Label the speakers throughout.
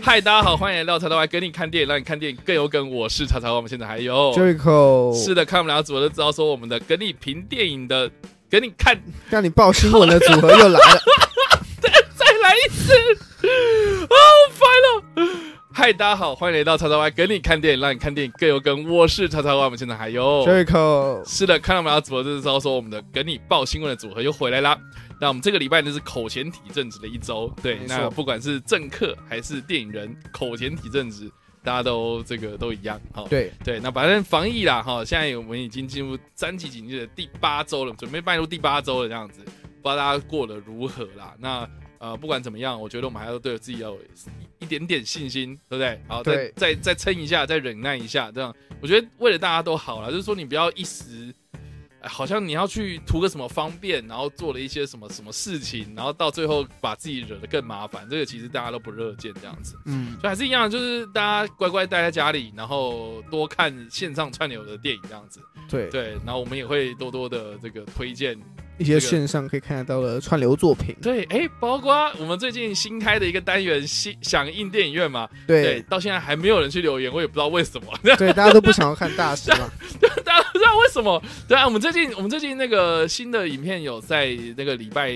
Speaker 1: 嗨，大家好，欢迎来到叉叉 Y 跟你看电影，让你看电影更有梗。我是叉叉 Y，我们现在还有
Speaker 2: Jericho
Speaker 1: 哦是的，看我们两个组合就知道说我们的跟你评电影的跟你看
Speaker 2: 让你报新闻的组合又来 了。
Speaker 1: 再来一次， 啊好烦哦！嗨，大家好，欢迎来到叉叉 Y 跟你看电影，让你看电影更有梗。我是叉叉 Y，我们现在还有
Speaker 2: Jericho
Speaker 1: 是的，看到我们的组合就知道说我们的跟你报新闻的组合又回来啦。那我们这个礼拜呢是口嫌体正直的一周，对，
Speaker 2: 没错
Speaker 1: 那不管是政客还是电影人，口嫌体正直，大家都这个都一样，好、
Speaker 2: 对，
Speaker 1: 对，那反正防疫啦哈，现在我们已经进入三级警戒的第八周了，准备迈入第八周了这样子，不知道大家过得如何啦？那呃，不管怎么样，我觉得我们还要对自己要有一一点点信心，对不对？好，再
Speaker 2: 对
Speaker 1: 再再撑一下，再忍耐一下，这样我觉得为了大家都好啦，就是说你不要一时。哎好像你要去图个什么方便，然后做了一些什么什么事情，然后到最后把自己惹得更麻烦，这个其实大家都不乐见这样子。
Speaker 2: 嗯，
Speaker 1: 所以还是一样，就是大家乖乖待在家里，然后多看线上串流的电影这样子。
Speaker 2: 对，
Speaker 1: 对，然后我们也会多多的这个推荐。这
Speaker 2: 一些
Speaker 1: 个
Speaker 2: 线上可以看得到的串流作品，
Speaker 1: 对，哎，包括我们最近新开的一个单元“新响应电影院”嘛，对，
Speaker 2: 对
Speaker 1: 到现在还没有人去留言，我也不知道为什么，
Speaker 2: 对，大家都不想要看大师 嘛，
Speaker 1: 大家不知道 为什么。对啊，我们最近我们最近那个新的影片有在那个礼拜。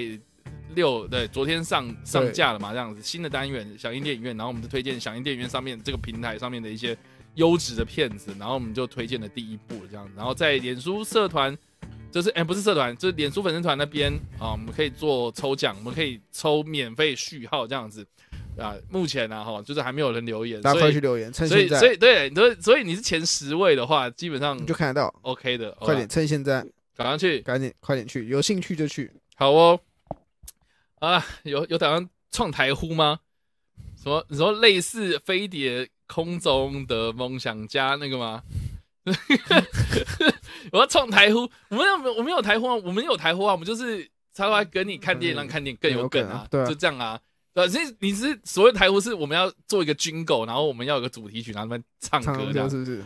Speaker 1: 六对，昨天上上架了嘛，这样子新的单元响应电影院，然后我们就推荐响应电影院上面这个平台上面的一些优质的片子，然后我们就推荐了第一部这样子，然后在脸书社团，就是哎、不是社团，就是脸书粉丝团那边啊，我们可以做抽奖，我们可以抽免费序号这样子啊。目前呢、啊、哈，就是还没有人留言，
Speaker 2: 大家
Speaker 1: 所
Speaker 2: 快
Speaker 1: 以
Speaker 2: 去留言，趁
Speaker 1: 所以
Speaker 2: 现
Speaker 1: 所
Speaker 2: 在
Speaker 1: 以嗯对，所以所以你是前十位的话，基本上
Speaker 2: 你就看得到，
Speaker 1: OK 的，
Speaker 2: 快点，趁现在，
Speaker 1: 好吧，赶上去，
Speaker 2: 赶紧，快点去，有兴趣就去。
Speaker 1: 好哦。啊，有有打算创台呼吗？什么？你说类似飞碟空中的梦想家那个吗？ 我要创台呼，我们有我们有台呼啊，我们有台呼啊，我们就是才来跟你看电影，
Speaker 2: 嗯
Speaker 1: 让看电影更有梗啊，
Speaker 2: 更有梗啊对啊
Speaker 1: 就这样啊。对啊，其实你是所谓台呼，是我们要做一个军狗，然后我们要有个主题曲，然后他们唱
Speaker 2: 唱
Speaker 1: 歌这
Speaker 2: 歌
Speaker 1: 样。
Speaker 2: 是不是？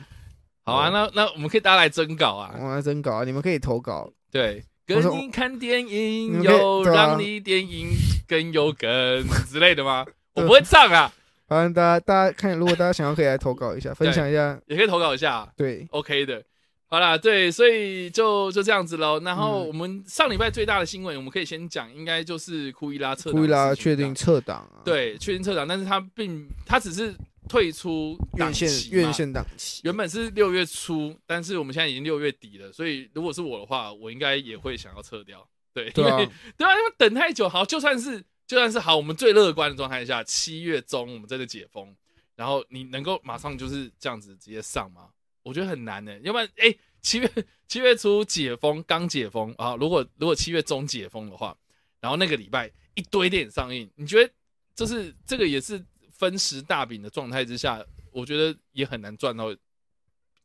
Speaker 1: 好啊，那那我们可以大家来征稿啊，
Speaker 2: 我还真搞啊，你们可以投稿，
Speaker 1: 对，
Speaker 2: 我
Speaker 1: 跟
Speaker 2: 说
Speaker 1: 你看电
Speaker 2: 你
Speaker 1: 影
Speaker 2: 们可以
Speaker 1: 有
Speaker 2: 对啊
Speaker 1: 让你电影更有梗之类的吗？ 我不会唱啊，
Speaker 2: 反正大家大家看，如果大家想要可以来投稿一下，分享一下，
Speaker 1: 也可以投稿一下
Speaker 2: 对，
Speaker 1: ，OK 的。好啦，对，所以就就这样子喽。然后
Speaker 2: 嗯
Speaker 1: 我们上礼拜最大的新闻，我们可以先讲，应该就是库伊拉撤档
Speaker 2: 库伊拉
Speaker 1: 的事情
Speaker 2: 确定撤档啊，，
Speaker 1: 对确定撤档，但是他并他只是退出档
Speaker 2: 院线
Speaker 1: 期嘛
Speaker 2: 院线档期，
Speaker 1: 原本是六月初，但是我们现在已经六月底了，所以如果是我的话，我应该也会想要撤掉。对，
Speaker 2: 对
Speaker 1: 因
Speaker 2: 啊
Speaker 1: 为，对啊，因为等太久，好，就算是就算是好，我们最乐观的状态下，七月中我们真的解封，然后你能够马上就是这样子直接上吗？我觉得很难呢、要不然哎，七月七月初解封，刚解封啊，如果如果七月中解封的话，然后那个礼拜一堆电影上映，你觉得就是这个也是分食大饼的状态之下，我觉得也很难赚到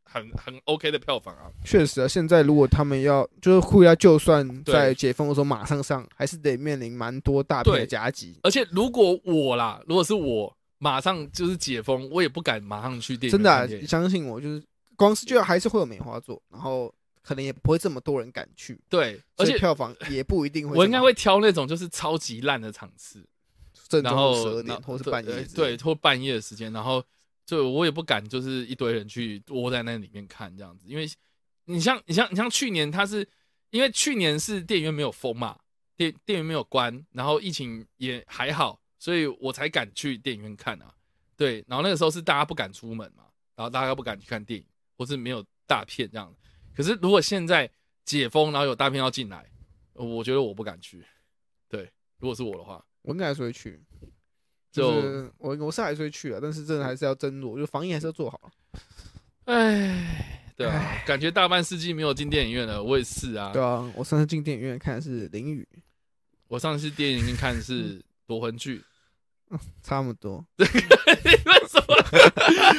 Speaker 1: 很很 OK 的票房啊。
Speaker 2: 确实啊，现在如果他们要就是库伊拉，就算
Speaker 1: 对
Speaker 2: 在解封的时候马上上，还是得面临蛮多大片
Speaker 1: 对
Speaker 2: 的夹击。
Speaker 1: 而且如果我啦，如果是我，马上就是解封，我也不敢马上去电影
Speaker 2: 真的、啊
Speaker 1: 院看，电影
Speaker 2: 相信我，就是光是就还是会有梅花座，然后可能也不会这么多人敢去，
Speaker 1: 对，而
Speaker 2: 所以
Speaker 1: 且
Speaker 2: 票房也不一定会这么好。
Speaker 1: 我应该会挑那种就是超级烂的场次，
Speaker 2: 正
Speaker 1: 然
Speaker 2: 中
Speaker 1: 后
Speaker 2: 午十二
Speaker 1: 然
Speaker 2: 点
Speaker 1: 后
Speaker 2: 或是半夜
Speaker 1: 对哎
Speaker 2: 之
Speaker 1: 对
Speaker 2: 类的，
Speaker 1: 或半夜的时间，然后就我也不敢就是一堆人去窝在那里面看这样子，因为你像你像你像去年他是因为去年是电影院没有封嘛，电电影院没有关，然后疫情也还好，所以我才敢去电影院看啊。对，然后那个时候是大家不敢出门嘛，然后大家不敢去看电影，或是没有大片这样。可是如果现在解封，然后有大片要进来，我觉得我不敢去。对，如果是我的话，
Speaker 2: 我应该还是会去。
Speaker 1: 就
Speaker 2: 就是我我是还是会去啊，但是真的还是要斟酌，就防疫还是要做好。
Speaker 1: 哎，对啊，感觉大半世纪没有进电影院了，我也是啊。
Speaker 2: 对啊，我上次进电影院看的是《淋雨
Speaker 1: 我上次电影院看是《夺魂剧》，》，
Speaker 2: 差不多。
Speaker 1: 为什么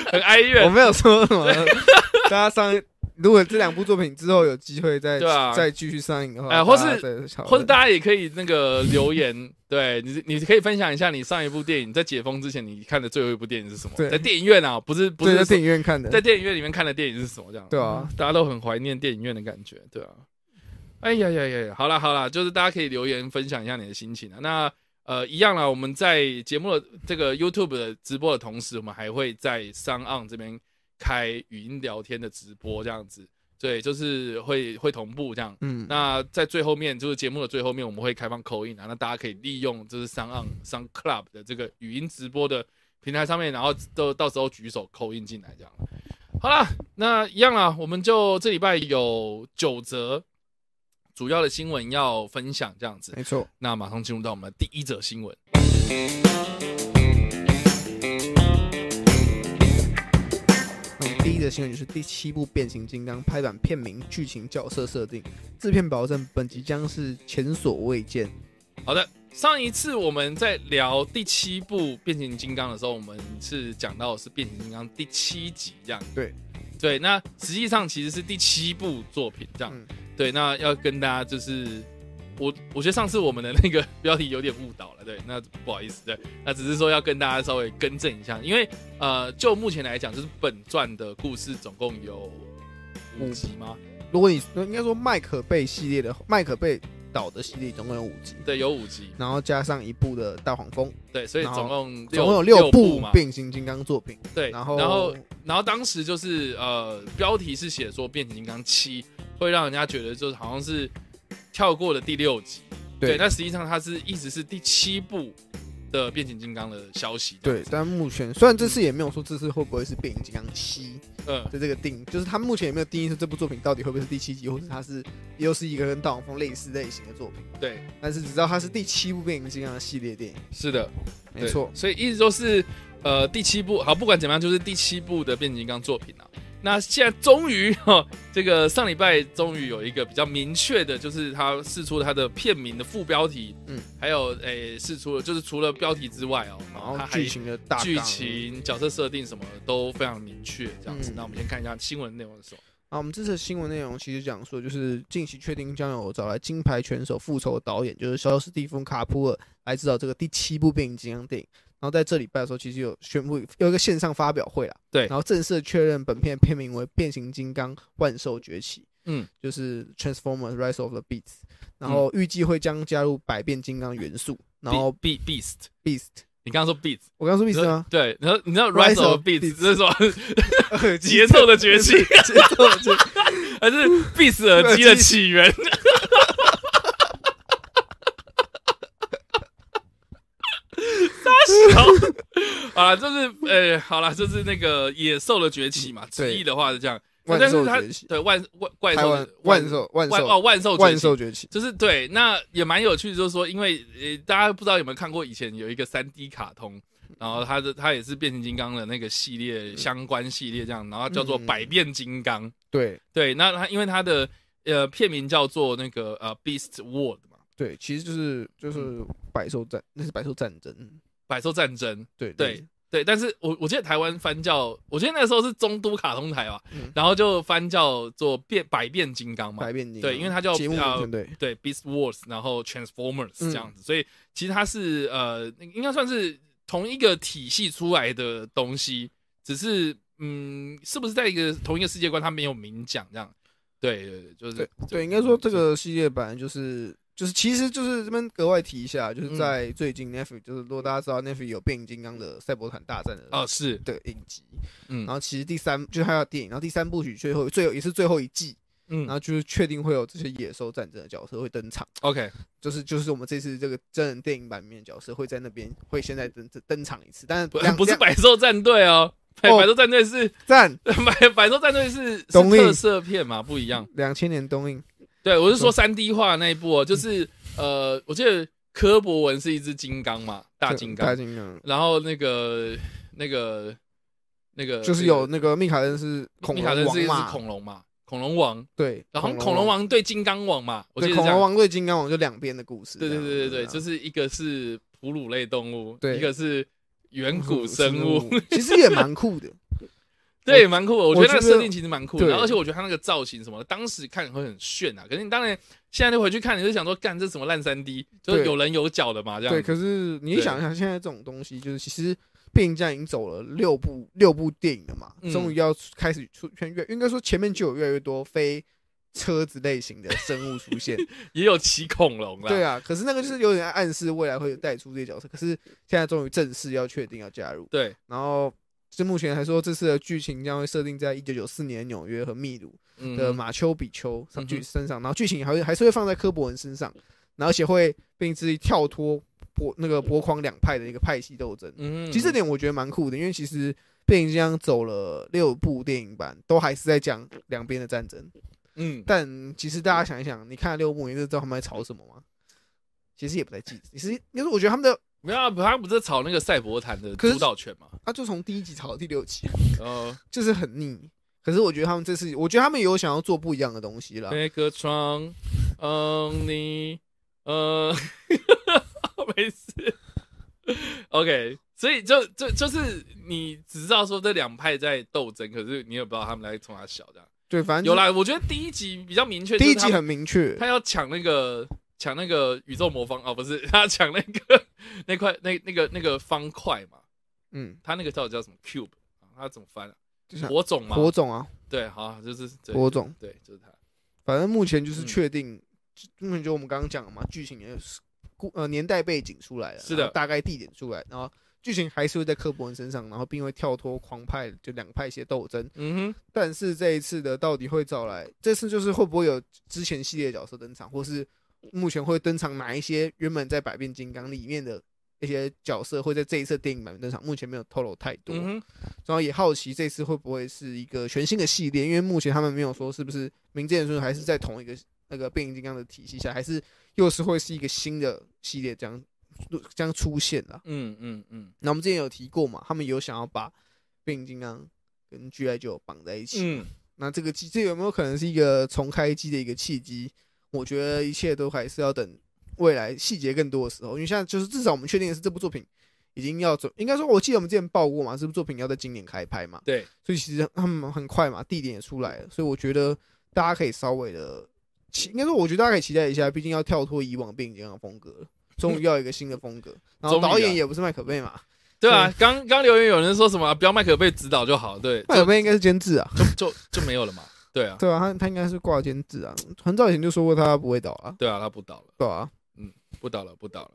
Speaker 1: 很哀
Speaker 2: 我
Speaker 1: 怨？
Speaker 2: 没有说什么，大家上 如果这两部作品之后有机会再
Speaker 1: 对啊
Speaker 2: 再继续上映的话，
Speaker 1: 哎或是
Speaker 2: 大家再讨论
Speaker 1: 或者大家也可以那个留言，对你，你可以分享一下你上一部电影在解封之前你看的最后一部电影是什么？
Speaker 2: 对
Speaker 1: 在电影院啊，不是不
Speaker 2: 对
Speaker 1: 是
Speaker 2: 在
Speaker 1: 说
Speaker 2: 电影院看的，
Speaker 1: 在电影院里面看的电影是什么？这样嗯
Speaker 2: 对啊，
Speaker 1: 大家都很怀念电影院的感觉，对啊。哎呀呀呀呀！好啦好啦，就是大家可以留言分享一下你的心情啊。那呃，一样啦，我们在节目的这个 YouTube 的直播的同时，我们还会在商岸这边开语音聊天的直播，这样子，对，就是会会同步这样。
Speaker 2: 嗯，
Speaker 1: 那在最后面，就是节目的最后面，我们会开放口音啊，那大家可以利用就是上岸上 Club 的这个语音直播的平台上面，然后都到时候举手口音进来这样。好啦，那一样啦，我们就这礼拜有九则主要的新闻要分享这样子。
Speaker 2: 没错，
Speaker 1: 那马上进入到我们的第一则新闻。
Speaker 2: 那我们第一则新闻就是第七部《变形金刚》拍板片名、剧情、角色设定，制片保证本集将是前所未见。
Speaker 1: 好的，上一次我们在聊第七部《变形金刚》的时候，我们是讲到是《变形金刚》第七集这样。
Speaker 2: 对，
Speaker 1: 对，那实际上其实是第七部作品这样。
Speaker 2: 嗯
Speaker 1: 对，那要跟大家就是。我我觉得上次我们的那个标题有点误导了，对，那不好意思，对，那只是说要跟大家稍微更正一下，因为呃，就目前来讲，就是本传的故事总共有五
Speaker 2: 五
Speaker 1: 集吗？
Speaker 2: 如果你应该说麦可贝系列的麦可贝岛的系列总共有五集，
Speaker 1: 对，有五集，
Speaker 2: 然后加上一部的大黄蜂，
Speaker 1: 对，所以
Speaker 2: 然后
Speaker 1: 总共
Speaker 2: 总共有
Speaker 1: 六
Speaker 2: 部
Speaker 1: 嘛，
Speaker 2: 变形金刚作品。
Speaker 1: 对，
Speaker 2: 然后
Speaker 1: 然后然后当时就是呃，标题是写说《变形金刚七》会让人家觉得就是好像是跳过了第六集，
Speaker 2: 对
Speaker 1: 但实际上它是一直是第七部的变形金刚的消息，
Speaker 2: 对，，但目前虽然这次也没有说这次会不会是变形金刚七
Speaker 1: 嗯、
Speaker 2: 的这个定，就是他目前也没有定义出这部作品到底会不会是第七集，或者它是又是一个跟大黄蜂类似类型的作品，
Speaker 1: 对，
Speaker 2: 但是只知道它是第七部变形金刚的系列电影，
Speaker 1: 是的，
Speaker 2: 没
Speaker 1: 对
Speaker 2: 错，
Speaker 1: 所以一直都是呃第七部，好，不管怎么样，就是第七部的变形金刚作品啊。那现在终于 哈，这个上礼拜终于有一个比较明确的，就是他试出了他的片名的副标题，嗯
Speaker 2: 嗯，
Speaker 1: 还有诶试出了，就是除了标题之外哦，
Speaker 2: 然
Speaker 1: 然后
Speaker 2: 后
Speaker 1: 他还
Speaker 2: 剧情的大纲
Speaker 1: 剧，情、角色设定什么都非常明确，这样子。
Speaker 2: 嗯
Speaker 1: 那我们先看一下新闻内容的时候，
Speaker 2: 啊，我们这次的新闻内容其实讲说，就是近期确定将有找来金牌拳手复仇的导演，就是肖斯蒂芬·卡普尔来指导这个第七部变形金刚电影。然后在这礼拜的时候，其实有宣布有一个线上发表会啦，
Speaker 1: 对
Speaker 2: 然后正式确认本片片名为《变形金刚：万兽崛起》，
Speaker 1: 嗯，
Speaker 2: 就是 Transformers: Rise of the Beasts，然后预计会将加入百变金刚元素，然后
Speaker 1: Be Be- Beast，
Speaker 2: Beast，
Speaker 1: 你刚刚说 Beast
Speaker 2: 我刚说 Beast 吗？
Speaker 1: 对，然后你知道
Speaker 2: Rise
Speaker 1: Rise of
Speaker 2: of
Speaker 1: Beast
Speaker 2: Beast
Speaker 1: 这是什么
Speaker 2: 耳机，
Speaker 1: 节奏的崛起
Speaker 2: 节奏的崛起，
Speaker 1: 还是 Beast 耳机的起源？ 好，好了，就是呃，好了，就是那个野兽的崛起嘛，直
Speaker 2: 对
Speaker 1: 译的话是这样，但
Speaker 2: 万
Speaker 1: 是
Speaker 2: 兽
Speaker 1: 它
Speaker 2: 崛起，
Speaker 1: 对万万怪
Speaker 2: 台
Speaker 1: 兽
Speaker 2: 湾
Speaker 1: 的
Speaker 2: 万兽万
Speaker 1: 万
Speaker 2: 兽
Speaker 1: 哦万兽崛
Speaker 2: 万
Speaker 1: 起
Speaker 2: 兽崛起，
Speaker 1: 就是对，那也蛮有趣的，就是说，因为呃，大家不知道有没有看过以前有一个三 D 卡通，然后它的它也是变形金刚的那个系列相关系列这样，然后它叫做
Speaker 2: 嗯
Speaker 1: 百变金刚。
Speaker 2: 对
Speaker 1: 对，那它因为它的呃片名叫做那个呃 Beast World 嘛，
Speaker 2: 对，其实就是
Speaker 1: 嗯
Speaker 2: 就是百兽战，那是百兽战争，
Speaker 1: 百兽战争。
Speaker 2: 对
Speaker 1: 对，对，但是我我记得台湾翻叫，我记得那时候是中都卡通台吧，
Speaker 2: 嗯
Speaker 1: 然后就翻叫做变百变金刚嘛
Speaker 2: 百。变金刚
Speaker 1: 对因为它叫
Speaker 2: 节目名
Speaker 1: 呃
Speaker 2: 称对
Speaker 1: 对 Beast Wars，然后 Transformers
Speaker 2: 嗯
Speaker 1: 这样子，所以其实它是呃，应该算是同一个体系出来的东西，只是嗯，是不是在一个同一个世界观，它没有明讲这样。对对对，就是
Speaker 2: 对对，应该说这个系列版就是。就是，其实就是这边格外提一下，就是
Speaker 1: 嗯
Speaker 2: 在最近 n e f 就是如果大家知道 n e f 有变形金刚的赛博坦大战的
Speaker 1: 哦是
Speaker 2: 的影集，
Speaker 1: 嗯
Speaker 2: 然后其实第三就是还有电影，然后第三部曲最后最后也是最后一季，然
Speaker 1: 嗯
Speaker 2: 后就是确定会有这些野兽战争的角色会登场，
Speaker 1: OK
Speaker 2: 就是就是我们这次这个真人电影版里面的角色会在那边会先在登登场一次，但是
Speaker 1: 不
Speaker 2: 两
Speaker 1: 不是
Speaker 2: 两
Speaker 1: 百兽战队哦，百
Speaker 2: 哦
Speaker 1: 百兽战队是
Speaker 2: 战
Speaker 1: 百百兽战队是是
Speaker 2: 东映
Speaker 1: 特色片嘛，不一样。
Speaker 2: 两千年东映，
Speaker 1: 对我是说三 D 化那一部哦，就是呃，我记得柯博文是一只金刚嘛，大
Speaker 2: 对
Speaker 1: 金刚
Speaker 2: 大，金刚，
Speaker 1: 然后那个那个那呃个
Speaker 2: 就是有那个密卡恩是恐
Speaker 1: 米卡
Speaker 2: 龙
Speaker 1: 顿
Speaker 2: 王
Speaker 1: 是一只
Speaker 2: 嘛，
Speaker 1: 恐龙嘛，恐龙王，
Speaker 2: 对，
Speaker 1: 然后恐龙，王对金刚王嘛，我记
Speaker 2: 对，
Speaker 1: 得是
Speaker 2: 恐
Speaker 1: 这样。
Speaker 2: 龙王对金刚王就两边的故事，
Speaker 1: 对对对对
Speaker 2: 这
Speaker 1: 对，
Speaker 2: 样啊
Speaker 1: 就
Speaker 2: 子
Speaker 1: 是一个是哺乳类动物，
Speaker 2: 对
Speaker 1: 一个是远
Speaker 2: 啊
Speaker 1: 古生 物，，
Speaker 2: 其实也蛮酷的，
Speaker 1: 对，蛮酷的。我觉
Speaker 2: 我
Speaker 1: 得那个
Speaker 2: 觉得
Speaker 1: 设定其实蛮酷的，
Speaker 2: 对
Speaker 1: 然后而且我觉得它那个造型什么的，当时看会很炫啊。可是你当然现在就回去看，你就想说，干这什么烂三 D，就是
Speaker 2: 对
Speaker 1: 有人有脚的 嘛，这
Speaker 2: 对。
Speaker 1: 样。
Speaker 2: 可是你
Speaker 1: 对
Speaker 2: 想一下，现在这种东西就是其实。变形金刚已经走了六部六部电影了嘛
Speaker 1: 嗯，
Speaker 2: 终于要开始出圈越，应该说前面就有越来越多非车子类型的生物 出现。
Speaker 1: 也有骑恐龙啦。
Speaker 2: 对啊，可是那个就是有点暗示未来会带出这些角色，可是现在终于正式要确定要加入。
Speaker 1: 对，
Speaker 2: 然后是目前还说这次的剧情将会设定在一九九四年纽约和秘鲁
Speaker 1: 嗯
Speaker 2: 的马丘比丘
Speaker 1: 嗯
Speaker 2: 上
Speaker 1: 哼
Speaker 2: 剧身上，然后剧情还会还是会放在科博文身上，然后而且会并致跳脱博那个博狂两派的一个派系斗争。
Speaker 1: 嗯
Speaker 2: 其实这点我觉得蛮酷的，因为其实《变形金刚》走了六部电影版，都还是在讲两边的战争。
Speaker 1: 嗯，
Speaker 2: 但其实大家想一想，你看了六部，你就知道他们在吵什么吗？其实也不太记得。其实，因为我觉得他们的，
Speaker 1: 没有啊，他不是吵那个赛博坦的
Speaker 2: 可是
Speaker 1: 主导权嘛？
Speaker 2: 他就从第一集吵到第六集，
Speaker 1: 哦，
Speaker 2: 就是很腻。可是我觉得他们这次，我觉得他们有想要做不一样的东西啦。
Speaker 1: 那个窗，嗯，你，呃， 没事，OK。所以就就就是你只知道说这两派在斗争，可是你也不知道他们来从哪小这样。
Speaker 2: 对，反正
Speaker 1: 有
Speaker 2: 就是
Speaker 1: 啦，我觉得第一集比较明确，
Speaker 2: 第一
Speaker 1: 就是他
Speaker 2: 集很明确，
Speaker 1: 他要抢那个抢那个宇宙魔方哦，不是， 他要抢那个那块那那个那个方块嘛，
Speaker 2: 嗯，
Speaker 1: 他那个叫叫什么 cube 啊？他怎么翻啊？
Speaker 2: 就是
Speaker 1: 火种嘛？
Speaker 2: 火种啊，
Speaker 1: 对，好，就是对
Speaker 2: 火种。
Speaker 1: 对，就是他。
Speaker 2: 反正目前就是
Speaker 1: 嗯
Speaker 2: 确定，目前就我们刚刚讲了嘛，剧情也是故呃年代背景出来了，
Speaker 1: 是的
Speaker 2: 然后大概地点出来，然后剧情还是会在科博文身上，然后并会跳脱狂派就两派一些斗争。
Speaker 1: 嗯
Speaker 2: 但是这一次的到底会找来，这次就是会不会有之前系列角色登场，或是目前会登场哪一些原本在百变金刚里面的一些角色会在这一次的电影版登场，目前没有透露太
Speaker 1: 哼，
Speaker 2: 多。
Speaker 1: 嗯哼，
Speaker 2: 然后也好奇这次会不会是一个全新的系列，因为目前他们没有说是不是明剑顺还是在同一个那个变形金刚的体系下，还是又是会是一个新的系列这样这样出现啦。
Speaker 1: 嗯嗯嗯
Speaker 2: 那我们之前有提过嘛，他们有想要把变形金刚跟 GI 就绑在一起，
Speaker 1: 嗯，
Speaker 2: 那这个机这有没有可能是一个重开机的一个契机？我觉得一切都还是要等未来细节更多的时候，因为现在就是至少我们确定的是这部作品已经要准，应该说我记得我们之前报过嘛，这部作品要在今年开拍嘛，
Speaker 1: 对，
Speaker 2: 所以其实他们很快嘛，地点也出来了，所以我觉得大家可以稍微的期，应该说我觉得大家可以期待一下，毕竟要跳脱以往变形金刚的风格了，终于要有一个新的风格，然 后
Speaker 1: 终于啊
Speaker 2: 导演也不是麦可贝 嘛，
Speaker 1: 对啊。刚刚留言有人说什么啊不要麦可贝指导就好，对，
Speaker 2: 麦可
Speaker 1: 就
Speaker 2: 贝应该是监制啊，
Speaker 1: 就就就没有了嘛。对啊，
Speaker 2: 对啊，他他应该是挂监制啊，很早以前就说过他不会导啊，
Speaker 1: 对啊，他不倒了，
Speaker 2: 对啊。
Speaker 1: 不倒了，不倒了。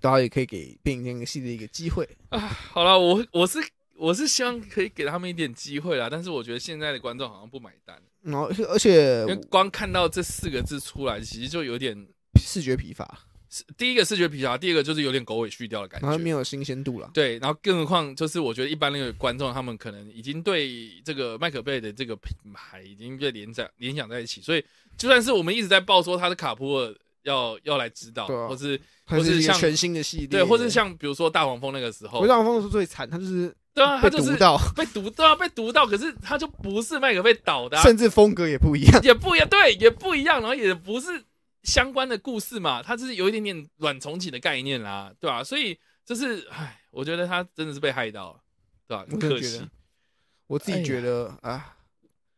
Speaker 2: 大家也可以给变形金刚系列一个机会。
Speaker 1: 好了，我我是我是希望可以给他们一点机会啦，但是我觉得现在的观众好像不买单。
Speaker 2: 然后，而且
Speaker 1: 因为光看到这四个字出来，其实就有点
Speaker 2: 视觉疲乏，
Speaker 1: 是第一个视觉疲乏，第二个就是有点狗尾续貂的感
Speaker 2: 然后
Speaker 1: 觉。
Speaker 2: 没有新鲜度了。
Speaker 1: 对，然后更何况就是我觉得一般那个观众他们可能已经对这个麦可贝的这个品牌已经被联想联想在一起，所以就算是我们一直在报说他的卡普尔要要来指导，
Speaker 2: 对啊
Speaker 1: 或是
Speaker 2: 它
Speaker 1: 或是
Speaker 2: 是一个
Speaker 1: 像
Speaker 2: 全新的系列，
Speaker 1: 对，或是像比如说大黄蜂那个时候
Speaker 2: 回，到风是最惨，他就是
Speaker 1: 对啊，他
Speaker 2: 被
Speaker 1: 就
Speaker 2: 毒
Speaker 1: 是
Speaker 2: 到，
Speaker 1: 被毒到被毒到，可是他就不是麦可贝导的、啊，
Speaker 2: 甚至风格也不一样。
Speaker 1: 也不一样，对，也不一样，然后也不是相关的故事嘛，它就是有一点点软重启的概念啦，对吧、所以就是，唉，我觉得他真的是被害到了，对吧、
Speaker 2: 我
Speaker 1: 很
Speaker 2: 真的
Speaker 1: 可
Speaker 2: 觉
Speaker 1: 惜
Speaker 2: 得，，我自己觉得啊，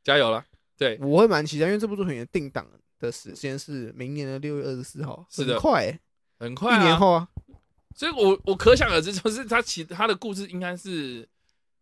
Speaker 1: 加油啦！对，
Speaker 2: 我会蛮期待，因为这部作品的定档的时间是明年的六月二十四号，
Speaker 1: 是的
Speaker 2: 很快欸，
Speaker 1: 很快、啊，
Speaker 2: 一年，后啊，
Speaker 1: 所以我我可想而知，就是他其他的故事应该是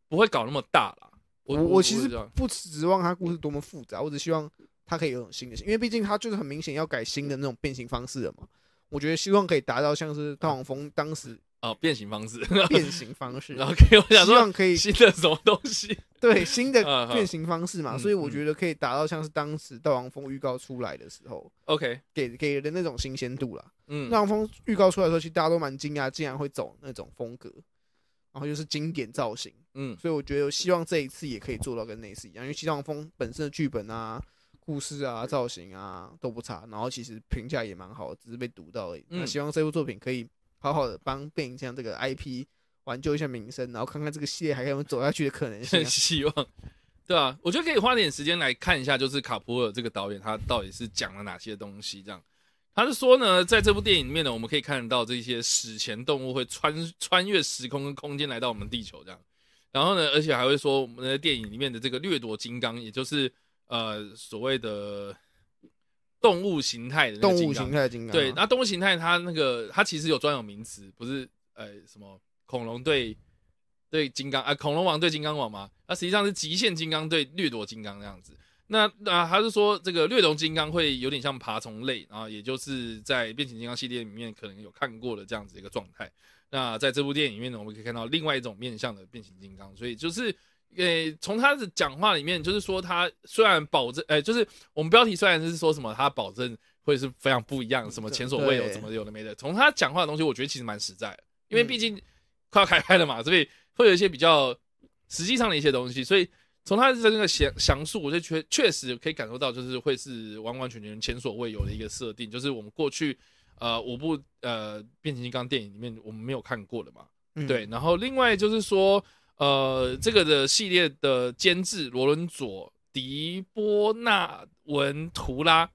Speaker 1: 不会搞那么大啦。我
Speaker 2: 我我其实
Speaker 1: 知道
Speaker 2: 不指望它故事多么复杂，我只希望它可以有种新的，因为毕竟它就是很明显要改新的那种变形方式了嘛。我觉得希望可以达到像是大黄蜂当时
Speaker 1: 哦，变形方式
Speaker 2: 变形方 式，
Speaker 1: 然后给我想
Speaker 2: 希
Speaker 1: 说
Speaker 2: 望可以
Speaker 1: 新的什么东西，
Speaker 2: 对新
Speaker 1: 嗯
Speaker 2: 的
Speaker 1: 好
Speaker 2: 变形方式嘛，
Speaker 1: 嗯
Speaker 2: 所以我
Speaker 1: 嗯
Speaker 2: 觉得可以达到像是当时大黄蜂预告出来的时候
Speaker 1: OK，
Speaker 2: 给给人的那种新鲜度啦。
Speaker 1: 嗯
Speaker 2: 大黄蜂预告出来的时候，其实大家都蛮惊讶，竟然会走那种风格，然后又是经典造型。
Speaker 1: 嗯
Speaker 2: 所以我觉得希望这一次也可以做到跟那一次一样，因为《西藏风》本身的剧本啊、故事啊、造型啊都不差，然后其实评价也蛮好的，只是被读到而已。
Speaker 1: 嗯
Speaker 2: 那希望这部作品可以好好的帮变形金刚这个 IP 挽救一下名声，然后看看这个系列还有没有走下去 的可能性、
Speaker 1: 很
Speaker 2: 啊。
Speaker 1: 希望。对啊，我觉得可以花点时间来看一下，就是卡普尔这个导演他到底是讲了哪些东西。这样，他是说呢，在这部电影里面呢，我们可以看到这些史前 动物会穿穿越时空跟空间来到我们地球这样。然后呢，而且还会说我们的电影里面的这个掠夺金刚，也就是呃所谓的动物形态的那个
Speaker 2: 动
Speaker 1: 金
Speaker 2: 物
Speaker 1: 刚
Speaker 2: 形态的金刚、啊
Speaker 1: 对，，那动物形态它那个它其实有专有名词，不是呃什么恐龙对呃对金刚啊、恐龙王对金刚王嘛，它实际上是极限金刚对掠夺金刚这样子。那那他是说，这个掠龙金刚会有点像爬虫类，然后也就是在变形金刚系列里面可能有看过的这样子一个状态。那在这部电影里面呢，我们可以看到另外一种面向的变形金刚，所以就是。诶，从他的讲话里面，就是说他虽然保证，诶，就是我们标题虽然是说什么他保证会是非常不一样，什么前所未有，
Speaker 2: 对
Speaker 1: 什么有的没的。从他讲话的东西，我觉得其实蛮实在的，因为
Speaker 2: 嗯
Speaker 1: 毕竟快要开拍了嘛，所以会有一些比较实际上的一些东西，所以从他的这个详详述，我就确确实可以感受到，就是会是完完全全前所未有的一个设定，就是我们过去呃五部呃变形金刚电影里面我们没有看过的嘛，
Speaker 2: 嗯
Speaker 1: 对，，然后另外就是说，呃，这个的系列的监制罗伦佐·迪波纳文图拉，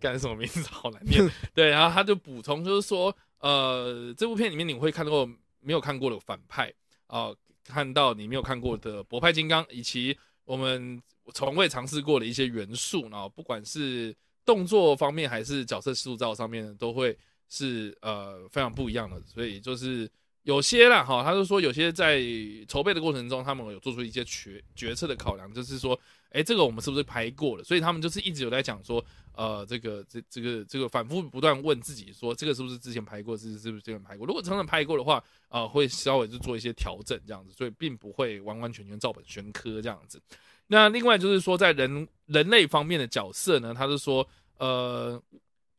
Speaker 1: 干什么名字好难念？对，然后他就补充就是说，呃，这部片里面你会看到没有看过的反派啊、看到你没有看过的博派金刚，以及我们从未尝试过的一些元素，然后不管是动作方面还是角色塑造上面，都会是呃非常不一样的。所以就是有些啦哈，他就说有些在筹备的过程中，他们有做出一些决决策的考量，就是说，哎，这个我们是不是拍过了？所以他们就是一直有在讲说，呃，这个这这个这个反复不断问自己说，这个是不是之前拍过？是是不是之前拍过？如果真的拍过的话，呃，会稍微就做一些调整这样子，所以并不会完完全全照本宣科这样子。那另外就是说，在人人类方面的角色呢，他是说，呃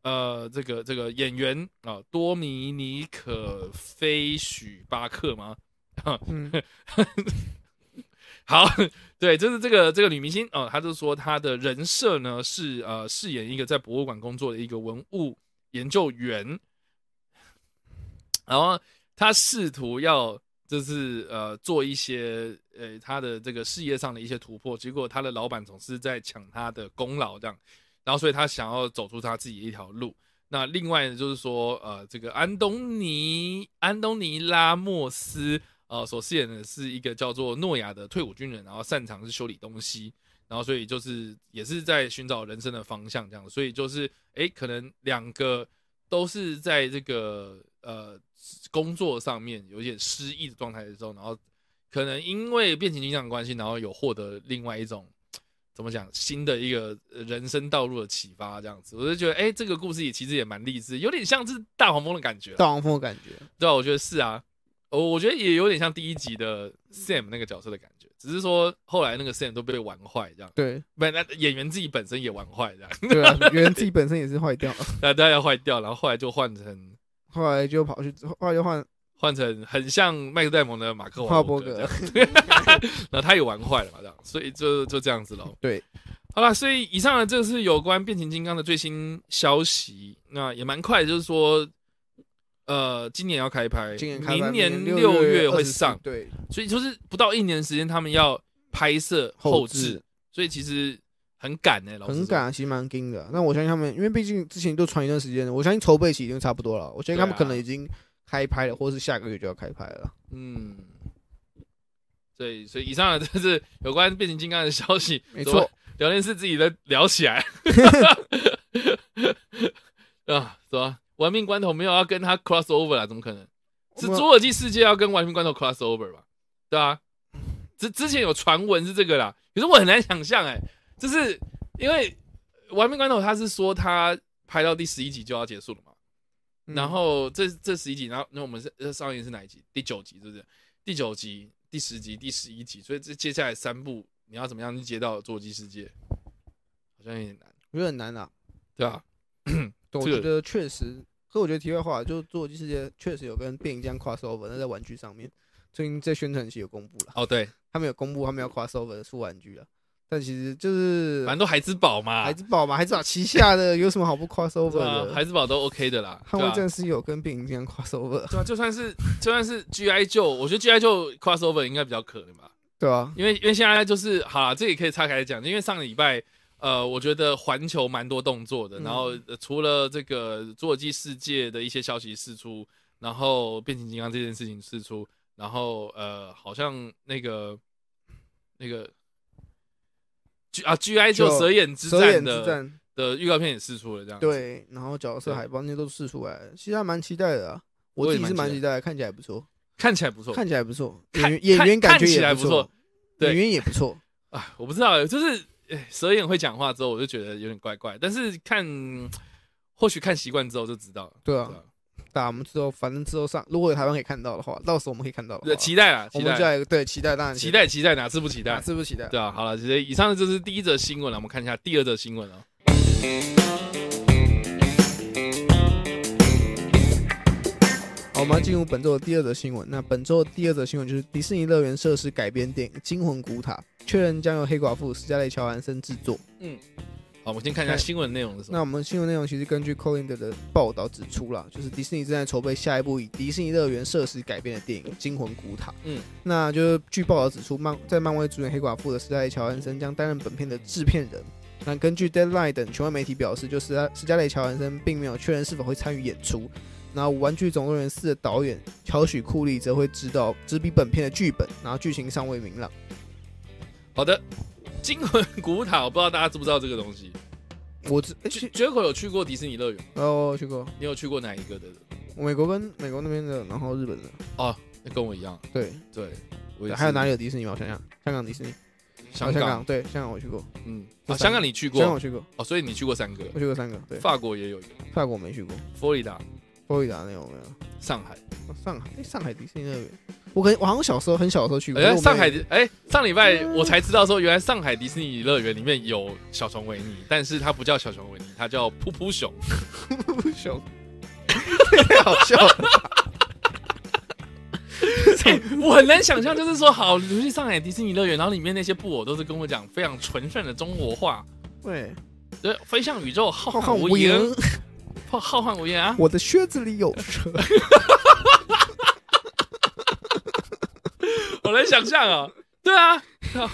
Speaker 1: 呃，这个这个演员啊、多米尼可菲许巴克吗？
Speaker 2: 嗯，
Speaker 1: 好， 对，就是这个这个女明星哦、她就说她的人设呢是呃饰演一个在博物馆工作的一个文物研究员，然后她试图要就是呃做一些呃她的这个事业上的一些突破，结果她的老板总是在抢她的功劳这样，然后所以她想要走出她自己的一条路。那另外呢，就是说，呃，这个安东尼安东尼拉莫斯，呃，所饰演的是一个叫做诺亚的退伍军人，然后擅长是修理东西，然后所以就是也是在寻找人生的方向这样，所以就是诶，可能两个都是在这个呃工作上面有一点失意的状态的时候，然后可能因为变形金刚的关系，然后有获得另外一种怎么讲新的一个呃人生道路的启发，这样子，我就觉得，哎、这个故事也其实也蛮励志，有点像是大黄蜂的感觉啊，
Speaker 2: 大黄蜂的感觉，
Speaker 1: 对啊，我觉得是啊，我我觉得也有点像第一集的 Sam 那个角色的感觉，只是说后来那个 Sam 都被玩坏这样，
Speaker 2: 对
Speaker 1: 本来演员自己本身也玩坏这样，
Speaker 2: 对啊，原来自己本身也是坏掉了，
Speaker 1: 大家要坏掉，然后后来就换成
Speaker 2: 后来就跑去，后来就换
Speaker 1: 换成很像麦克戴蒙的马克
Speaker 2: 华
Speaker 1: 华
Speaker 2: 伯
Speaker 1: 伯格这
Speaker 2: 格
Speaker 1: 样，，然后他也玩坏了嘛这样，所以就就这样子 喽。
Speaker 2: 对，
Speaker 1: 好了，所以以上呢，这是有关变形金刚的最新消息。那也蛮快的，就是说，呃，今年要开拍，
Speaker 2: 今年开拍
Speaker 1: 明年
Speaker 2: 明
Speaker 1: 六
Speaker 2: 月
Speaker 1: 月会
Speaker 2: 24
Speaker 1: 上，
Speaker 2: 对，
Speaker 1: 所以就是不到一年时间，他们要拍摄后
Speaker 2: 置
Speaker 1: 置，所以其实很赶呢、老师
Speaker 2: 很，赶，其实蛮硬的。那我相信他们，因为毕竟之前都传一段时间了，我相信筹备期已经差不多了。我相信他们
Speaker 1: 对啊
Speaker 2: 可能已经开拍了，或是下个月就要开拍了。
Speaker 1: 嗯。所以，所以以上呢，这是有关变形金刚的消息。
Speaker 2: 没
Speaker 1: 怎
Speaker 2: 错
Speaker 1: 么，聊天室自己在聊起来。 啊，什么？玩命关头没有要跟他 cross over 啊？怎么可能？是
Speaker 2: 我们
Speaker 1: 侏罗纪世界要跟玩命关头 cross over 吧？对啊，之之前有传闻是这个啦，可是我很难想象哎、就是因为玩命关头他是说他拍到第十一集就要结束了嘛，
Speaker 2: 嗯
Speaker 1: 然后这这十一集，然后那我们是呃上映是哪一集？第九集是不是？第九集、第十集、第十一集，所以这接下来三部你要怎么样去接到《侏罗纪世界》，好像有点难，
Speaker 2: 我觉得很难啊。
Speaker 1: 对吧？
Speaker 2: 对我
Speaker 1: 这个
Speaker 2: 觉得确实，可我觉得题外话，就《侏罗纪世界》确实有跟电影这样 crossover，那在玩具上面，最近在宣传期有公布了，
Speaker 1: 哦，对，
Speaker 2: 他们有公布他们要 crossover 出玩具了，但其实就是
Speaker 1: 反正都孩之宝嘛，
Speaker 2: 孩之宝嘛，孩之宝旗下的有什么好不
Speaker 1: 对
Speaker 2: crossover
Speaker 1: 啊，
Speaker 2: 的？
Speaker 1: 孩之宝都 OK 的啦，
Speaker 2: 捍
Speaker 1: 对吧啊
Speaker 2: 卫？战士有跟变形金刚 crossover，
Speaker 1: 对啊，就算是就算是 GI 就，我觉得 GI 就 crossover 应该比较可能吧，
Speaker 2: 对啊，
Speaker 1: 因为因为现在就是好啦，这也可以岔开来讲，因为上个礼拜。呃，我觉得环球蛮多动作的，
Speaker 2: 嗯
Speaker 1: 然后、呃除了这个《侏罗纪世界》的一些消息释出，然后变形金刚这件事情释出，然后呃，好像那个那个 G 啊 GI 就
Speaker 2: 就
Speaker 1: 蛇眼之
Speaker 2: 蛇眼
Speaker 1: 战
Speaker 2: 之
Speaker 1: 的
Speaker 2: 战。
Speaker 1: 的预告片也释出了，这样子，
Speaker 2: 对，然后角色
Speaker 1: 对
Speaker 2: 海报那些都试出来了，其实还蛮期待的啊。我
Speaker 1: 我也
Speaker 2: 自己是
Speaker 1: 蛮
Speaker 2: 蛮
Speaker 1: 期
Speaker 2: 期待的，看起来不错，
Speaker 1: 看起来不错，
Speaker 2: 看起来不错，演
Speaker 1: 看
Speaker 2: 员演员
Speaker 1: 看
Speaker 2: 感觉
Speaker 1: 看起来
Speaker 2: 也
Speaker 1: 不错
Speaker 2: 错，
Speaker 1: 对
Speaker 2: 演员也不错，
Speaker 1: 啊，我不知道，就是哎蛇眼会讲话之后，我就觉得有点怪怪，但是看或许看习惯之后就知道了。
Speaker 2: 对啊
Speaker 1: 对啊
Speaker 2: 打我们之后，反正之后上，如果有台湾可以看到的话，到时候我们可以看到的
Speaker 1: 对，
Speaker 2: 话，
Speaker 1: 期待啦，
Speaker 2: 我
Speaker 1: 期
Speaker 2: 们
Speaker 1: 待，
Speaker 2: 再对期待，当然
Speaker 1: 期待，期待，哪次不期
Speaker 2: 啊，
Speaker 1: 待？
Speaker 2: 是不期待？
Speaker 1: 对啊，好了，其实以上就是第一则新闻了，我们看一下第二则新闻哦。
Speaker 2: 好，我们要进入本周的第二则新闻。那本周的第二则新闻就是迪士尼乐园设施改编电影《惊魂古塔》，确认将由黑寡妇史嘉蕾·乔安森制作。
Speaker 1: 好，我们先看一下新闻内容是什么。
Speaker 2: 那我们新闻内容其实根据 Colin 的报道指出啦，就是迪士尼正在筹备下一部以迪士尼乐园设施改编的电影《惊魂古塔》。
Speaker 1: 嗯，
Speaker 2: 那就是据报道指出，漫在漫威主演黑寡妇的史嘉蕾·乔安森将担任本片的制片人。那根据 Deadline 等权威媒体表示，就是史嘉蕾·乔安森并没有确认是否会参与演出。然后《玩具总动员四》的导演乔许·库利则会指导执笔本片的剧本，然后剧情尚未明朗。
Speaker 1: 好的，惊魂古塔，我不知道大家知不知道这个东西。
Speaker 2: 我只诶
Speaker 1: 绝
Speaker 2: 去
Speaker 1: 绝口有去过迪士尼乐园吗，
Speaker 2: 哦，去过
Speaker 1: 你有去过哪一个的？
Speaker 2: 美国跟美国那边的，然后日本的，
Speaker 1: 那跟我一样，
Speaker 2: 对，
Speaker 1: 对，我也
Speaker 2: 对
Speaker 1: 是
Speaker 2: 还有哪里有迪士尼吗？我想想，香港迪士尼，
Speaker 1: 香
Speaker 2: 哦香
Speaker 1: 港，
Speaker 2: 对，香港我去过，
Speaker 1: 嗯，
Speaker 2: 这
Speaker 1: 啊，
Speaker 2: 三个
Speaker 1: 香港你去
Speaker 2: 香港
Speaker 1: 过
Speaker 2: 我去过，
Speaker 1: 哦，所以你去过三个，
Speaker 2: 我去过三个，对，
Speaker 1: 法国也有一个，
Speaker 2: 法国没去过，
Speaker 1: 佛罗里达、
Speaker 2: 佛罗里达那种没有，
Speaker 1: 上海，
Speaker 2: 哦上海，诶上海迪士尼乐园，我可能我好像小时候很小的时候去过，可
Speaker 1: 哎，
Speaker 2: 是我
Speaker 1: 上
Speaker 2: 没
Speaker 1: 海，哎，上礼拜我才知道说，原来上海迪士尼乐园里面有小熊维尼，但是它不叫小熊维尼，它叫噗噗熊。
Speaker 2: 不熊，太好笑了，
Speaker 1: 哎我很难想象，就是说，好，你去上海迪士尼乐园，然后里面那些布偶都是跟我讲非常纯正的中国话，
Speaker 2: 对，
Speaker 1: 对，飞向宇宙，浩
Speaker 2: 浩
Speaker 1: 瀚
Speaker 2: 瀚
Speaker 1: 无
Speaker 2: 无
Speaker 1: 垠，
Speaker 2: 垠，
Speaker 1: 浩 浩瀚无垠啊！
Speaker 2: 我的靴子里有蛇，
Speaker 1: 我能想象啊，对啊，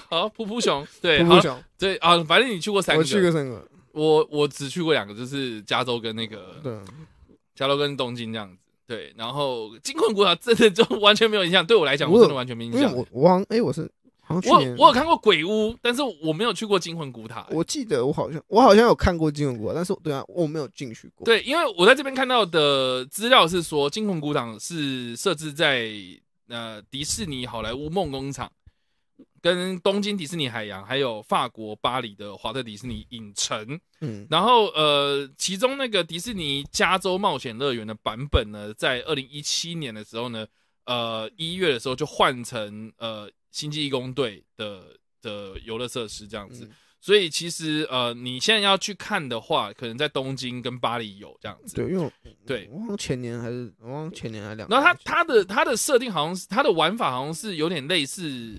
Speaker 1: 好，噗噗熊， 对，好
Speaker 2: 不
Speaker 1: 了，
Speaker 2: 熊，
Speaker 1: 对啊，反正你去过三
Speaker 2: 我
Speaker 1: 个，
Speaker 2: 去过三个，
Speaker 1: 我我只去过两个，就是加州跟那个
Speaker 2: 对，
Speaker 1: 加州跟东京这样子。对，然后金困古塔真的就完全没有印象，对我来讲，
Speaker 2: 我
Speaker 1: 我
Speaker 2: 有
Speaker 1: 真的完全没印
Speaker 2: 因为
Speaker 1: 象。
Speaker 2: 我我好像，哎，我是好像去
Speaker 1: 我
Speaker 2: 年，
Speaker 1: 我有看过鬼屋，但是我没有去过惊魂古塔。
Speaker 2: 我记得我好像我好像有看过金融国，但是对啊，我没有进去过，
Speaker 1: 对，因为我在这边看到的资料是说，惊魂古塔是设置在呃迪士尼好莱坞梦工厂、跟东京迪士尼海洋，还有法国巴黎的华特迪士尼影城。
Speaker 2: 嗯，
Speaker 1: 然后呃，其中那个迪士尼加州冒险乐园的版本呢，在二零一七年的时候呢，呃一月的时候就换成呃星际义工队的的游乐设施这样子。
Speaker 2: 嗯
Speaker 1: 所以其实呃，你现在要去看的话，可能在东京跟巴黎有这样子。
Speaker 2: 对，因为我
Speaker 1: 对
Speaker 2: 我好像前年还是我好像前年还两年前，
Speaker 1: 然后它它的它的设定好像是它的玩法好像是有点类似，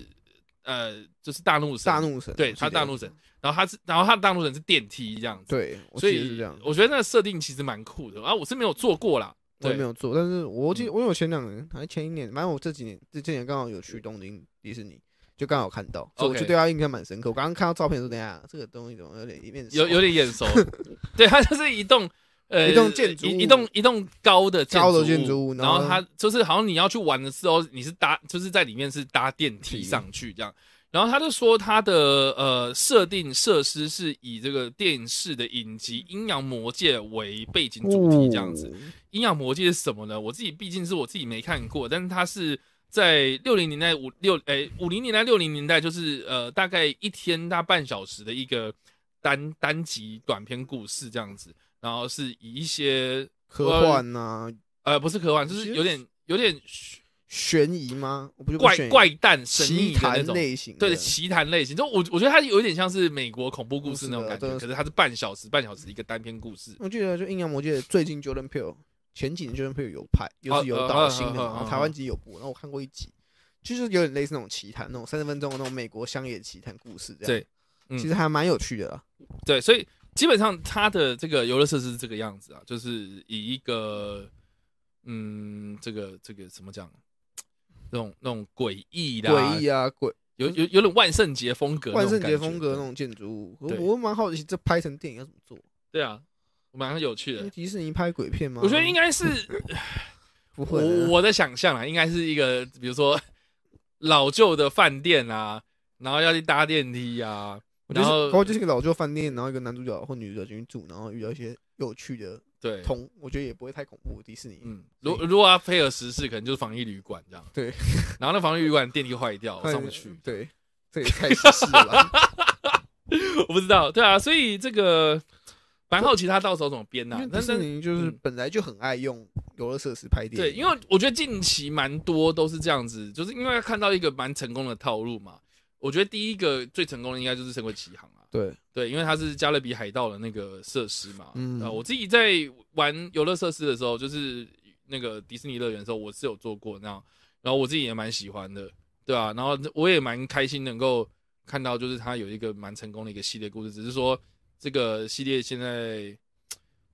Speaker 1: 呃，就是大怒神。
Speaker 2: 大。怒神，
Speaker 1: 对
Speaker 2: 我记
Speaker 1: 它
Speaker 2: 得
Speaker 1: 大怒神，然后它是然后它的大怒神是电梯这样子。
Speaker 2: 对，我
Speaker 1: 所
Speaker 2: 记得
Speaker 1: 以
Speaker 2: 是这样，
Speaker 1: 我觉得那个设定其实蛮酷的啊，我是没有做过啦，
Speaker 2: 我也没
Speaker 1: 对，嗯
Speaker 2: 有做，但是我记得我有前两年还是前一年，反正我这几年这这年刚好有去东京迪士尼，就刚好看到，所以我
Speaker 1: OK
Speaker 2: 就对他印象蛮深刻。我刚刚看到照片的时候，等一下这个东西怎么有点一面
Speaker 1: 有有点眼熟。 对，它就是一栋呃
Speaker 2: 一栋建筑物
Speaker 1: 一一栋一栋高的
Speaker 2: 高的
Speaker 1: 物
Speaker 2: 建筑物
Speaker 1: 然
Speaker 2: 然
Speaker 1: 后
Speaker 2: 后
Speaker 1: 它就是好像你要去玩的时候，你是搭就是在里面是搭电梯
Speaker 2: 梯
Speaker 1: 上去这样。然后他就说他的呃设定设施是以这个电视的影集《阴阳魔界》为背景主题这
Speaker 2: 哦
Speaker 1: 样子。阴阳魔界是什么呢？我自己毕竟是我自己没看过，但是它是在六零年代五六诶五零年代六零年代，就是呃大概一天大半小时的一个单单集短篇故事这样子，然后是以一些
Speaker 2: 科幻呐、
Speaker 1: 呃不是科幻，就是有点有点
Speaker 2: 悬疑吗？我不就不
Speaker 1: 怪
Speaker 2: 悬疑
Speaker 1: 怪诞神秘的
Speaker 2: 奇
Speaker 1: 那
Speaker 2: 谈
Speaker 1: 种。
Speaker 2: 类型的，
Speaker 1: 对奇谈类型，就我我觉得它有一点像是美国恐怖故事那种感
Speaker 2: 是的
Speaker 1: 觉，
Speaker 2: 对
Speaker 1: 可是它是半小时半小时一个单篇故事。
Speaker 2: 我记得就《阴阳魔界》最近 Jordan Peele 前几年 Jordan Peele 有拍，又
Speaker 1: 啊
Speaker 2: 是有
Speaker 1: 啊啊
Speaker 2: 导新的
Speaker 1: 啊啊
Speaker 2: 嘛，然后台湾集有播，然后我看过一集，就是有点类似那种奇谈，那种三十分钟的那种美国乡野奇谈故事这样。
Speaker 1: 对嗯
Speaker 2: 其实还蛮有趣的啊啦。
Speaker 1: 对，所以基本上它的这个游乐设施是这个样子啊，就是以一个嗯，这个这个怎么讲，那种那种诡异的、
Speaker 2: 诡异啊，鬼
Speaker 1: 有有有点万圣节风格那
Speaker 2: 万
Speaker 1: 种感
Speaker 2: 圣
Speaker 1: 觉，
Speaker 2: 节风格那种建筑物，我
Speaker 1: 对
Speaker 2: 我蛮好奇这拍成电影要怎么做？
Speaker 1: 对啊，蛮有趣
Speaker 2: 因为
Speaker 1: 的。
Speaker 2: 迪士尼拍鬼片吗？
Speaker 1: 我觉得应该是
Speaker 2: 不会
Speaker 1: 我
Speaker 2: 啊，
Speaker 1: 我的想象啊，应该是一个比如说老旧的饭店啊，然后要去搭电梯啊，
Speaker 2: 我
Speaker 1: 然
Speaker 2: 就是
Speaker 1: 后
Speaker 2: 高就是一个老旧饭店，然后一个男主角或女主角进去住，然后遇到一些有趣的
Speaker 1: 对，
Speaker 2: 同，我觉得也不会太恐怖。迪士尼，
Speaker 1: 嗯，如如果要配 合时事，可能就是防疫旅馆这样。
Speaker 2: 对，
Speaker 1: 然后那防疫旅馆电梯坏掉，我上不去。
Speaker 2: 对，这也太歧视了吧？
Speaker 1: 我不知道，对啊，所以这个蛮好奇他到时候怎么编
Speaker 2: 因
Speaker 1: 呐、
Speaker 2: 为迪
Speaker 1: 但
Speaker 2: 士
Speaker 1: 是
Speaker 2: 尼就是
Speaker 1: 嗯
Speaker 2: 本来就很爱用游乐设施拍电
Speaker 1: 对，
Speaker 2: 影，
Speaker 1: 因为我觉得近期蛮多都是这样子，就是因为看到一个蛮成功的套路嘛。我觉得第一个最成功的应该就是《神鬼奇航》啊，
Speaker 2: 对，
Speaker 1: 对，因为它是加勒比海盗的那个设施嘛。
Speaker 2: 嗯
Speaker 1: 嗯、我自己在玩游乐设施的时候，就是那个迪士尼乐园的时候，我是有做过那样，然后我自己也蛮喜欢的，对啊，然后我也蛮开心能够看到，就是它有一个蛮成功的一个系列故事，只是说这个系列现在。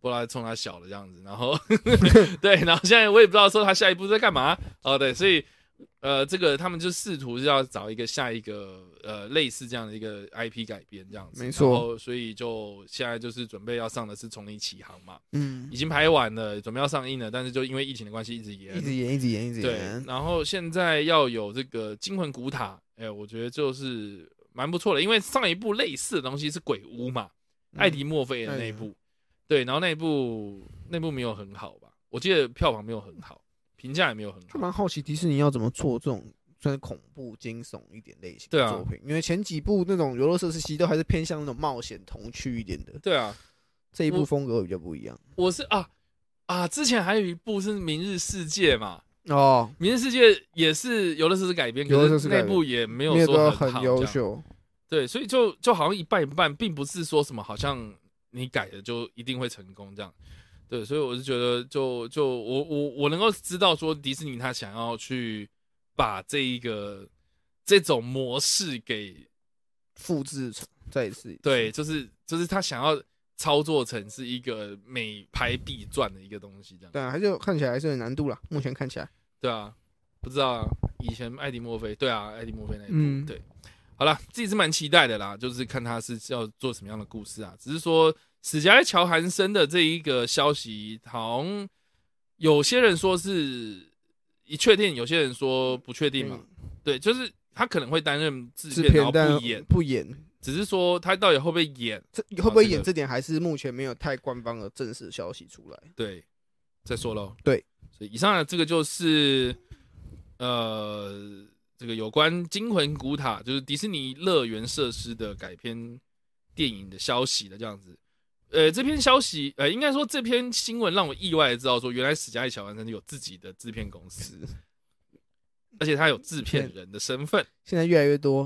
Speaker 1: 不知道冲他小了这样子，然 后对，然后现在我也不知道说他下一步在干嘛哦，对，所以呃，这个他们就试图是要找一个下一个呃类似这样的一个 IP 改编这样子，
Speaker 2: 没错
Speaker 1: 然后所以就现在就是准备要上的是《丛林奇航》嘛，
Speaker 2: 嗯
Speaker 1: 已，经拍完了，准备要上映了，但是就因为疫情的关系一直延，
Speaker 2: 一直演，一直演，一直
Speaker 1: 对
Speaker 2: 演，，嗯
Speaker 1: 然后现在要有这个《惊魂古塔》，哎，我觉得就是蛮不错的，因为上一部类似的东西是《鬼屋》嘛，
Speaker 2: 嗯
Speaker 1: 艾迪墨菲的那一部，对，然后那一部那部没有很好吧，我记得票房没有很好，评价也没有很
Speaker 2: 就
Speaker 1: 好，
Speaker 2: 蛮好奇迪士尼要怎么做这种算是恐怖惊悚一点类型
Speaker 1: 对
Speaker 2: 的
Speaker 1: 啊
Speaker 2: 作品，因为前几部那种游乐设施其实都还是偏向那种冒险童趣一点的，
Speaker 1: 对啊，
Speaker 2: 这一部
Speaker 1: 我
Speaker 2: 风格会比较不一样
Speaker 1: 我是啊啊，之前还有一部是《明日世界》嘛，
Speaker 2: 哦，
Speaker 1: 《明日世界》也是游乐设施改编，
Speaker 2: 游乐
Speaker 1: 可
Speaker 2: 设施
Speaker 1: 是
Speaker 2: 改
Speaker 1: 那
Speaker 2: 编
Speaker 1: 部也没
Speaker 2: 没
Speaker 1: 有
Speaker 2: 有
Speaker 1: 说
Speaker 2: 到
Speaker 1: 很好
Speaker 2: 很优
Speaker 1: 这样
Speaker 2: 秀，
Speaker 1: 对，所以就就好像一半一半，并不是说什么好像你改了就一定会成功这样。对，所以我是觉得就，就我我我能够知道说迪士尼他想要去把这一个这种模式给
Speaker 2: 复制再一次
Speaker 1: 对，就是就是他想要操作成是一个每拍必赚的一个东西这样。
Speaker 2: 但还是有看起来还是有难度啦，目前看起来。
Speaker 1: 对啊，不知道啊，以前艾迪墨菲，对啊，艾迪墨菲那一部，
Speaker 2: 嗯
Speaker 1: 对，好了，自己是蛮期待的啦，就是看他是要做什么样的故事啊。只是说史嘉乔韩森的这一个消息，好像有些人说是一确定，有些人说不确定嘛。对，就是他可能会担任制
Speaker 2: 嗯制
Speaker 1: 片，然
Speaker 2: 片
Speaker 1: 后
Speaker 2: 但
Speaker 1: 不演，
Speaker 2: 不演，
Speaker 1: 只是说他到底会不会演，
Speaker 2: 这会不会
Speaker 1: 这
Speaker 2: 演
Speaker 1: 个
Speaker 2: 这点还是目前没有太官方的正式消息出来。
Speaker 1: 对，再说喽。
Speaker 2: 对，
Speaker 1: 所以以上的这个就是呃，这个有关《惊魂古塔》就是迪士尼乐园设施的改编电影的消息了，这样子。呃，这篇消息，呃，应该说这篇新闻让我意外的知道说，原来史嘉丽·乔安森有自己的制片公司，而且他有制片人的身份。
Speaker 2: 现在越来越多，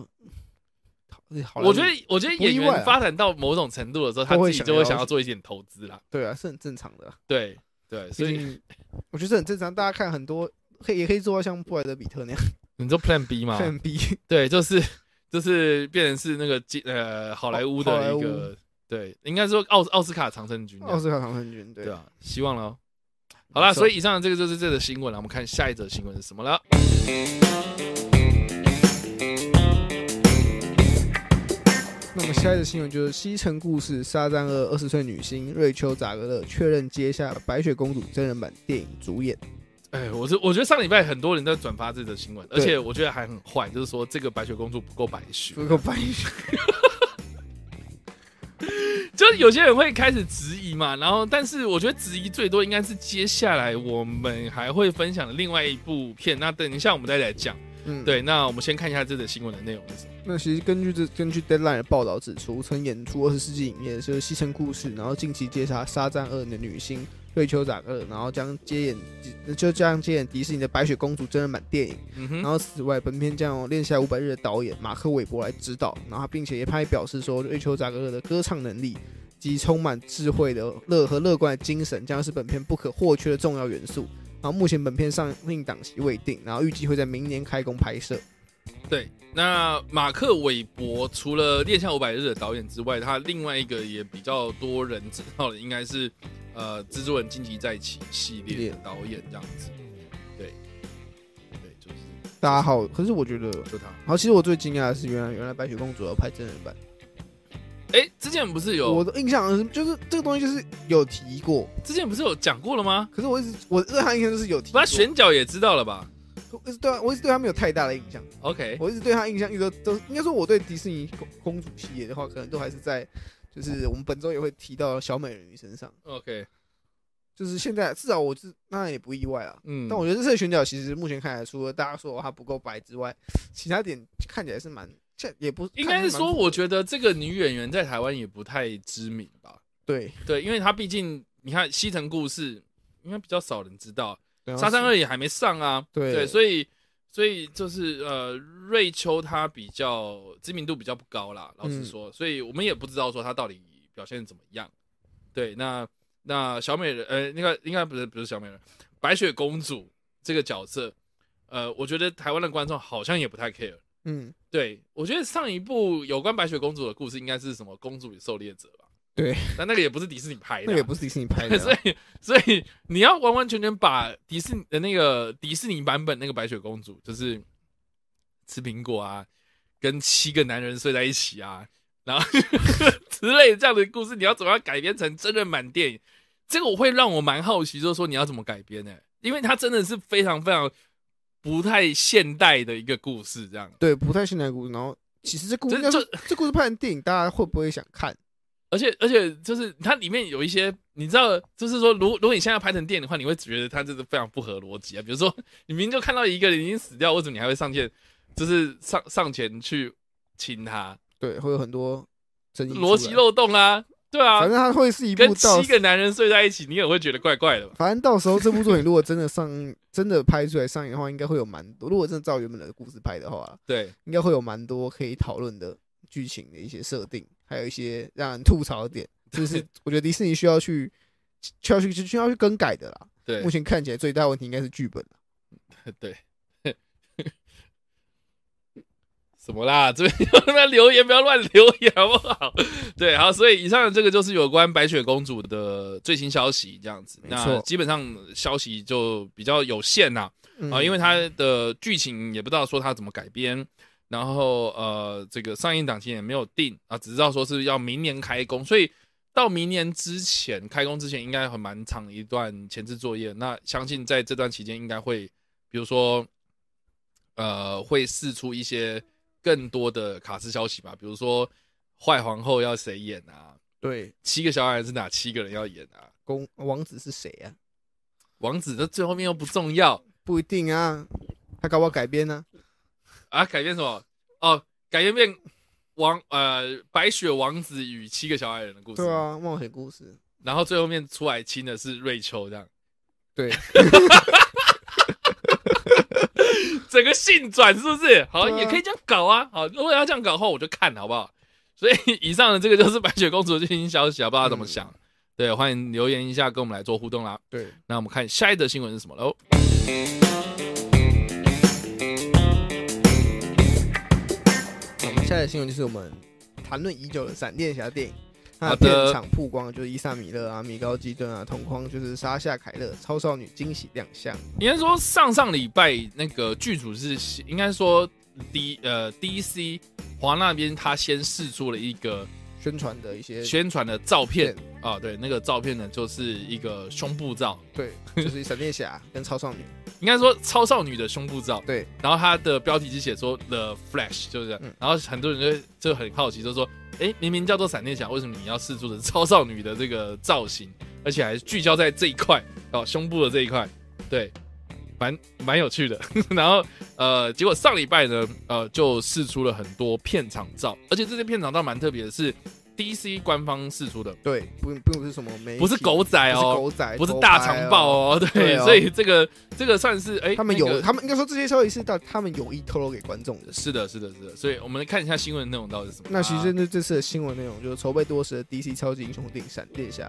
Speaker 2: 好好莱坞
Speaker 1: 我觉得，我觉得
Speaker 2: 不意
Speaker 1: 演
Speaker 2: 外啊
Speaker 1: 员发展到某种程度的时候，他
Speaker 2: 都会
Speaker 1: 自己
Speaker 2: 想
Speaker 1: 就会
Speaker 2: 要
Speaker 1: 想要做一点投资啦。
Speaker 2: 对啊，是很正常的啦。
Speaker 1: 对对，所
Speaker 2: 毕
Speaker 1: 以
Speaker 2: 竟我觉得是很正常，大家看很多可以也可以做到像布莱德比特那样
Speaker 1: 你说 Plan B 嘛，
Speaker 2: 看 B，
Speaker 1: 对，就是就是变成是那个金呃好莱坞
Speaker 2: 好莱
Speaker 1: 的
Speaker 2: 坞
Speaker 1: 一个对，应该说奥奥斯卡常胜军这样，
Speaker 2: 奥斯卡常胜军，对
Speaker 1: 对啊，希望了。好啦，
Speaker 2: 没错
Speaker 1: 所以以上的这个就是这则新闻了，我们看下一则新闻是什么了。
Speaker 2: 那么下一则新闻就是《西城故事》沙赞二二十岁女星瑞秋·扎格勒确认接下《白雪公主》真人版电影主演。
Speaker 1: 哎，我是我觉得上礼拜很多人在转发这则新闻，而
Speaker 2: 对
Speaker 1: 且我觉得还很坏，就是说这个白雪公主不够白雪，
Speaker 2: 不够白雪，
Speaker 1: 就是有些人会开始质疑嘛。然后，但是我觉得质疑最多应该是接下来我们还会分享的另外一部片，那等一下我们再来讲。
Speaker 2: 嗯，
Speaker 1: 对，那我们先看一下这则新闻的内容是什么。
Speaker 2: 那其实根据这根据 Deadline 的报道指出，曾演出《二十世纪影业》就是《西城故事》，然后近期接杀《沙赞二》的女星瑞秋·扎克，然后将接演呃就将接演迪士尼的《白雪公主》真人版电影。
Speaker 1: 嗯哼
Speaker 2: 然，后此外，本片将由《恋下五百日》的导演马克·韦伯来指导，然后他并且也他也表示说，瑞秋·扎克勒的歌唱能力及充满智慧的乐和乐观的精神将是本片不可或缺的重要元素。然后目前本片上映档期未定，然后预计会在明年开工拍摄。
Speaker 1: 对，那马克·韦伯除了《恋下五百日》的导演之外，他另外一个也比较多人知道的，应该是呃《蜘蛛人：晋级再起》系列的导演这样子。
Speaker 2: 嗯
Speaker 1: 对，对，就是
Speaker 2: 大家好，可是我觉得，
Speaker 1: 就他。
Speaker 2: 然后其实我最惊讶的是，原来原来白雪公主要拍真人版，
Speaker 1: 哎，之前不是
Speaker 2: 我
Speaker 1: 有
Speaker 2: 的印象是就是这个东西就是有提过，
Speaker 1: 之前不是有讲过了吗？
Speaker 2: 可是我一直我对他印象就是有提过，
Speaker 1: 他选角也知道了吧
Speaker 2: 我一直对他我一直对他没有太大的印象。
Speaker 1: ？OK，
Speaker 2: 我一直对他印象一直都都应该说，我对迪士尼公公主系列的话，可能都还是在就是我们本周也会提到小美人鱼身上。
Speaker 1: OK，
Speaker 2: 就是现在至少我是那也不意外啊。
Speaker 1: 嗯，
Speaker 2: 但我觉得这次的选角其实目前看来，除了大家说它不够白之外，其他点看起来是蛮这也不
Speaker 1: 应该是说，我
Speaker 2: 得
Speaker 1: 觉得这个女演员在台湾也不太知名吧？
Speaker 2: 对，
Speaker 1: 对，因为她毕竟你看《西城故事》，应该比较少人知道，
Speaker 2: 对
Speaker 1: 《
Speaker 2: 啊
Speaker 1: 沙三二》也还没上啊。
Speaker 2: 对
Speaker 1: 所以所以就是呃，瑞秋她比较知名度比较不高啦，老实
Speaker 2: 嗯
Speaker 1: 说，所以我们也不知道说她到底表现得怎么样。对，那那小美人呃，那个应该不是不是小美人，白雪公主这个角色，呃，我觉得台湾的观众好像也不太 care。
Speaker 2: 嗯，
Speaker 1: 对，我觉得上一部有关白雪公主的故事应该是什么《公主与狩猎者》吧？
Speaker 2: 对，
Speaker 1: 但那个也不是迪士尼拍的啊、
Speaker 2: 那个也不是迪士尼拍 的
Speaker 1: 所
Speaker 2: 啊，
Speaker 1: 以所以你要完完全全把迪士尼的呃那个迪士尼版本那个白雪公主，就是吃苹果啊，跟七个男人睡在一起啊，然后 之类的这样的故事，你要怎么样改编成真人版电影？这个我会让我蛮好奇，就是说你要怎么改编呢、因为它真的是非常非常不太现代的一个故事，这样。
Speaker 2: 对，不太现代故事。然后其实这故事
Speaker 1: 这
Speaker 2: 要是这故事拍成电影，大家会不会想看？
Speaker 1: 而且而且就是它里面有一些，你知道，就是说，如果如果你现在拍成电影的话，你会觉得它这是非常不合逻辑啊。比如说，你明明就看到一个人已经死掉，为什么你还会上前，就是上上前去亲他？
Speaker 2: 对，会有很多争议出来。
Speaker 1: 逻辑漏洞啊，对啊
Speaker 2: 反，正它会是一
Speaker 1: 跟
Speaker 2: 部到
Speaker 1: 七个男人睡在一起，你也会觉得怪怪的吧？
Speaker 2: 反正到时候这部作品如果真的上映，真的拍出来上映的话，应该会有蛮多。如果真的照原本的故事拍的话，
Speaker 1: 对，
Speaker 2: 应该会有蛮多可以讨论的剧情的一些设定，还有一些让人吐槽的点。这是 我觉得迪士尼需要去需要去需要去更改的啦。
Speaker 1: 对
Speaker 2: 目，前看起来最大问题应该是剧本啦
Speaker 1: 对。什么啦？这边 不要留言，不要乱留言，好不好？ 对，好，所以以上的这个就是有关白雪公主的最新消息，这样子。
Speaker 2: 没错
Speaker 1: 那基本上消息就比较有限呐、
Speaker 2: 嗯
Speaker 1: 啊，因为它的剧情也不知道说它怎么改编，然后呃，这个上映档期也没有定啊，只知道说是要明年开工，所以到明年之前开工之前应该很蛮长一段前置作业。那相信在这段期间应该会，比如说呃，会试出一些更多的卡司消息吧，比如说坏皇后要谁演啊，
Speaker 2: 对
Speaker 1: 七个小矮人是哪七个人要演啊，
Speaker 2: 公王子是谁啊？
Speaker 1: 王子这最后面又不重要。
Speaker 2: 不一定啊，他搞不好改编呢、
Speaker 1: 啊，改变什么？哦，改编变王呃白雪王子与七个小矮人的故事。
Speaker 2: 对。啊，冒险故事。
Speaker 1: 然后最后面出来亲的是瑞秋，这样
Speaker 2: 对，
Speaker 1: 整个性转是不是？好，
Speaker 2: 对啊
Speaker 1: 也可以这样搞啊。好，如果要这样搞的话，我就看好不好？所以以上的这个就是白雪公主的最新消息，啊，不知道怎么想。
Speaker 2: 嗯
Speaker 1: 对，欢迎留言一下，跟我们来做互动啦。
Speaker 2: 对，
Speaker 1: 那我们看下一则新闻是什么喽？
Speaker 2: 下一个新闻就是我们谈论已久的《闪电侠》电影。
Speaker 1: 好
Speaker 2: 它片
Speaker 1: 的
Speaker 2: 场曝光就是伊萨米勒啊、米高基顿啊、同框就是莎夏凯勒、超少女惊喜亮相。
Speaker 1: 应该说上上礼拜那个剧组是应该说 D 呃 DC 华纳那边他先试出了一个
Speaker 2: 宣传的一些
Speaker 1: 宣传的照片啊，对，那个照片呢就是一个胸部照，
Speaker 2: 对，就是闪电侠跟超少女，
Speaker 1: 应该说超少女的胸部照，
Speaker 2: 对，
Speaker 1: 然后它的标题就写说 The Flash，就是这样，
Speaker 2: 嗯
Speaker 1: 然后很多人就就很好奇，就说，哎，明明叫做闪电侠，为什么你要试出的是超少女的这个造型，而且还聚焦在这一块哦，胸部的这一块，对，蛮蛮有趣的。 然后呃，结果上礼拜呢，呃，就试出了很多片场照，而且这些片场照蛮特别的是 DC 官方试出的，
Speaker 2: 对，不并不是什么媒体，
Speaker 1: 不是狗仔
Speaker 2: 不是
Speaker 1: 哦。
Speaker 2: 狗仔，
Speaker 1: 不是
Speaker 2: 狗
Speaker 1: 大
Speaker 2: 拍
Speaker 1: 长报
Speaker 2: 哦。
Speaker 1: 哦，对，
Speaker 2: 对哦
Speaker 1: 所以这个这个算是哎，
Speaker 2: 他们
Speaker 1: 那
Speaker 2: 有，
Speaker 1: 个
Speaker 2: 他们应该说这些消息是到他们有意透露给观众的。
Speaker 1: 是的，是的，是的，所以我们来看一下新闻内容到底是什么。
Speaker 2: 那其实这这次的新闻内容就是筹备多时的 DC 超级英雄电影《闪电侠》，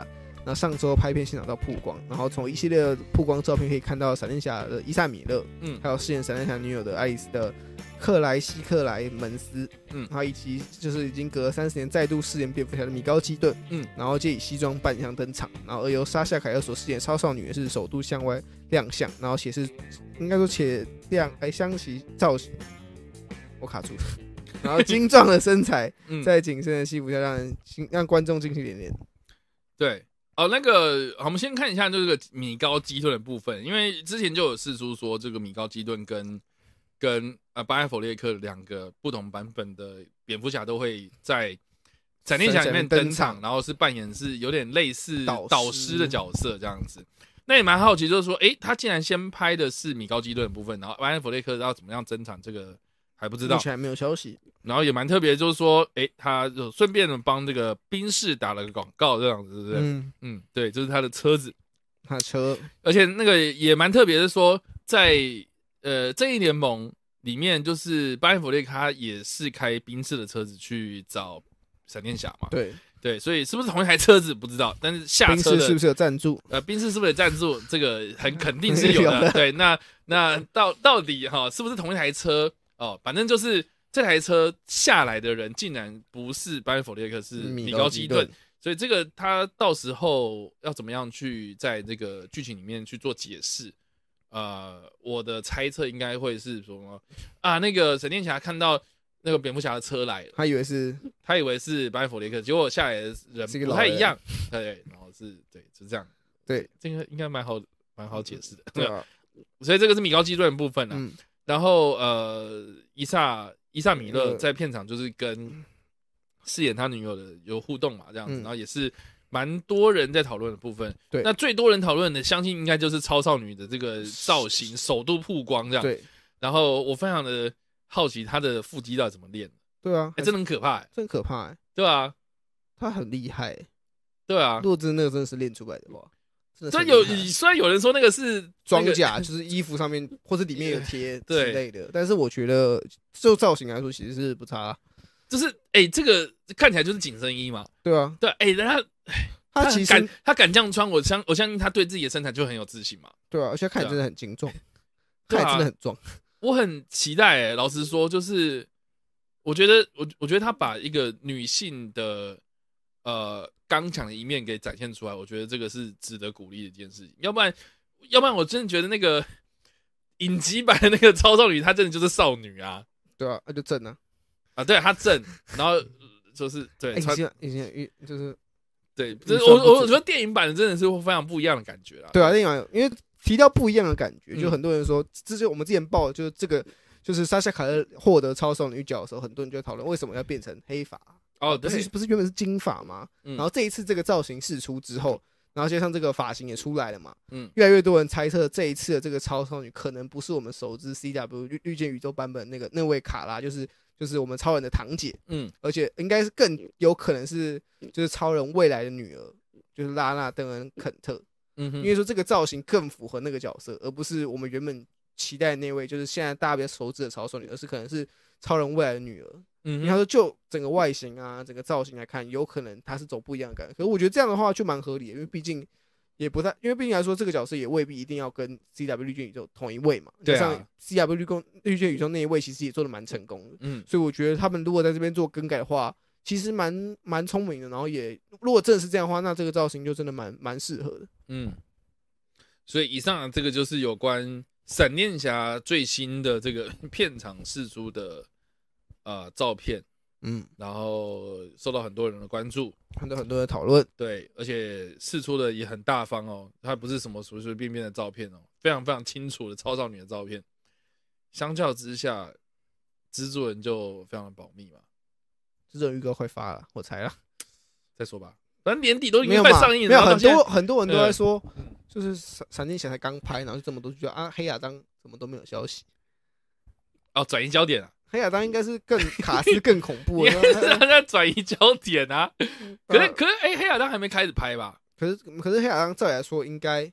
Speaker 2: 那上周拍片现场到曝光，然后从一系列的曝光照片可以看到闪电侠的伊萨米勒，
Speaker 1: 嗯
Speaker 2: 还有饰演闪电侠女友的爱丽丝的克莱西克莱门斯，
Speaker 1: 嗯
Speaker 2: 然后以及就是已经隔三十年再度饰演蝙蝠侠的米高基顿，
Speaker 1: 嗯，
Speaker 2: 然后借以西装扮相登场，然后而由莎夏凯勒所饰演超少女也是首度向外亮相，然后且是应该说且亮哎相其造型，我卡住了，然后精壮的身材。
Speaker 1: 嗯，
Speaker 2: 在紧身的西服下让人惊让观众惊喜连连。
Speaker 1: 对哦，那个好我们先看一下这个米高基顿的部分，因为之前就有试出说这个米高基顿跟跟呃巴艾弗列克两个不同版本的蝙蝠侠都会在闪电侠里面登
Speaker 2: 闪电侠
Speaker 1: 场，然后是扮演是有点类似
Speaker 2: 导师
Speaker 1: 导师的角色这样子。那也蛮好奇，就是说，诶，他竟然先拍的是米高基顿的部分，然后巴艾弗列克要怎么样登场，这个还还不知
Speaker 2: 目
Speaker 1: 道。
Speaker 2: 前还没有消息。
Speaker 1: 然后也蛮特别，就是说，诶，他就顺便地帮这个宾士打了个广告，这样子，对不对？嗯
Speaker 2: 嗯，
Speaker 1: 对，就是他的车子，
Speaker 2: 他的车
Speaker 1: 而且那个也蛮特别的是说，在呃正义联盟里面，就是巴恩弗利他也是开宾士的车子去找闪电侠嘛，
Speaker 2: 对，
Speaker 1: 对，所以是不是同一台车子不知道，但是下
Speaker 2: 冰
Speaker 1: 车
Speaker 2: 室
Speaker 1: 的
Speaker 2: 是不是有赞助？
Speaker 1: 呃，宾士是不是有赞助？这个很肯定是有的。
Speaker 2: 有的
Speaker 1: 对，那那到到底哈、是不是同一台车？哦，反正就是这台车下来的人竟然不是班佛列克，是米高基顿。，所以这个他到时候要怎么样去在这个剧情里面去做解释？呃，我的猜测应该会是什么啊？那个闪电侠看到那个蝙蝠侠的车来了，
Speaker 2: 他以为是
Speaker 1: 他以为是班佛列克，结果下来的人
Speaker 2: 是一个
Speaker 1: 不
Speaker 2: 老
Speaker 1: 太
Speaker 2: 人
Speaker 1: 一样，对，然后是对，就这样，
Speaker 2: 对，
Speaker 1: 这个应该蛮好，蛮好解释的。
Speaker 2: 对啊，
Speaker 1: 所以这个是米高基顿的部分啊。
Speaker 2: 嗯，
Speaker 1: 然后呃，伊萨伊萨米勒
Speaker 2: 嗯
Speaker 1: 在片场就是跟饰演他女友的有互动嘛，这样子，
Speaker 2: 嗯
Speaker 1: 然后也是蛮多人在讨论的部分。
Speaker 2: 对
Speaker 1: 那最多人讨论的，相信应该就是超少女的这个造型首度曝光这样。
Speaker 2: 对
Speaker 1: 然后我非常的好奇她的腹肌到底怎么练，
Speaker 2: 对啊，
Speaker 1: 哎、真的很可怕、欸，
Speaker 2: 真可怕欸，
Speaker 1: 对啊，
Speaker 2: 他很厉害欸。
Speaker 1: 对啊。
Speaker 2: 如果真的那个真的是练出来的话，真的
Speaker 1: 虽然
Speaker 2: 是
Speaker 1: 有
Speaker 2: 很厉害
Speaker 1: 虽然有人说那个是
Speaker 2: 装
Speaker 1: 那个
Speaker 2: 甲，就是衣服上 面或者里面有贴
Speaker 1: 对
Speaker 2: 之类的，但是我觉得就造型来说其实是不差，啊
Speaker 1: 就是哎、这个看起来就是紧身衣嘛，
Speaker 2: 对啊，
Speaker 1: 对，哎、然后
Speaker 2: 他
Speaker 1: 很
Speaker 2: 其
Speaker 1: 敢
Speaker 2: 实
Speaker 1: 他敢这样穿，我相我相信他对自己的身材就很有自信嘛。
Speaker 2: 对啊，而且看起来真的很精壮，
Speaker 1: 对
Speaker 2: 看
Speaker 1: 啊
Speaker 2: 起来真的很壮，
Speaker 1: 我很期待、欸，老实说，就是我觉得我我觉得他把一个女性的呃刚强的一面给展现出来，我觉得这个是值得鼓励的一件事情。要不然，要不然我真的觉得那个影集版的那个超少女，她真的就是少女啊
Speaker 2: 对啊，那就正啊，
Speaker 1: 啊，对她正，然后呃就是对
Speaker 2: 哎，
Speaker 1: 穿
Speaker 2: 以前以前就是
Speaker 1: 对，
Speaker 2: 你
Speaker 1: 这
Speaker 2: 算
Speaker 1: 我
Speaker 2: 不
Speaker 1: 我我
Speaker 2: 准
Speaker 1: 觉得电影版的真的是非常不一样的感觉啦。
Speaker 2: 对啊，另外因为提到不一样的感觉，
Speaker 1: 嗯
Speaker 2: 就很多人说，这就我们之前报的就是这个。就是莎夏卡勒获得超少女角的时候，很多人就在讨论为什么要变成黑发，
Speaker 1: 哦，
Speaker 2: 不
Speaker 1: 对，
Speaker 2: 是不是原本是金发吗？
Speaker 1: 嗯
Speaker 2: 然后这一次这个造型试出之后，然后加上这个发型也出来了嘛，
Speaker 1: 嗯
Speaker 2: 越来越多人猜测这一次的这个超少女可能不是我们熟知 CW 遇遇见宇宙版本那个那位卡拉，就是就是我们超人的堂姐，
Speaker 1: 嗯，
Speaker 2: 而且应该是更有可能是就是超人未来的女儿，就是拉纳邓恩肯特，
Speaker 1: 嗯哼，
Speaker 2: 因为说这个造型更符合那个角色，而不是我们原本期待的那位，就是现在大家比较熟知的超少女，而是可能是超人未来的女儿。
Speaker 1: 嗯
Speaker 2: 因
Speaker 1: 哼
Speaker 2: 为他说就整个外形啊，整个造型来看，有可能他是走不一样的感觉。可是我觉得这样的话就蛮合理的，因为毕竟也不太，因为毕竟来说这个角色也未必一定要跟 CW 绿箭宇宙同一位嘛。
Speaker 1: 对啊
Speaker 2: 像 CW 绿共绿箭宇宙那一位其实也做的蛮成功的，
Speaker 1: 嗯。
Speaker 2: 所以我觉得他们如果在这边做更改的话，其实蛮蛮聪明的。然后也如果真的是这样的话，那这个造型就真的蛮蛮适合的。
Speaker 1: 嗯，所以以上啊这个就是有关闪电侠最新的这个 片场释出的呃照片，
Speaker 2: 嗯，
Speaker 1: 然后受到很多人的关注，
Speaker 2: 很多很多的讨论，
Speaker 1: 对，而且释出的也很大方哦，它不是什么随随便便的照片哦，非常非常清楚的超少女的照片。相较之下，蜘蛛人就非常的保密嘛，
Speaker 2: 这种预告快发了，我猜了。
Speaker 1: 再说吧，反正年底都已
Speaker 2: 没
Speaker 1: 经
Speaker 2: 有
Speaker 1: 快
Speaker 2: 嘛
Speaker 1: 上映了，
Speaker 2: 没
Speaker 1: 然
Speaker 2: 有
Speaker 1: 后到
Speaker 2: 很
Speaker 1: 现在
Speaker 2: 多很多人都在说
Speaker 1: 嗯，
Speaker 2: 就是闪闪电侠才刚拍，然后就这么多就觉得啊，黑亚当怎么都没有消息？
Speaker 1: 哦转移焦点啊，
Speaker 2: 黑亚当应该是更卡斯更恐怖
Speaker 1: 应
Speaker 2: 了。
Speaker 1: 该
Speaker 2: 他
Speaker 1: 是他在转移焦点啊。
Speaker 2: 嗯
Speaker 1: 可
Speaker 2: 呃
Speaker 1: 是可是哎、黑亚当还没开始拍吧？
Speaker 2: 可是可是黑亚当照理来说应该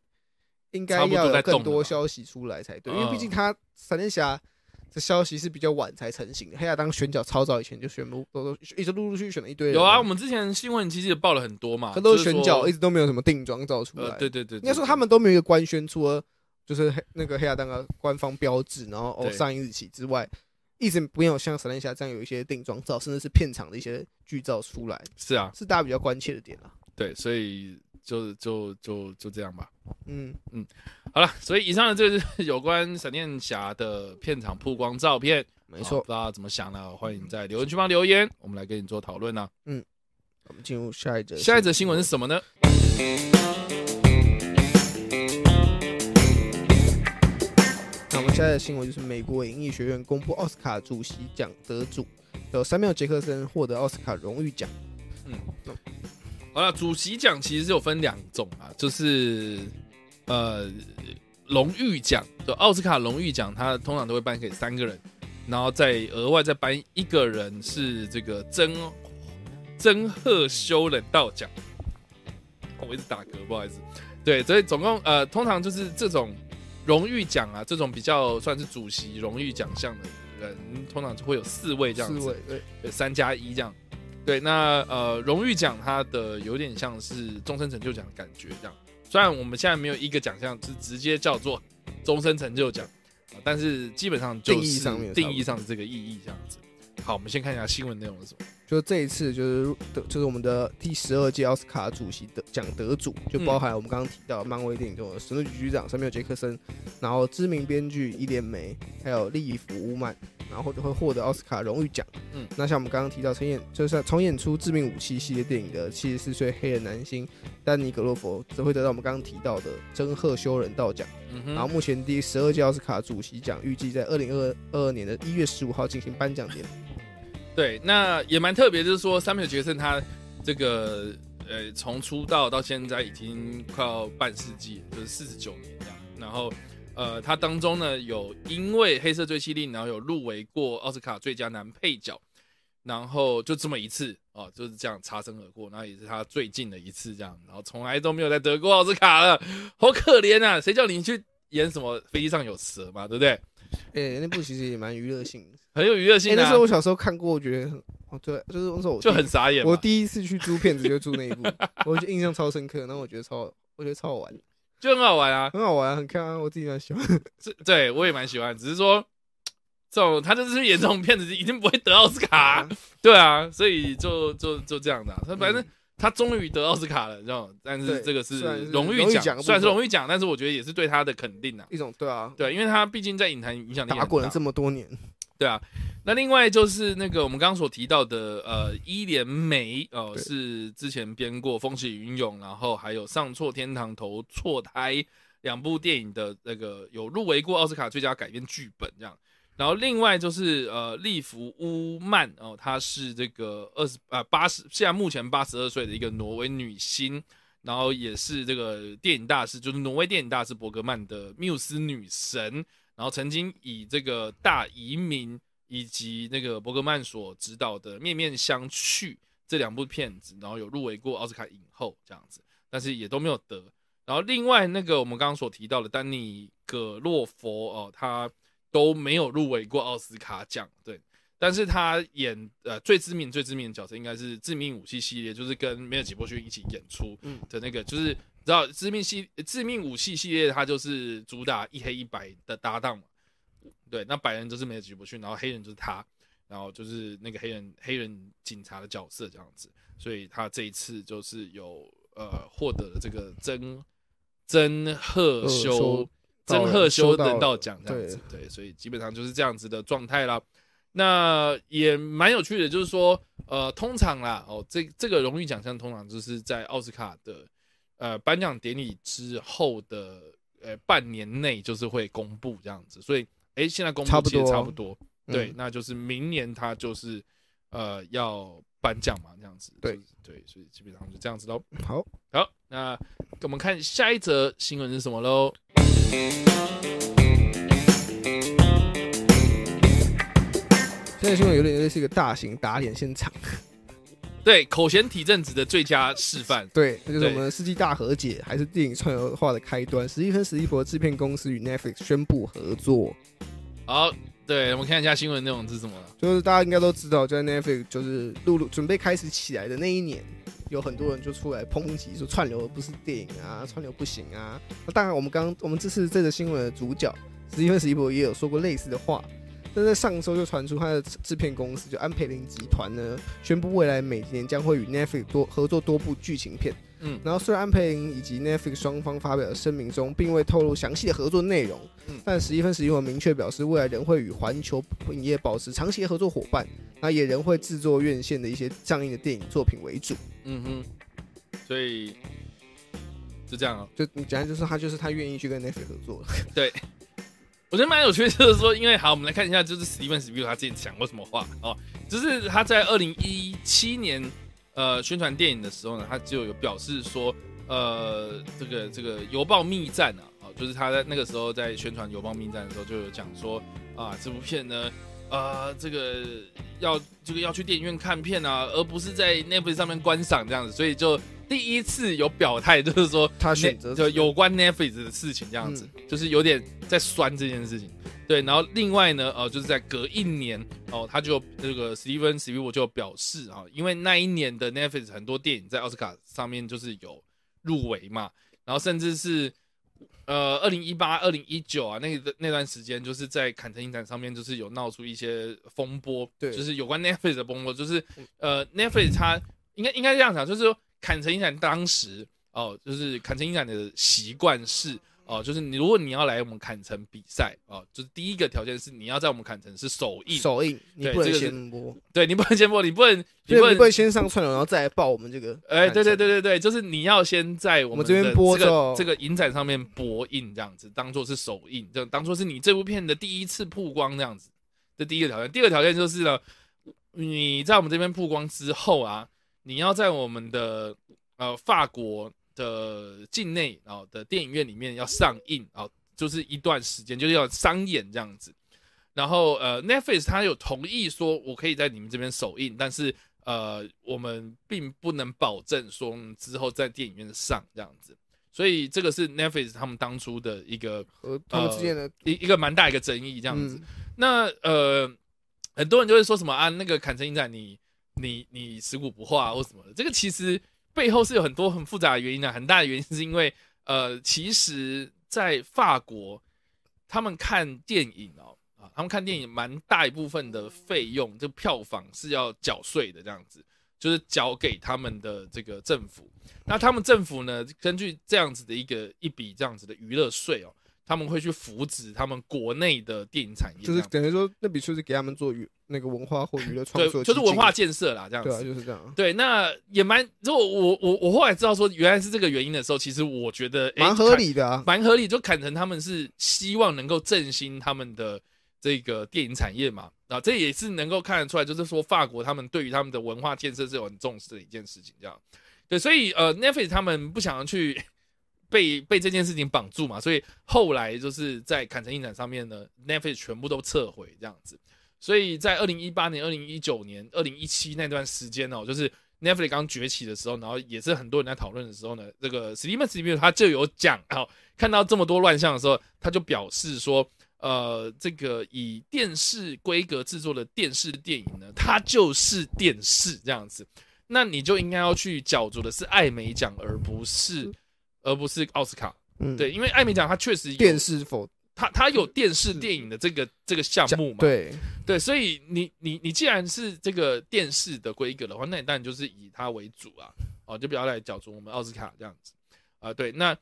Speaker 2: 应该
Speaker 1: 差不多
Speaker 2: 要有
Speaker 1: 在动
Speaker 2: 更
Speaker 1: 了
Speaker 2: 多
Speaker 1: 吧
Speaker 2: 消息出来才对，因
Speaker 1: 嗯
Speaker 2: 为毕竟他闪电侠的消息是比较晚才成型的。黑亚当选角超早以前就宣布，都都一直陆陆续续选了一堆人
Speaker 1: 有啊，我
Speaker 2: 嘛，
Speaker 1: 们之前新闻其实也报了很多嘛，
Speaker 2: 可都
Speaker 1: 就是是
Speaker 2: 选
Speaker 1: 说
Speaker 2: 角一直都没有什么定妆照出来
Speaker 1: 呃，。对对对，
Speaker 2: 应该说
Speaker 1: 对
Speaker 2: 他们都没有一个官宣，除了就是黑那个黑亚当的官方标志，然后哦
Speaker 1: 对
Speaker 2: 上映日期之外，一直没有像闪电侠这样有一些定妆照，甚至是片场的一些剧照出来，
Speaker 1: 是啊，
Speaker 2: 是大家比较关切的点啦。
Speaker 1: 对，所以就就就就这样吧。
Speaker 2: 嗯，
Speaker 1: 好了，所以以上的这是有关闪电侠的片场曝光照片，
Speaker 2: 没
Speaker 1: 好
Speaker 2: 错
Speaker 1: 不。知道怎么想呢？欢迎在留言区帮留言，我们来跟你做讨论
Speaker 2: 呃
Speaker 1: 呢。
Speaker 2: 我们进入下一则，
Speaker 1: 下一则新闻是什么呢？
Speaker 2: 那我们下一则新闻就是美国影艺学院公布奥斯卡主席奖得主，有三缪杰克森获得奥斯卡荣誉奖。
Speaker 1: 好了，主席奖其实是有分两种啊，就是呃荣誉奖，就奥斯卡荣誉奖，它通常都会颁给三个人，然后再额外再颁一个人是这个曾曾鹤修人道奖。我一直打嗝，不好意思。对，所以总共呃，通常就是这种荣誉奖啊，这种比较算是主席荣誉奖项的人，通常就会有四位这样
Speaker 2: 四
Speaker 1: 子。
Speaker 2: 位对，
Speaker 1: 对，三加一这样。对，那呃，荣誉奖它的有点像是终身成就奖的感觉这样。虽然我们现在没有一个奖项是直接叫做终身成就奖，啊但是基本上就是
Speaker 2: 定义上面有差不多
Speaker 1: 定义上的这个意义这样子。好，我们先看一下新闻内容是什么。
Speaker 2: 就这一次就是得就是我们的第十二届奥斯卡主席的奖得主，就包含我们刚刚提到漫威电影中的神盾局局长山缪尔杰克森，然后知名编剧伊莲梅，还有利弗乌曼，然后就会获得奥斯卡荣誉奖。
Speaker 1: 嗯
Speaker 2: 那像我们刚刚提到重演就是重演出《致命武器》系列电影的七十四岁黑人男星丹尼格洛佛，则会得到我们刚刚提到的真赫修人道奖。
Speaker 1: 嗯
Speaker 2: 然后
Speaker 1: 哼，
Speaker 2: 目前第十二届奥斯卡主席奖预计在二零二二年的一月十五号进行颁奖 典礼。
Speaker 1: 对，那也蛮特别，就是说三面的决胜他这个呃从出道到现在已经快要半世纪，就是四十九年这样。然后呃，他当中呢有因为《黑色追击令》，然后有入围过奥斯卡最佳男配角，然后就这么一次哦，就是这样擦身而过，然后也是他最近的一次这样，然后从来都没有再得过奥斯卡了，好可怜啊！谁叫你去演什么飞机上有蛇嘛，对不对？
Speaker 2: 哎、那部其实也蛮娱乐性的。
Speaker 1: 很有娱乐
Speaker 2: 哎、
Speaker 1: 性的、
Speaker 2: 那时候
Speaker 1: 啊，
Speaker 2: 我小时候看过，我觉得很哦，对，就是那时候我
Speaker 1: 就
Speaker 2: 第
Speaker 1: 很傻眼嘛。
Speaker 2: 我第一次去租片子就租那一部，我就印象超深刻。然后我觉得超，我觉得超好玩，
Speaker 1: 就很好玩啊。
Speaker 2: 很好玩，很看啊，我自己蛮喜欢。
Speaker 1: 这对我也蛮喜欢，只是说这种他就是演这种片子，一定不会得奥斯卡、 对啊，所以就就就这样的、啊。他反正
Speaker 2: 嗯
Speaker 1: 他终于得奥斯卡了，你知道吗？但是
Speaker 2: 对
Speaker 1: 这个是
Speaker 2: 虽然是
Speaker 1: 荣誉
Speaker 2: 荣誉奖
Speaker 1: 奖，
Speaker 2: 的
Speaker 1: 虽然是
Speaker 2: 部分
Speaker 1: 荣誉奖，但是我觉得也是对他的肯定啊。
Speaker 2: 一种对啊，
Speaker 1: 对，因为他毕竟在影坛影响力很
Speaker 2: 打滚了
Speaker 1: 大
Speaker 2: 这么多年，
Speaker 1: 对啊，那另外就是那个我们刚刚所提到的，呃，伊莲梅哦、呃
Speaker 2: 对
Speaker 1: 是之前编过《风起云涌》，然后还有《上错天堂投错胎》两部电影的那个有入围过奥斯卡最佳改编剧本这样。然后另外就是呃，利弗乌曼哦、她是这个二十啊八十，现在目前八十二岁的一个挪威女星，然后也是这个电影大师，就是挪威电影大师伯格曼的缪斯女神。然后曾经以这个大移民以及那个伯格曼所执导的《面面相觑》这两部片子，然后有入围过奥斯卡影后这样子，但是也都没有得。然后另外那个我们刚刚所提到的丹尼葛洛佛哦，他都没有入围过奥斯卡奖，对。但是他演呃最知名最知名的角色应该是《致命武器》系列，就是跟梅尔吉伯逊一起演出
Speaker 2: 嗯
Speaker 1: 的那个，就是你知道《致命系致命武器》系列，它就是主打一黑一白的搭档嘛。对，那白人就是梅尔吉伯逊，然后黑人就是他，然后就是那个黑人黑人警察的角色这样子，所以他这一次就是有呃获得了这个曾曾赫
Speaker 2: 呃
Speaker 1: 修
Speaker 2: 修
Speaker 1: 曾
Speaker 2: 道
Speaker 1: 赫
Speaker 2: 人
Speaker 1: 修
Speaker 2: 修道
Speaker 1: 人道
Speaker 2: 人
Speaker 1: 奖这样
Speaker 2: 对
Speaker 1: 子，对，所以基本上就是这样子的状态啦。那也蛮有趣的，就是说，呃，通常啦，哦，这这个荣誉奖项通常就是在奥斯卡的呃颁奖典礼之后的呃半年内就是会公布这样子，所以诶，现在公布
Speaker 2: 差不
Speaker 1: 其实
Speaker 2: 多
Speaker 1: 差不多，
Speaker 2: 嗯
Speaker 1: 对，那就是明年他就是呃要颁奖嘛，这样子，
Speaker 2: 对
Speaker 1: 就是对，所以基本上就这样子喽。
Speaker 2: 好，
Speaker 1: 好，那我们看下一则新闻是什么喽？
Speaker 2: 现在新闻有点类似一个大型打脸现场，
Speaker 1: 对，口嫌体正直的最佳示范。
Speaker 2: 对，那就是
Speaker 1: 对
Speaker 2: 我们的世纪大和解，还是电影串流化的开端。史蒂芬史蒂佛制片公司与 Netflix 宣布合作，
Speaker 1: 好，对，我们看一下新闻内容是什么了。
Speaker 2: 就是大家应该都知道，就在 Netflix 就是陆陆准备开始起来的那一年，有很多人就出来抨击说串流不是电影啊，串流不行啊。那当然，我们刚我们这次这则新闻的主角史蒂芬史蒂博也有说过类似的话。但在上周就传出他的制片公司就安培林集团呢，宣布未来每年将会与 Netflix 多合作多部剧情片。
Speaker 1: 嗯
Speaker 2: 然后虽然安培林以及 Netflix 双方发表的声明中并未透露详细的合作内容，
Speaker 1: 嗯
Speaker 2: 但史蒂芬史蒂文明确表示，未来仍会与环球影业保持长期的合作伙伴，那也仍会制作院线的一些上映的电影作品为主。
Speaker 1: 嗯哼，所以就这样啊。
Speaker 2: 就简单就是他就是他愿意去跟 Netflix 合 作了。
Speaker 1: 我觉得蛮有趣的，就是说，因为好，我们来看一下，就是史蒂芬史蒂夫他之前讲过什么话哦，就是他在二零一七年呃宣传电影的时候呢，他就有表示说，呃，这个这个邮报密战呃啊，哦，就是他在那个时候在宣传邮报密战的时候就有讲说啊，这部片呢，啊，呃这个要这个要去电影院看片啊，而不是在 Netflix 上面观赏这样子，所以就第一次有表态，就是说
Speaker 2: 他选择嗯
Speaker 1: Net- 就有关 Netflix 的事情这样子，就是有点在酸这件事情。对，然后另外呢，呃，就是在隔一年哦，他就这个 Steven s p i e l 就表示啊、因为那一年的 Netflix 很多电影在奥斯卡上面就是有入围嘛，然后甚至是呃，二零一八、二零一九啊，那个那段时间，就是在坎城影展上面，就是有闹出一些风波，
Speaker 2: 对嗯
Speaker 1: 就是有关 Netflix 的风波，就是呃，Netflix 它应该应该这样讲，就是说坎城影展当时哦，就是坎城影展的习惯是哦，就是你如果你要来我们坎城比赛哦，就是第一个条件是你要在我们坎城是首映，
Speaker 2: 首映，你
Speaker 1: 对
Speaker 2: 不能
Speaker 1: 这个是
Speaker 2: 先播，
Speaker 1: 对你不能先播，你不能你
Speaker 2: 对，
Speaker 1: 不
Speaker 2: 你不
Speaker 1: 能
Speaker 2: 能先上串流，然后再来报我们这个。
Speaker 1: 哎，对对，对对对，就是你要先在我
Speaker 2: 我
Speaker 1: 们
Speaker 2: 们这边
Speaker 1: 的
Speaker 2: 播
Speaker 1: 这
Speaker 2: 之
Speaker 1: 个
Speaker 2: 后
Speaker 1: 这个影展上面播映，这样子当做是首映，就当做是你这部片的第一次曝光这样子。这第一个条件，第二个条件就是呢，你在我们这边曝光之后啊，你要在我们的呃法国的境内啊、哦的电影院里面要上映啊、哦就是一段时间，就是要商演这样子。然后呃，Netflix 它有同意说，我可以在你们这边首映，但是呃，我们并不能保证说之后在电影院上这样子。所以这个是 Netflix 他们当初的一个
Speaker 2: 呃，他们之间的
Speaker 1: 一一个蛮大一个争哦议这
Speaker 2: 这
Speaker 1: 样子。，那呃，很多人就会说什么啊，那个坎城影展你你你食古不化、或什么的，这个其实背后是有很多很复杂的原因的、啊很大的原因是因为呃，其实，在法国他们看电影哦。啊，他们看电影蛮大一部分的费用，这票房是要缴税的，这样子就是缴给他们的这个政府。那他们政府呢，根据这样子的一个一笔这样子的娱乐税哦，他们会去扶植他们国内的电影产业这
Speaker 2: 就
Speaker 1: 样子，
Speaker 2: 是等于说那笔税是给他们做娱那个文化或娱乐创
Speaker 1: 对，
Speaker 2: 作，
Speaker 1: 就是文化，建设啦，这样
Speaker 2: 对啊，
Speaker 1: 子。
Speaker 2: 就是这样，
Speaker 1: 对，那也蛮，如果我我我后来知道说原来是这个原因的时候，其实我觉得诶
Speaker 2: 蛮合
Speaker 1: 砍
Speaker 2: 理的啊。
Speaker 1: 蛮合理。就砍成他们是希望能够振兴他们的这个电影产业嘛，啊，这也是能够看得出来，就是说法国他们对于他们的文化建设是有很重视的一件事情，这样。对，所以呃，Netflix 他们不想要去被被这件事情绑住嘛，所以后来就是在坎城影展上面呢，Netflix 全部都撤回这样子。所以在二零一八年、二零一九年、二零一七那段时间哦，就是 Netflix 刚崛起的时候，然后也是很多人在讨论的时候呢，这个 Steven s p i e l 他就有讲哦，看到这么多乱象的时候，他就表示说，呃，这个以电视规格制作的电视电影呢，它就是电视这样子，那你就应该要去角逐的是艾美奖，而不是而不是奥斯卡。
Speaker 2: 嗯，
Speaker 1: 对，，因为艾美奖它确实有
Speaker 2: 电，视否
Speaker 1: 它它有电视电影的这个这个项目嘛，
Speaker 2: 对，
Speaker 1: 对，所以你你你既然是这个电视的规格的话，那你当然就是以它为主啊，哦，就不要来角逐我们奥斯卡这样子啊、对，那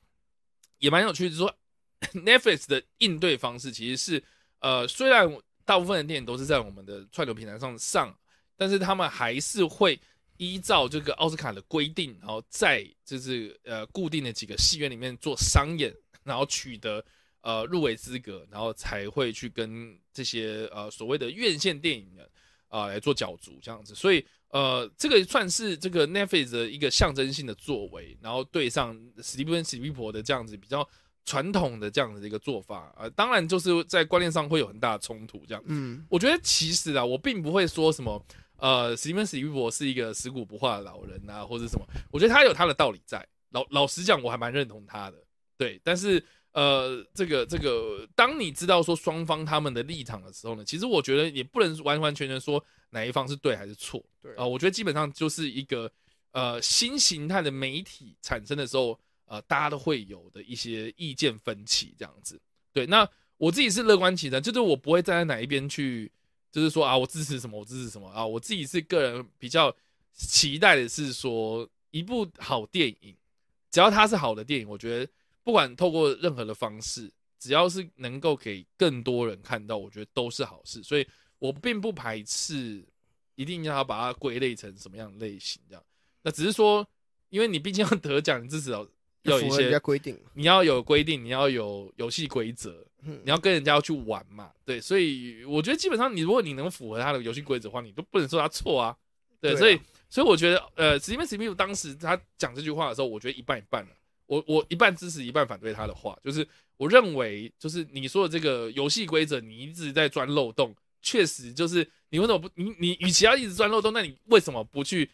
Speaker 1: 也蛮有趣，就是说 Netflix 的应对方式其实是呃，虽然大部分的电影都是在我们的串流平台上上，但是他们还是会依照这个奥斯卡的规定，然后在就是呃固定的几个戏院里面做商演，然后取得呃入围资格，然后才会去跟这些呃所谓的院线电影的啊、来做角逐这样子。所以呃，这个算是这个 Netflix 的一个象征性的作为，然后对上史蒂芬史蒂伯的这样子比较。传统的这样子的一个做法，呃，当然就是在观念上会有很大的冲突，这样。
Speaker 2: 嗯，
Speaker 1: 我觉得其实啊，我并不会说什么，呃，史蒂芬史蒂博是一个死骨不化的老人啊，或者什么。我觉得他有他的道理在。老老实讲，我还蛮认同他的。对，但是呃，这个这个，当你知道说双方他们的立场的时候呢，其实我觉得也不能完完全全说哪一方是对还是错。
Speaker 2: 对
Speaker 1: 啊、我觉得基本上就是一个呃新形态的媒体产生的时候，呃，大家都会有的一些意见分歧这样子。对，那我自己是乐观其成，就是我不会站在哪一边去，就是说啊，我支持什么，我支持什么啊。我自己是个人比较期待的是说，一部好电影，只要它是好的电影，我觉得不管透过任何的方式，只要是能够给更多人看到，我觉得都是好事。所以我并不排斥一定要把它归类成什么样的类型这样。那只是说，因为你毕竟要得奖，你至少要有
Speaker 2: 符
Speaker 1: 一
Speaker 2: 合人
Speaker 1: 些
Speaker 2: 家规定，
Speaker 1: 你要有规定，你要有游戏规则，
Speaker 2: 嗯
Speaker 1: 你要跟人家要去玩嘛，对，所以我觉得基本上你如果你能符合他的游戏规则的话，你都不能说他错啊，对，
Speaker 2: 对啊
Speaker 1: 所以所以我觉得呃，Steven s p i e 当时他讲这句话的时候，我觉得一半一半了、我我一半支持一半反对他的话，就是我认为就是你说的这个游戏规则，你一直在钻漏洞，确实就是你为什么不你你与其要一直钻漏洞，那你为什么不去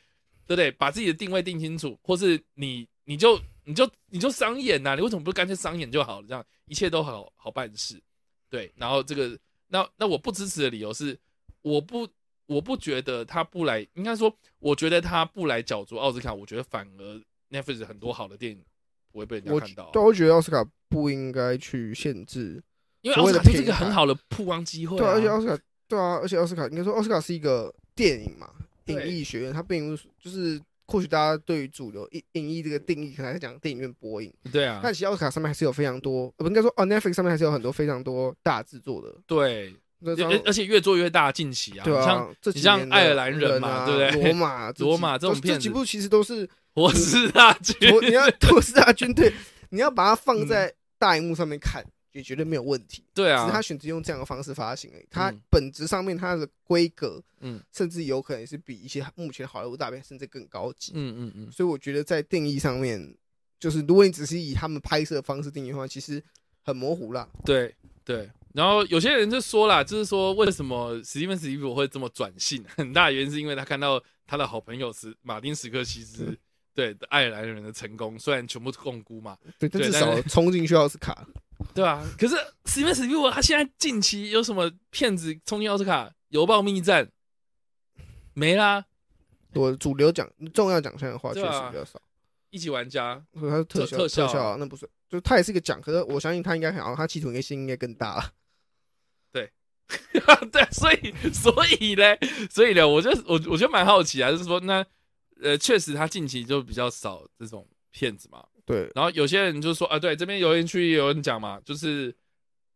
Speaker 1: 对不对？把自己的定位定清楚，或是你你就你就你就商演呐、你为什么不干脆商演就好了？这样一切都好好办事。对，然后这个那那我不支持的理由是，我不我不觉得他不来，应该说我觉得他不来角逐奥斯卡，我觉得反而 Netflix 很多好的电影不会被人
Speaker 2: 我
Speaker 1: 家看到啊、
Speaker 2: 对，我觉得奥斯卡不应该去限制，
Speaker 1: 因为
Speaker 2: 所
Speaker 1: 奥
Speaker 2: 谓
Speaker 1: 斯
Speaker 2: 的
Speaker 1: 卡就是一
Speaker 2: 平
Speaker 1: 个
Speaker 2: 台
Speaker 1: 很好的曝光机会、
Speaker 2: 对啊，而且
Speaker 1: 啊
Speaker 2: 奥。斯卡，对啊，而且奥斯卡应该说奥斯卡是一个电影嘛，
Speaker 1: 对
Speaker 2: 影艺学院，它并不是就是或许大家对于主流影影艺这个定义，可能还是讲电影院播映，
Speaker 1: 对啊
Speaker 2: 但，其实奥斯卡上面还是有非常多，呃不应该说哦，Netflix 上面还是有很多非常多大制作的，
Speaker 1: 对，
Speaker 2: 那
Speaker 1: 而而且越做越大，近期啊，
Speaker 2: 对
Speaker 1: 像
Speaker 2: 啊，这
Speaker 1: 你
Speaker 2: 几
Speaker 1: 像
Speaker 2: 年的
Speaker 1: 爱尔兰人
Speaker 2: 人
Speaker 1: 嘛
Speaker 2: 啊
Speaker 1: 对不对
Speaker 2: 罗马、这
Speaker 1: 罗
Speaker 2: 几
Speaker 1: 马这
Speaker 2: 都
Speaker 1: 种
Speaker 2: 是
Speaker 1: 片
Speaker 2: 这几
Speaker 1: 子
Speaker 2: 部其实都是
Speaker 1: 我是大军，
Speaker 2: 我你要都是大军队，你要把它放在大荧幕上面看，也绝对没有问题。
Speaker 1: 嗯对
Speaker 2: 只是
Speaker 1: 啊
Speaker 2: 他，选择用这样的方式发行而已。它
Speaker 1: 嗯
Speaker 2: 本质上面它的规格，
Speaker 1: 嗯
Speaker 2: 嗯，甚至有可能是比一些目前的好莱坞大片甚至更高级。
Speaker 1: 嗯嗯嗯，
Speaker 2: 所以我觉得在定义上面，就是如果你只是以他们拍摄方式定义的话，其实很模糊啦。
Speaker 1: 对对。然后有些人就说啦，就是说为什么史蒂芬史蒂夫会这么转性， 很大原因是因为他看到他的好朋友是马丁史科西斯。对爱尔兰人的成功，虽然全部共估嘛，
Speaker 2: 对，但
Speaker 1: 对
Speaker 2: 至
Speaker 1: 但
Speaker 2: 少
Speaker 1: 是
Speaker 2: 冲进去奥斯卡，
Speaker 1: 对啊。可是史蒂芬史蒂夫他现在近期有什么骗子冲进奥斯卡、邮报密战没啦？
Speaker 2: 我主流奖重要奖项的话确
Speaker 1: 对
Speaker 2: 实
Speaker 1: 啊
Speaker 2: 比较少。
Speaker 1: 一级玩家
Speaker 2: 所以它是特
Speaker 1: 特
Speaker 2: 效
Speaker 1: 特效
Speaker 2: 效
Speaker 1: 啊
Speaker 2: 啊，那不是，就它也是一个奖，可是我相信它应该很好，它企图应该心应该更大啊啦。
Speaker 1: 对，所以所以嘞，所以嘞，我就我我觉得蛮好奇啊，就是说那呃，确实他近期就比较少这种骗子嘛。
Speaker 2: 对，
Speaker 1: 然后有些人就说啊，对，这边留言区也有人讲嘛，就是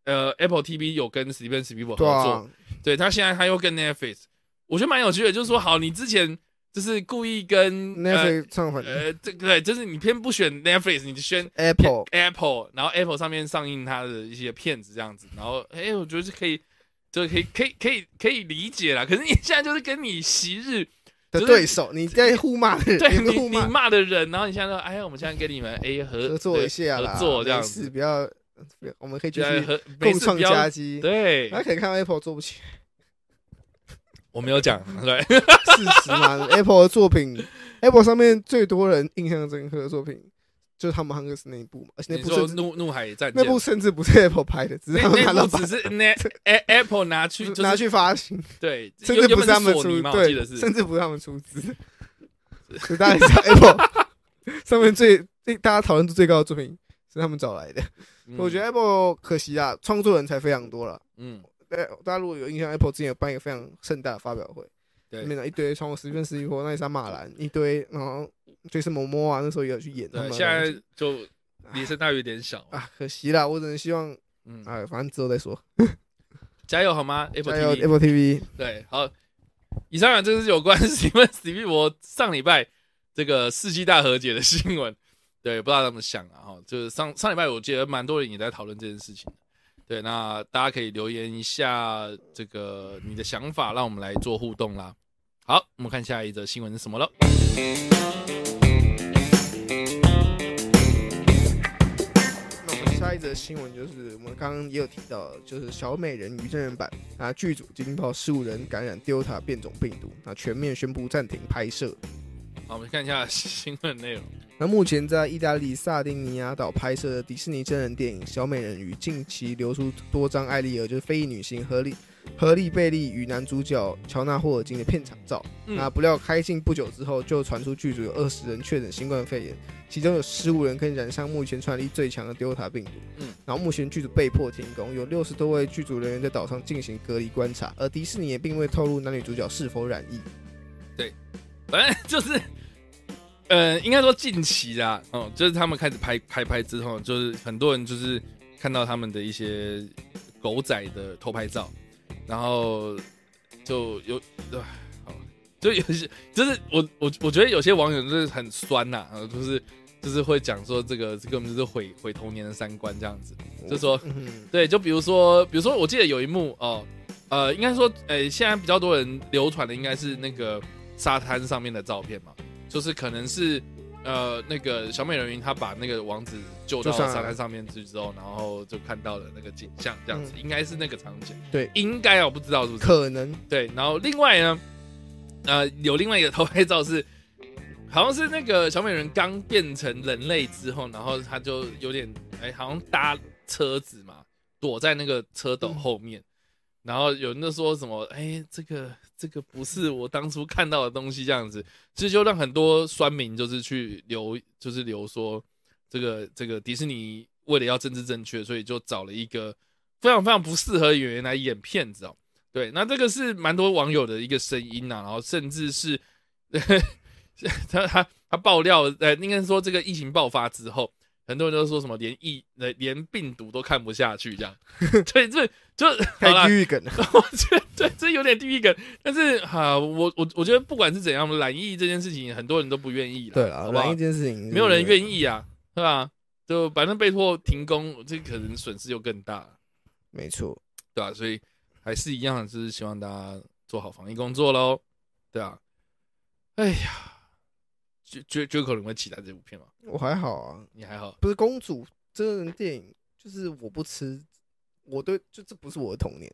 Speaker 1: 呃，Apple TV 有跟 Steven s p i e l 合
Speaker 2: 对
Speaker 1: 作，
Speaker 2: 啊，
Speaker 1: 对他现在他又跟 Netflix，我觉得蛮有趣的，就是说好，你之前就是故意跟
Speaker 2: 那
Speaker 1: 呃
Speaker 2: 些唱反
Speaker 1: 呃，这个对，就是你偏不选 Netflix，你选
Speaker 2: Apple
Speaker 1: Apple，然后 Apple 上面上映它的一些片子这样子，然后哎、我觉得是可以，就可以可以可以可以理解啦。可是你现在就是跟你昔 日
Speaker 2: 的
Speaker 1: 就是
Speaker 2: 对手，你在互骂的 人，
Speaker 1: 对
Speaker 2: 在
Speaker 1: 你
Speaker 2: 互
Speaker 1: 你
Speaker 2: 骂
Speaker 1: 骂的人，然后你现在说，哎，我们现在跟你们哎合
Speaker 2: 合作一下
Speaker 1: 对
Speaker 2: 啦，
Speaker 1: 合作这样
Speaker 2: 没事
Speaker 1: 子，
Speaker 2: 不要，不要我们可以继
Speaker 1: 对
Speaker 2: 续
Speaker 1: 合没
Speaker 2: 共
Speaker 1: 事
Speaker 2: 创
Speaker 1: 不要
Speaker 2: 佳绩。
Speaker 1: 对
Speaker 2: 大，家可以看到 Apple 做不起，
Speaker 1: 我没有讲对，
Speaker 2: 事实嘛，Apple 的作品，Apple 上面最多人印象深刻的作品就是他们汉克斯那一部嘛，而且
Speaker 1: 你
Speaker 2: 那部甚
Speaker 1: 说
Speaker 2: 至
Speaker 1: 怒怒海战
Speaker 2: 那
Speaker 1: 舰，
Speaker 2: 部甚至不是 Apple 拍的，只是他们拿
Speaker 1: 那
Speaker 2: 到
Speaker 1: 那部只是 那 A- Apple 拿去就是
Speaker 2: 拿去发行。
Speaker 1: 对，
Speaker 2: 甚
Speaker 1: 原
Speaker 2: 至
Speaker 1: 原
Speaker 2: 不
Speaker 1: 本
Speaker 2: 是他们
Speaker 1: 索尼
Speaker 2: 出，
Speaker 1: 嘛，我记得
Speaker 2: 对，
Speaker 1: 是
Speaker 2: 甚至不是他们出资。所以大家 知道 Apple 上面最最大家讨论度最高的作品是他们找来的。
Speaker 1: 嗯
Speaker 2: 我觉得 Apple 可惜啊，创作人才非常多了。
Speaker 1: 嗯
Speaker 2: 呃，大家如果有印象，Apple 之前有办一个非常盛大的发表会，
Speaker 1: 对
Speaker 2: 里面有一堆从十分十一波，那里是马兰，一堆然后就是某某啊，那时候也有去演他
Speaker 1: 对，
Speaker 2: 们的东
Speaker 1: 现
Speaker 2: 西。
Speaker 1: 在就离声大有点小嘛，
Speaker 2: 啊，可惜啦，我只能希望
Speaker 1: 嗯，
Speaker 2: 啊，反正之后再说。
Speaker 1: 加油好吗？Apple
Speaker 2: 加油
Speaker 1: TV，
Speaker 2: ，Apple TV，
Speaker 1: 对，好。以上啊，这是有关史蒂芬史蒂博上礼拜这个世纪大和解的新闻。对，不知道怎么想啊，哈，就是上上礼拜我记得蛮多人也在讨论这件事情。对，那大家可以留言一下这个你的想法，让我们来做互动啦。好，我们看下一则新闻是什么了。
Speaker 2: 那我们下一则新闻就是我们刚刚也有提到，就是小美人鱼真人版啊，剧组惊爆十五人感染 Delta 变种病毒，啊，全面宣布暂停拍摄。
Speaker 1: 好，我们看一下新闻内容。
Speaker 2: 那目前在意大利萨丁尼亚岛拍摄的迪士尼真人电影《小美人鱼》，近期流出多张艾丽儿，就是非裔女星何丽何丽贝利与男主角乔纳霍尔金的片场照。
Speaker 1: 嗯
Speaker 2: 那不料开镜不久之后，就传出剧组有二十人确诊新冠肺炎，其中有十五人更染上目前传染力最强的 Delta 病毒。
Speaker 1: 嗯，
Speaker 2: 然后目前剧组被迫停工，有六十多位剧组人员在岛上进行隔离观察，而迪士尼也并未透露男女主角是否染疫。
Speaker 1: 反正就是，呃，应该说近期啦，哦，就是他们开始拍开拍之后，就是很多人就是看到他们的一些狗仔的偷拍照，然后就有，对，好就有些就是我我我觉得有些网友就是很酸呐、呃就是就是会讲说这个这根本就是毁毁童年的三观这样子，就说
Speaker 2: 嗯，
Speaker 1: 对，就比如说，比如说，我记得有一幕哦，呃，应该说，呃，现在比较多人流传的应该是那个沙滩上面的照片嘛，就是可能是呃，那个小美人鱼她把那个王子救到
Speaker 2: 救上来
Speaker 1: 沙滩上面去之后，然后就看到了那个景象，这样子、应该是那个场景。
Speaker 2: 嗯对
Speaker 1: 应该啊，我不知道是不是。
Speaker 2: 可能
Speaker 1: 对，然后另外呢，呃，有另外一个偷拍照是， 好像是那个小美人刚变成人类之后，然后她就有点哎、好像搭车子嘛，躲在那个车斗后面。然后有人就说什么，哎，这个这个不是我当初看到的东西，这样子，其实就让很多酸民就是去留，就是留说这个这个迪士尼为了要政治正确，所以就找了一个非常非常不适合的演员来演骗子哦。对，那这个是蛮多网友的一个声音呐、然后甚至是 他他他爆料，呃，应该说这个疫情爆发之后，很多人都说什么连疫呃连病毒都看不下去这样， 对，这就好啦
Speaker 2: 太地狱梗了。
Speaker 1: 我觉得对，这有点地狱梗，但是哈、我我我觉得不管是怎样，懒疫这件事情，很多人都不愿意啦
Speaker 2: 对
Speaker 1: 好
Speaker 2: 了，
Speaker 1: 不好
Speaker 2: 玩一件事情，
Speaker 1: 没有人
Speaker 2: 意。
Speaker 1: 愿意啊，对吧？就反正被迫停工，这可能损失又更大，
Speaker 2: 没错，
Speaker 1: 对吧、所以还是一样，就是希望大家做好防疫工作喽，对啊。哎呀，就就就可能会期待这部片嘛，
Speaker 2: 我还好啊。
Speaker 1: 你还好？
Speaker 2: 不是公主真人电影，就是我不吃，我对就这不是我的童年，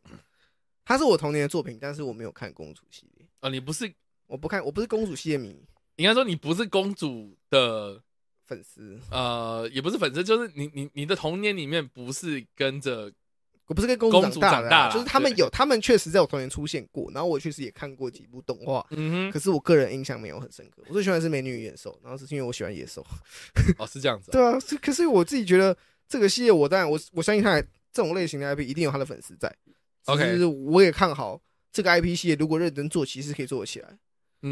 Speaker 2: 它是我童年的作品，但是我没有看公主系列，
Speaker 1: 啊，你不是
Speaker 2: 我不看，我不是公主系列迷
Speaker 1: 应该说你不是公主的，
Speaker 2: 粉丝，
Speaker 1: 呃，也不是粉丝，就是你你你的童年里面不是跟着
Speaker 2: 我不是跟公
Speaker 1: 公主
Speaker 2: 长大
Speaker 1: 长
Speaker 2: 的
Speaker 1: 大
Speaker 2: 啊、
Speaker 1: 啦
Speaker 2: 就是他们
Speaker 1: 对
Speaker 2: 有，他们确实在我童年出现过，然后我确实也看过几部动画。
Speaker 1: 嗯
Speaker 2: 可是我个人印象没有很深刻，我最喜欢的是《美女与野兽》，然后是因为我喜欢野兽。
Speaker 1: 哼，哦是这样子啊、
Speaker 2: 对啊，是可是我自己觉得这个系列，我当然我我相信它这种类型的 IP 一定有它的粉丝在。
Speaker 1: OK
Speaker 2: 只是我也看好这个 IP 系列，如果认真做，其实可以做得起来。
Speaker 1: 嗯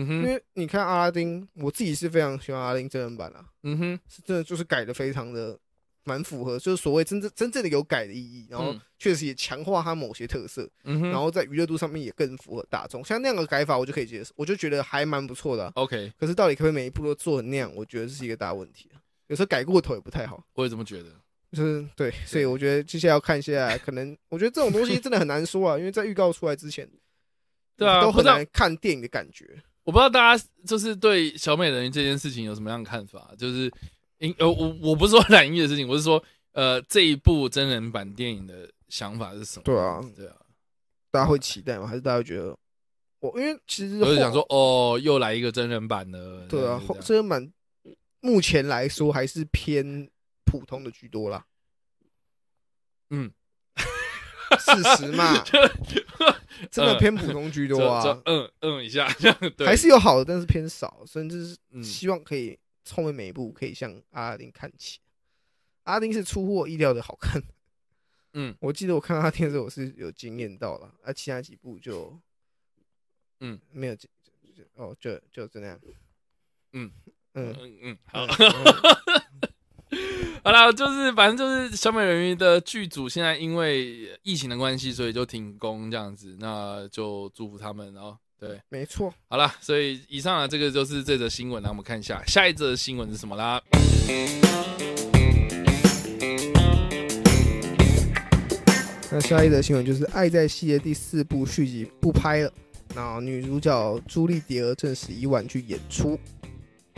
Speaker 2: 因
Speaker 1: 哼，
Speaker 2: 为你看阿拉丁，我自己是非常喜欢阿拉丁真人版啊，
Speaker 1: 嗯哼，
Speaker 2: 是真的就是改的非常的蛮符合，就是所谓真正真正的有改的意义，然后
Speaker 1: 嗯
Speaker 2: 确实也强化它某些特色，
Speaker 1: 嗯哼，
Speaker 2: 然后在娱乐度上面也更符合大众。像那样的改法，我就可以接受，我就觉得还蛮不错的啊、
Speaker 1: OK，
Speaker 2: 可是到底可不可以每一步都做成那样，我觉得这是一个大问题啊、有时候改过头也不太好。
Speaker 1: 我也这么觉得。
Speaker 2: 就是对，所以我觉得接下来要看一下，可能我觉得这种东西真的很难说啊，因为在预告出来之前，
Speaker 1: 对啊
Speaker 2: 都
Speaker 1: 不
Speaker 2: 很
Speaker 1: 知道
Speaker 2: 难看电影的感觉。
Speaker 1: 我不知道大家就是对小美人鱼这件事情有什么样的看法？就是，因呃，我我不是说染疫的事情，我是说，呃，这一部真人版电影的想法是什么？
Speaker 2: 对啊
Speaker 1: 对啊，
Speaker 2: 大家会期待吗？还是大家会觉得我因为其实
Speaker 1: 我就想
Speaker 2: 画
Speaker 1: 说，，嗯哦，又来一个真人版的，
Speaker 2: 对啊，
Speaker 1: 这
Speaker 2: 画
Speaker 1: 样
Speaker 2: 真人版目前来说还是偏普通的居多啦。
Speaker 1: 嗯，
Speaker 2: 事 实嘛，真的偏普通居
Speaker 1: 就
Speaker 2: 多
Speaker 1: 就
Speaker 2: 啊，
Speaker 1: 嗯嗯一下，这样对，
Speaker 2: 还是有好的，但是偏少，甚至是
Speaker 1: 嗯
Speaker 2: 希望可以后面每一步可以向阿拉丁看齐。阿拉丁是出乎我意料的好看，
Speaker 1: 嗯，
Speaker 2: 我记得我看阿拉丁的时候我是有惊艳到了，啊，其他几部就，
Speaker 1: 嗯，
Speaker 2: 没有惊，就就哦，就就这样，
Speaker 1: 嗯
Speaker 2: 嗯，
Speaker 1: 嗯嗯，好
Speaker 2: 嗯，嗯
Speaker 1: 好啦，就是反正就是小美人鱼的剧组现在因为疫情的关系，所以就停工这样子，那就祝福他们哦。对，
Speaker 2: 没错，
Speaker 1: 好啦，所以以上啊，这个就是这则新闻啦，我们看一下下一则新闻是什么啦。
Speaker 2: 那下一则新闻就是《爱在系列》第四部续集不拍了，那女主角朱莉·迪尔正式以婉去演出。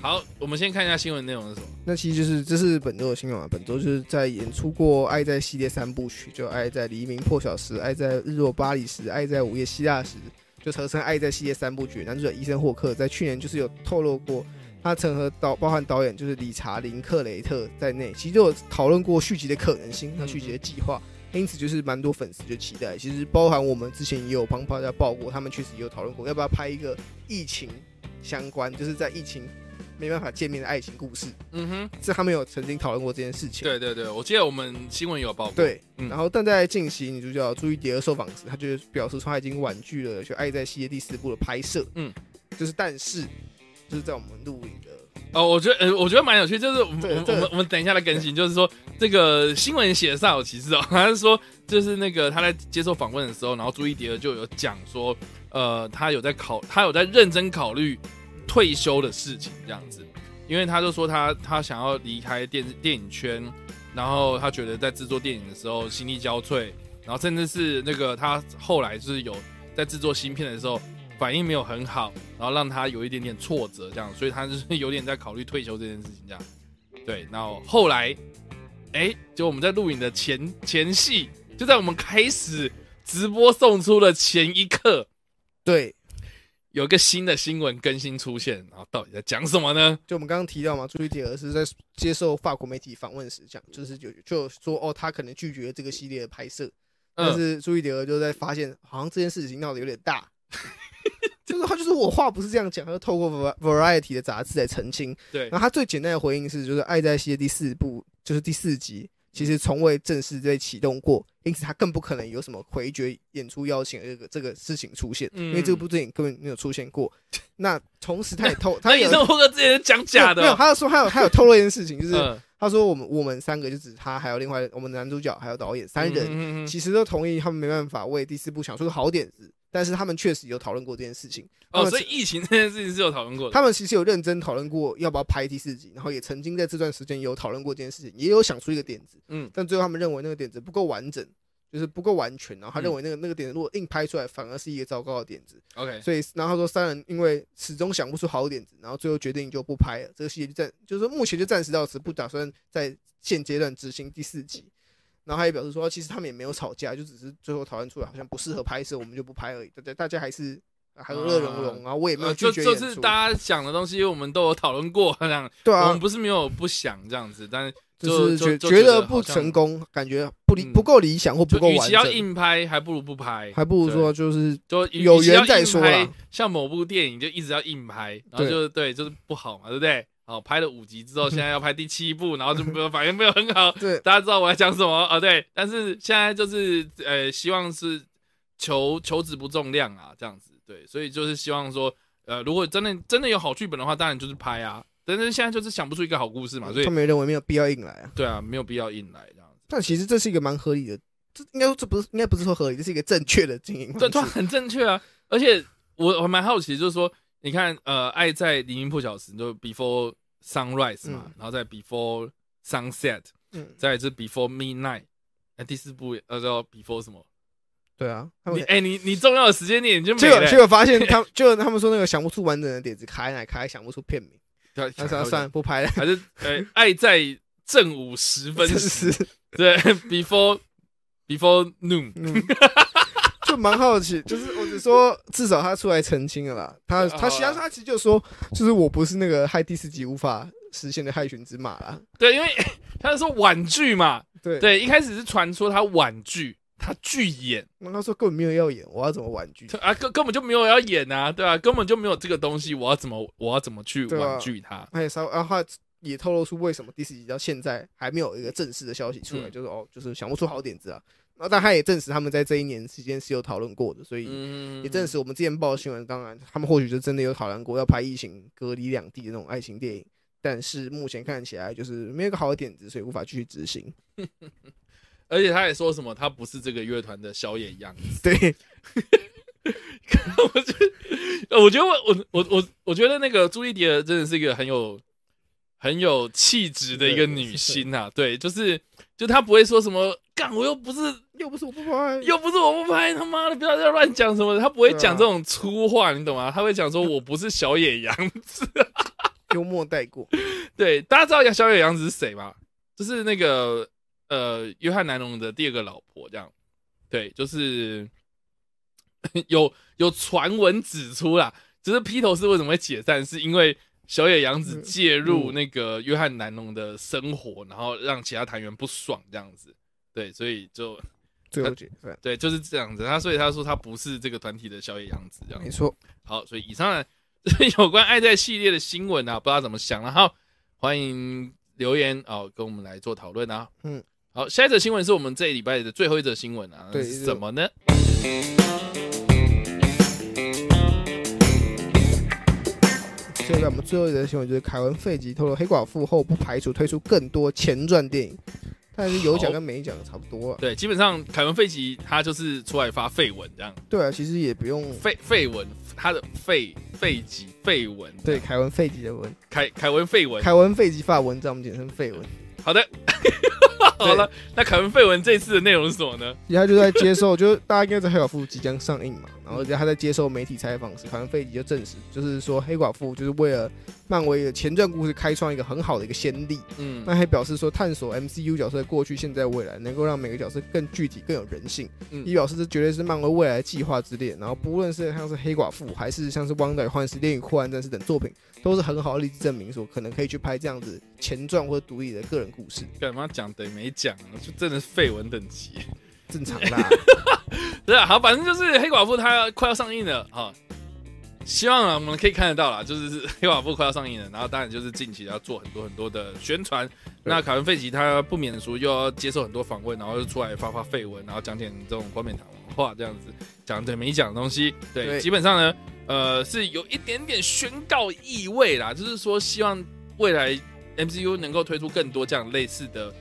Speaker 1: 好，我们先看一下新闻内容是什么。
Speaker 2: 那其实就是这是本周的新闻啊，本周就是在演出过《爱在》系列三部曲，就《爱在黎明破晓时》、《爱在日落巴黎时》、《爱在午夜希腊时》，就合称《爱在》系列三部曲。男主角伊森霍克在去年就是有透露过，他曾和导包含导演就是理查林克雷特在内，其实都有讨论过续集的可能性和续集的计划。因此，就是蛮多粉丝就期待。其实，包含我们之前也有帮大家报过，他们确实也有讨论过要不要拍一个疫情相关，就是在疫情没办法见面的爱情故事。
Speaker 1: 嗯哼，
Speaker 2: 这他们有曾经讨论过这件事情。
Speaker 1: 对对对，我记得我们新闻有报过。，
Speaker 2: 对
Speaker 1: 嗯
Speaker 2: 然后但在近期女主角朱一蝶的受访时，她就是表示说她已经婉拒了就《爱在系列》第四部的拍摄。
Speaker 1: 嗯，
Speaker 2: 就是但是就是在我们录影的，
Speaker 1: 哦，我觉得、呃、我觉得蛮有趣，就是我们
Speaker 2: 对
Speaker 1: 我们
Speaker 2: 这
Speaker 1: 我
Speaker 2: 个
Speaker 1: 们我们等一下来更新，就是说这个新闻写的煞 有其事哦，他是说就是那个他在接受访问的时候，然后朱一迪尔就有讲说，呃，他有在考，他有在认真考虑退休的事情这样子，因为他就说他他想要离开电电影圈，然后他觉得在制作电影的时候心力交瘁，然后甚至是那个他后来就是有在制作新片的时候，反应没有很好，然后让他有一点点挫折，这样，所以他就是有点在考虑退休这件事情，这样。对，然后后来，哎，就我们在录影的前前戏，就在我们开始直播送出的前一刻，
Speaker 2: 对，
Speaker 1: 有一个新的新闻更新出现，然后到底在讲什么呢？
Speaker 2: 就我们刚刚提到嘛，朱丽铁尔是在接受法国媒体访问时讲，就是就就说哦，他可能拒绝这个系列的拍摄， 但
Speaker 1: 嗯，
Speaker 2: 是朱丽铁尔就在发现，好像这件事情闹得有点大。 就是他就是我话不是这样讲，他就透过 Var- Variety 的杂志来澄清。
Speaker 1: 对
Speaker 2: 然后他最简单的回应是，就是《爱在西》的第四部，就是第四集，其
Speaker 1: 嗯
Speaker 2: 实从未正式被启动过，因此他更不可能有什么回绝演出邀请的这个这个事情出现，因为这
Speaker 1: 嗯
Speaker 2: 部电影根本没有出现过。那同时他也 透，
Speaker 1: 那
Speaker 2: 他
Speaker 1: 你
Speaker 2: 有
Speaker 1: 这么哥之前讲假的
Speaker 2: 没有，没有
Speaker 1: 哦，
Speaker 2: 他有说他有他有透露一件 事情，就是
Speaker 1: 嗯，
Speaker 2: 他说我们我们三个就指他，还有另外我们男主角还有导演三人，
Speaker 1: 嗯嗯嗯嗯
Speaker 2: 其实都同意他们没办法为第四部想出个好点子，但是他们确实有讨论过这件事情。他
Speaker 1: 哦，
Speaker 2: 们
Speaker 1: 所以疫情这件事情是有讨论过的。
Speaker 2: 他们其实有认真讨论过要不要拍第四集，然后也曾经在这段时间有讨论过这件事情，也有想出一个点子，
Speaker 1: 嗯
Speaker 2: 但最后他们认为那个点子不够完整，就是不够完全，然后他
Speaker 1: 嗯
Speaker 2: 认为那个那个点子如果硬拍出来，反而是一个糟糕的点子，
Speaker 1: ，OK，
Speaker 2: 所以然后他说三人因为始终想不出好点子，然后最后决定就不拍了，这个系列就暂就是说目前就暂时到此，不打算在现阶段执行第四集。然后他也表示说，其实他们也没有吵架，就只是最后讨论出来好像不适合拍摄，我们就不拍而已。大家大家还是呃还有乐融融，然后啊我也没
Speaker 1: 啊
Speaker 2: 有
Speaker 1: 呃，
Speaker 2: 拒
Speaker 1: 就
Speaker 2: 绝
Speaker 1: 就
Speaker 2: 演
Speaker 1: 是
Speaker 2: 出
Speaker 1: 大家想的东西，我们都有讨论过，这样，
Speaker 2: 对
Speaker 1: 我
Speaker 2: 啊
Speaker 1: 们，不是没有不想这样子，但是
Speaker 2: 就是
Speaker 1: 就
Speaker 2: 觉
Speaker 1: 就
Speaker 2: 觉
Speaker 1: 觉得
Speaker 2: 得
Speaker 1: 好
Speaker 2: 不
Speaker 1: 像
Speaker 2: 成功，感觉不理
Speaker 1: 嗯
Speaker 2: 不够理想或不
Speaker 1: 就
Speaker 2: 够
Speaker 1: 与
Speaker 2: 完
Speaker 1: 其要
Speaker 2: 整，
Speaker 1: 硬拍，还不如不拍，
Speaker 2: 还不如说就是
Speaker 1: 就与
Speaker 2: 有
Speaker 1: 与其要
Speaker 2: 缘再说啦啊
Speaker 1: 硬拍像某部电影就一直要硬拍，然后
Speaker 2: 对
Speaker 1: 就对，就是不好嘛，对不对？好，拍了五集之 后，现在要拍第七部，然后就没有反应没有很好，
Speaker 2: 对
Speaker 1: 大家知道我在讲什么啊？对，但是现在就是呃，希望是求求质不重量啊，这样子对，所以就是希望说，呃，如果真的真的有好剧本的话，当然就是拍啊，但是现在就是想不出一个好故事嘛，所以
Speaker 2: 他们也认为没有必要硬来啊。
Speaker 1: 对啊，没有必要硬来这样子。
Speaker 2: 但其实这是一个蛮合理的，这应该说这不是应该不是说合理，这是一个正确的经营
Speaker 1: 对，
Speaker 2: 方
Speaker 1: 对啊，
Speaker 2: 式。
Speaker 1: 很正确啊。而且我我蛮好奇，就是说，你看，呃，爱在黎明破晓时，就 before sunrise 嘛，
Speaker 2: 嗯
Speaker 1: 然后再 before sunset，
Speaker 2: 嗯，
Speaker 1: 再来就是 before midnight，那、第四部呃叫 before 什么？
Speaker 2: 对啊，他
Speaker 1: 你
Speaker 2: 们
Speaker 1: 哎、你你重要的时间点就没
Speaker 2: 结果
Speaker 1: 了、
Speaker 2: 结果发现他们就他们说那个想不出完整的点子，开来开想不出片名，
Speaker 1: 对啊
Speaker 2: 那算了算了不拍了。
Speaker 1: 还是呃，爱在正午时分
Speaker 2: 真
Speaker 1: 时，
Speaker 2: 是，
Speaker 1: 对，before before noon，
Speaker 2: 嗯， 就蛮好奇，就是我只说至少他出来澄清了啦。他
Speaker 1: 好啦啊
Speaker 2: 他其他他其实就说，就是我不是那个害第四集无法实现的害群之马啦。
Speaker 1: 对，因为 他是说婉拒嘛，
Speaker 2: 对，
Speaker 1: 对，一开始是传说他婉拒，他拒演。
Speaker 2: 那他说根本没有要演，我要怎么婉拒？
Speaker 1: 啊，根根本就没有要演啊，对啊，根本就没有这个东西，我要怎么我要怎么去
Speaker 2: 对啊
Speaker 1: 婉拒它？
Speaker 2: 他也稍微，然后他也透露出为什么第四集到现在还没有一个正式的消息出来，
Speaker 1: 嗯
Speaker 2: 就是哦，就是想不出好点子啊。那但他也证实他们在这一年时间是有讨论过的，所以
Speaker 1: 嗯
Speaker 2: 也证实我们之前报的新闻，当然他们或许就真的有讨论过要拍疫情隔离两地的那种爱情电影，但是目前看起来就是没有一个好的点子，所以无法继续执行。
Speaker 1: 而且他也说什么，他不是这个乐团的小野样子。
Speaker 2: 对，
Speaker 1: 我觉得，呃我觉得我我我我我觉得那个朱丽蝶真的是一个很有很有气质的一个女星啊，对，就是就她不会说什么，干我又不是
Speaker 2: 又不是我不拍，
Speaker 1: 又不是我不拍，他妈的不要再乱讲什么的，她不会
Speaker 2: 对啊
Speaker 1: 讲这种粗话，你懂吗？她会讲说我不是小野样子。
Speaker 2: 幽默带过。
Speaker 1: 对，大家知道小野洋子是谁吗？就是那个呃，约翰南龙的第二个老婆，这样。对，就是 有有传闻指出啦，就是披头士为什么会解散，是因为小野洋子介入
Speaker 2: 嗯
Speaker 1: 那个约翰南龙的生活，然后让其他团员不爽这样子。对，所以就
Speaker 2: 最
Speaker 1: 呃
Speaker 2: 后解散，
Speaker 1: 对，就是这样子。他所以他说他不是这个团体的小野洋子这样
Speaker 2: 没
Speaker 1: 子。
Speaker 2: 错，
Speaker 1: 好，所以以上呢有关爱在系列的新闻啊，不知道怎么想，然后欢迎留言哦，跟我们来做讨论啊。
Speaker 2: 嗯，
Speaker 1: 好，下一则新闻是我们这一礼拜的最后一则新闻啊，
Speaker 2: 对
Speaker 1: 是什么呢？
Speaker 2: 所以我们最后一则新闻就是凯文·费吉透露，黑寡妇后不排除推出更多前传电影，但是有奖跟没奖差不多啊了。
Speaker 1: 对，基本上凯文·费奇他就是出来发绯闻这样，
Speaker 2: 对啊，其实也不用
Speaker 1: 绯绯闻，他的绯绯吉绯闻，
Speaker 2: 对，凯文·费吉的文，
Speaker 1: 凯凯文绯闻，
Speaker 2: 凯文·费吉发文章，我们简称费文。
Speaker 1: 好的，好了，那凯文·费文这次的内容是什么呢？
Speaker 2: 他就在接受，就是大家应该知道黑寡妇即将上映嘛，然后
Speaker 1: 嗯
Speaker 2: 他在接受媒体采访时，凯文费奇就证实，就是说黑寡妇就是为了漫威的前传故事开创一个很好的一个先例。
Speaker 1: 嗯
Speaker 2: 那还表示说，探索 MCU 角色的过去、现在、未来，能够让每个角色更具体、更有人性。
Speaker 1: 嗯
Speaker 2: 以表示这绝对是漫威未来的计划之列。然后，不论是像是黑寡妇，还是像是《汪达与幻视》《恋与酷寒战士》等作品，都是很好的例子证明说，可能可以去拍这样子前传或者独立的个人故事，
Speaker 1: 干嘛讲等于没讲啊，就真的是绯闻等级。
Speaker 2: 正常 啦。
Speaker 1: 对啊，好，反正就是黑寡妇它快要上映了啊、希望啊我们可以看得到啦，就是 黑寡妇快要上映了，然后当然就是近期要做很多很多的宣传。那凯文·费奇他不免俗又要接受很多访问，然后就出来发发绯闻，然后讲点这种冠冕堂皇话这样子，讲对没讲的东西。对，
Speaker 2: 对
Speaker 1: 基本上呢，呃，是有一点点宣告意味啦，就是说希望未来 MCU 能够推出更多这样类似的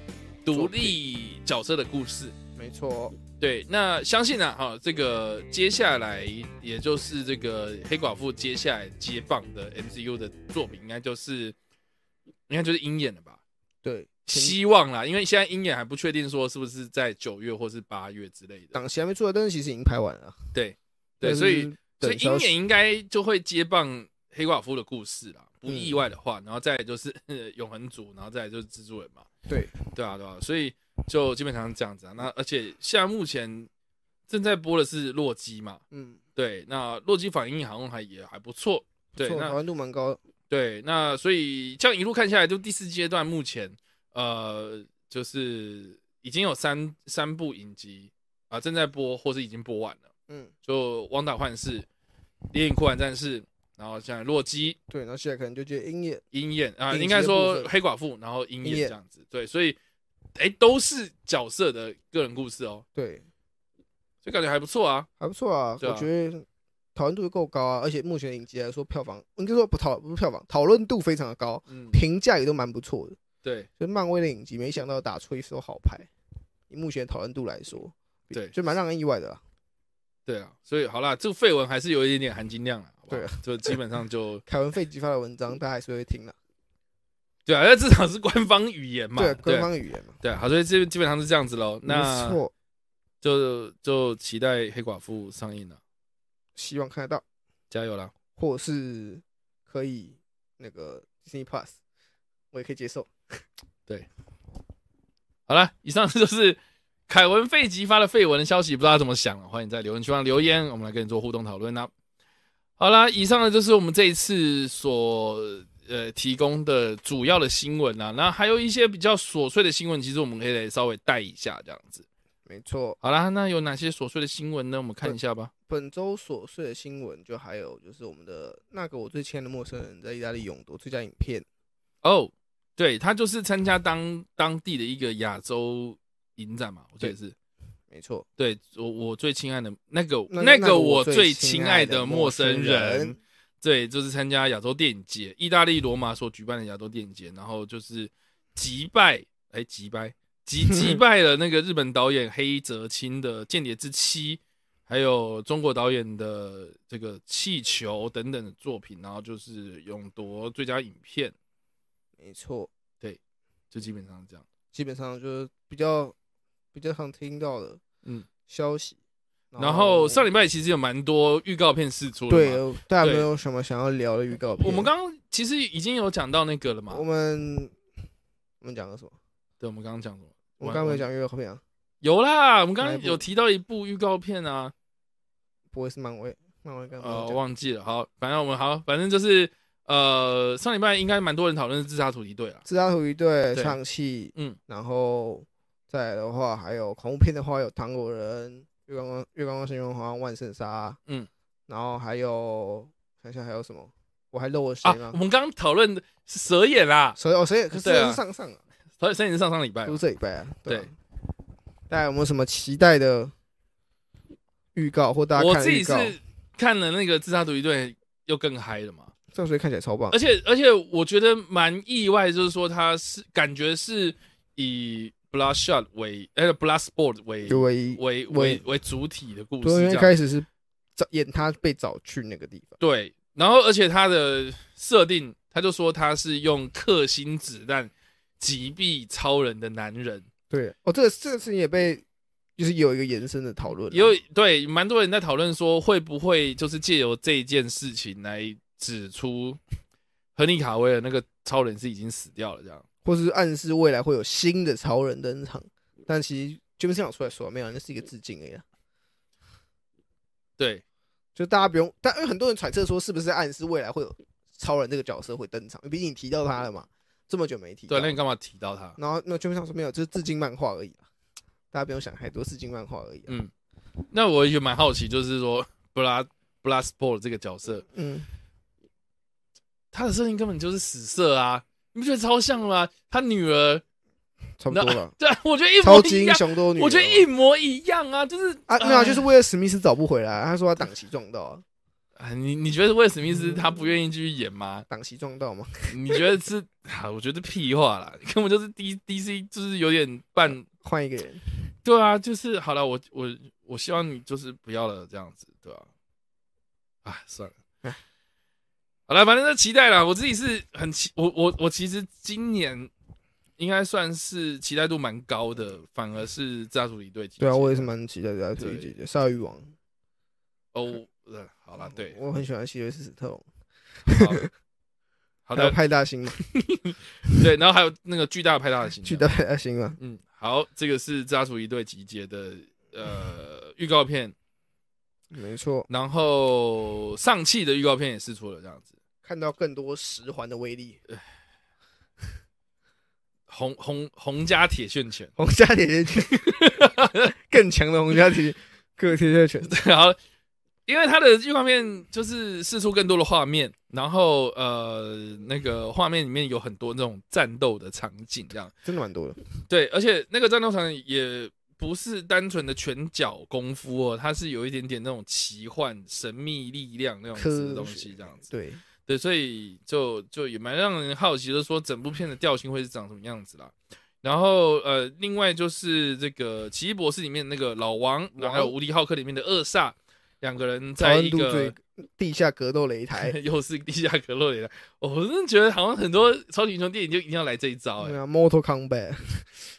Speaker 1: 独
Speaker 2: 作品
Speaker 1: 立角色的故事。
Speaker 2: 没错，
Speaker 1: 对，那相信呢、啊，哈、这个接下来也就是这个黑寡妇接下来接棒的 MCU 的作品，应该就是应该就是鹰眼了吧？
Speaker 2: 对，前
Speaker 1: 希望啦，因为现在鹰眼还不确定说是不是在九月或是八月之类的。
Speaker 2: 档期还没出来，但是其实已经拍完了。
Speaker 1: 对，
Speaker 2: 但是
Speaker 1: 所以所以
Speaker 2: 等消
Speaker 1: 鹰
Speaker 2: 息
Speaker 1: 眼应该就会接棒黑寡妇的故事啦，不
Speaker 2: 嗯
Speaker 1: 意外的话，然后再来就是 永恒族，然后再来就是蜘蛛人嘛。
Speaker 2: 对
Speaker 1: 对啊，对啊，所以就基本上这样子啊。那而且现在目前正在播的是洛基嘛，
Speaker 2: 嗯，
Speaker 1: 对，那洛基反应好像还也还不错，对，
Speaker 2: 错，台
Speaker 1: 那
Speaker 2: 湾度蛮高。
Speaker 1: 对，那所以这样一路看下来，就第四阶段目前呃，就是已经有三三部影集啊、正在播或是已经播完了，
Speaker 2: 嗯，
Speaker 1: 就《汪达幻视》《猎影酷玩战士》，然后像洛基、
Speaker 2: 对，然后现在可能就接鹰眼，
Speaker 1: 鹰眼啊、
Speaker 2: 影集的
Speaker 1: 应该说
Speaker 2: 部分
Speaker 1: 黑寡妇，然后鹰
Speaker 2: 鹰
Speaker 1: 眼
Speaker 2: 眼
Speaker 1: 这样子，对，所以哎，都是角色的个人故事哦，
Speaker 2: 对，
Speaker 1: 所以感觉还不错啊，
Speaker 2: 还不错啊，
Speaker 1: 对啊
Speaker 2: 我觉得。讨论度够高啊，而且目前的影集来说，票房应该说不讨不是票房，讨论度非常的高，
Speaker 1: 嗯，
Speaker 2: 评价也都蛮不错的。
Speaker 1: 对，
Speaker 2: 就是漫威的影集，没想到打出一手好牌。以目前讨论度来说，
Speaker 1: 对
Speaker 2: 就蛮让人意外的啦。
Speaker 1: 对啊，所以好啦，这个绯闻还是有一点点含金量了，好不好
Speaker 2: 对啊，
Speaker 1: 就基本上就
Speaker 2: 凯文费奇发的文章，大家还是会听的。
Speaker 1: 对啊，那至少是官方语言嘛，
Speaker 2: 对，官
Speaker 1: 对啊
Speaker 2: 方语言嘛，
Speaker 1: 对啊好，所以这基本上是这样子喽。那
Speaker 2: 没错，
Speaker 1: 就就期待黑寡妇上映了，
Speaker 2: 希望看得到，
Speaker 1: 加油啦！
Speaker 2: 或是可以那个 Disney Plus，我也可以接受。
Speaker 1: 好了，以上就是凯文·费吉发的绯闻的消息，不知道他怎么想了，欢迎在留言区上留言，我们来跟你做互动讨论啦。好啦，以上呢就是我们这一次所呃提供的主要的新闻啦，那还有一些比较琐碎的新闻，其实我们可以来稍微带一下这样子。
Speaker 2: 没错，
Speaker 1: 好啦，那有哪些琐碎的新闻呢？我们看一下吧。
Speaker 2: 本周琐碎的新闻就还有就是我们的那个我最亲爱的陌生人在意大利勇夺最佳影片，
Speaker 1: 哦，对，他就是参加当当地的一个亚洲影展嘛，我记得是。
Speaker 2: 没错，
Speaker 1: 对我，我最亲爱的那个
Speaker 2: 那
Speaker 1: 那
Speaker 2: 那
Speaker 1: 个
Speaker 2: 个
Speaker 1: 我
Speaker 2: 我最
Speaker 1: 最
Speaker 2: 亲
Speaker 1: 亲
Speaker 2: 爱
Speaker 1: 爱
Speaker 2: 的
Speaker 1: 的
Speaker 2: 陌
Speaker 1: 陌
Speaker 2: 生
Speaker 1: 生
Speaker 2: 人
Speaker 1: 人，对，就是参加亚洲电影节，意大利罗马所举办的亚洲电影节，然后就是击败，哎，击败， 击击败了那个日本导演黑泽清的《间谍之妻》，还有中国导演的这个《气球》等等的作品，然后就是勇夺最佳影片，
Speaker 2: 没错，
Speaker 1: 就基本上是这样。
Speaker 2: 基本上就是比较比较常听到的
Speaker 1: 嗯
Speaker 2: 消息。
Speaker 1: 然后上礼拜其实有蛮多预告片试出的嘛，
Speaker 2: 哦对，大家有
Speaker 1: 对
Speaker 2: 没有什么想要聊的预告片？
Speaker 1: 我们刚刚其实已经有讲到那个了嘛
Speaker 2: 我，们我们讲了什么？
Speaker 1: 对，我们刚刚讲什么？
Speaker 2: 我们刚刚没有讲预告片啊，
Speaker 1: 有啦，我们刚
Speaker 2: 哪一
Speaker 1: 刚
Speaker 2: 部
Speaker 1: 有提到一部预告片啊，
Speaker 2: 不会是漫威？漫威刚刚没
Speaker 1: 呃，
Speaker 2: 有讲
Speaker 1: 忘记了。好，反正我们好，反正就是呃，上礼拜应该蛮多人讨论是自杀突击队啊，
Speaker 2: 自杀突击队
Speaker 1: 对
Speaker 2: 上戏，
Speaker 1: 嗯，
Speaker 2: 然后再来的话还有恐怖片的话有糖果人、月光光、月光光、深渊花、万圣杀，
Speaker 1: 嗯，
Speaker 2: 然后还有想想还有什么？我还漏了谁
Speaker 1: 啊，
Speaker 2: 吗
Speaker 1: 我？们刚刚讨论的是蛇眼啦，
Speaker 2: 谁哦谁？可是
Speaker 1: 对啊
Speaker 2: 是上上啊，
Speaker 1: 蛇蛇眼是上上礼拜
Speaker 2: 不
Speaker 1: 嘛
Speaker 2: 是，这礼拜啊。啊
Speaker 1: 对，
Speaker 2: 大家有没有什么期待的预告或大家
Speaker 1: 我
Speaker 2: 啊看
Speaker 1: 自
Speaker 2: 的
Speaker 1: 己
Speaker 2: 预
Speaker 1: 是
Speaker 2: 告？
Speaker 1: 看了那个自杀突击队又更嗨了嘛，
Speaker 2: 这谁看起来超棒
Speaker 1: 而。且而且我觉得蛮意外，就是说他是感觉是以 Bloodshot 为呃 Bloodsport 为
Speaker 2: 就唯一，
Speaker 1: 为为为主体的故事
Speaker 2: E 对，因
Speaker 1: 这
Speaker 2: 为
Speaker 1: 样。
Speaker 2: 开始是找演他被找去那个地方，
Speaker 1: 对，然后而且它的设定，他就说他是用克星子弹击毙超人的男人，
Speaker 2: 对，哦，这个这个事情也被就是有一个延伸的讨论啊，
Speaker 1: 有对蛮多人在讨论说，会不会就是借由这一件事情来指出亨利卡维尔那个超人是已经死掉了这样。
Speaker 2: 或是暗示未来会有新的超人登场，但其实詹姆斯想出来说没有，那是一个致敬而已啊。
Speaker 1: 对，
Speaker 2: 就大家不用，但因为很多人揣测说是不是在暗示未来会有超人这个角色会登场，毕竟你提到他了嘛，这么久没提到。
Speaker 1: 对，啊那你干嘛提到他？
Speaker 2: 然后那詹姆斯想说没有，就是致敬漫画而已啊，大家不用想太多，致敬漫画而已啊、
Speaker 1: 嗯，那我也蛮好奇，就是说布拉布拉斯波这个角色，
Speaker 2: 嗯，
Speaker 1: 他的设定根本就是死色啊，你不觉得超像吗、他女儿，
Speaker 2: 差不多了。
Speaker 1: 对， 啊我觉得一模
Speaker 2: 超级
Speaker 1: 一
Speaker 2: 英
Speaker 1: 样，
Speaker 2: 雄都有女儿，
Speaker 1: 我觉得一模一样啊，就是
Speaker 2: 啊，没有啊，
Speaker 1: 哎
Speaker 2: 就是为了史密斯找不回来，他说他档期撞到啊，
Speaker 1: 啊，你你觉得威尔史密斯他不愿意继续演吗？
Speaker 2: 档期撞到嘛，
Speaker 1: 你觉得是 啊？我觉得屁话啦，根本就是 D D C 就是有点半
Speaker 2: 换一个人。
Speaker 1: 对啊，就是好了，我我我希望你就是不要了这样子，对吧、啊？算了
Speaker 2: 唉，
Speaker 1: 好了，反正就期待啦。我自己是很期，我我我其实今年应该算是期待度蛮高的，反而是炸主敌对集结
Speaker 2: 对啊，我也是蛮期待的啊，这一集的鲨鱼王。
Speaker 1: 哦，我呃好了，对，
Speaker 2: 我很喜欢希瑞斯史特龙，
Speaker 1: 好 好
Speaker 2: 还有
Speaker 1: 的，嗯
Speaker 2: 派大星嘛，
Speaker 1: 对，然后还有那个巨大的派大的形象
Speaker 2: 巨大派大星嘛，
Speaker 1: 嗯，好，这个是家族一对集结的呃预告片，
Speaker 2: 没错，
Speaker 1: 然后上汽的预告片也试出了这样子，
Speaker 2: 看到更多十环的威力，
Speaker 1: 红红红加铁线拳，
Speaker 2: 红家铁血拳更强的红家铁血各铁血拳，
Speaker 1: 然后因为它的预告片就是试出更多的画面，然后呃那个画面里面有很多那种战斗的场景这样，
Speaker 2: 真的蛮多的。
Speaker 1: 对，而且那个战斗场也不是单纯的拳脚功夫哦，它是有一点点那种奇幻神秘力量那种子的东西这样子。
Speaker 2: 对，
Speaker 1: 对，所以就就也蛮让人好奇的，说整部片的调性会是长什么样子啦。然后呃，另外就是这个《奇异博士》里面那个老王，然后还有《无敌浩克》里面的恶煞，两个人
Speaker 2: 讨
Speaker 1: 在
Speaker 2: 论
Speaker 1: 一
Speaker 2: 度
Speaker 1: 个，
Speaker 2: 最地下格斗擂台
Speaker 1: 又是地下格斗里的，哦我真的觉得好像很多超级英雄电影就一定要来这一招哎、
Speaker 2: 对啊，Mortal Kombat，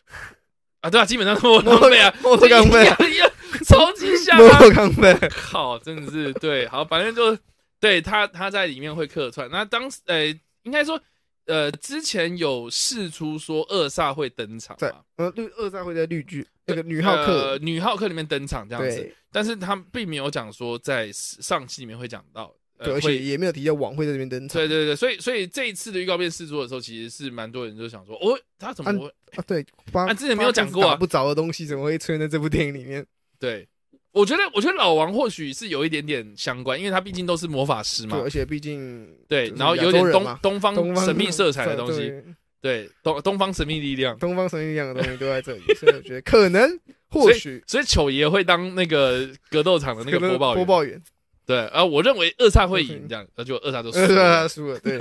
Speaker 1: 啊，对啊，基本上都我都没啊，
Speaker 2: 我
Speaker 1: 这
Speaker 2: 都刚
Speaker 1: 一
Speaker 2: 背
Speaker 1: 样一样 超级 像啊，
Speaker 2: ，Mortal Kombat，
Speaker 1: 靠，真的是对，好，反正就对他他在里面会客串。那当时呃，应该说呃，之前有试出说恶煞会登场
Speaker 2: 在
Speaker 1: 嘛，
Speaker 2: 呃绿二战会在绿剧那个女
Speaker 1: 女
Speaker 2: 浩
Speaker 1: 呃、
Speaker 2: 克，
Speaker 1: 女浩克里面登场这样子，
Speaker 2: 对
Speaker 1: 但是他并没有讲说在上期里面会讲到，
Speaker 2: 对，
Speaker 1: 呃，
Speaker 2: 而且
Speaker 1: 会。
Speaker 2: 也没有提到王会在这边登场
Speaker 1: 对对对，所以所以这一次的预告片试出的时候，其实是蛮多人就想说，哦，他怎么
Speaker 2: 按
Speaker 1: 会？
Speaker 2: 啊，对，八
Speaker 1: 啊之前没有讲过啊
Speaker 2: 八竿子打不着的东西怎么会出现在这部电影里面？
Speaker 1: 对，我觉得我觉得老王或许是有一点点相关，因为他毕竟都是魔法师嘛
Speaker 2: 对，，而且毕竟
Speaker 1: 对，
Speaker 2: 就是
Speaker 1: 然后有
Speaker 2: 亚洲
Speaker 1: 点
Speaker 2: 人
Speaker 1: 东
Speaker 2: 嘛
Speaker 1: 东
Speaker 2: 东
Speaker 1: 方
Speaker 2: 方
Speaker 1: 神秘色彩的
Speaker 2: 对
Speaker 1: 东西，
Speaker 2: 对
Speaker 1: 对，东东方神秘力量，
Speaker 2: 东方神秘一样的东西都在这里，所以我觉得可能或许
Speaker 1: 所以糗爷会当那个格斗场的那个播报
Speaker 2: 播
Speaker 1: 员。
Speaker 2: 报员，
Speaker 1: 对，啊，我认为二煞会赢，这样，那就二煞就输
Speaker 2: 呃，对
Speaker 1: 了
Speaker 2: 他。 输了，对。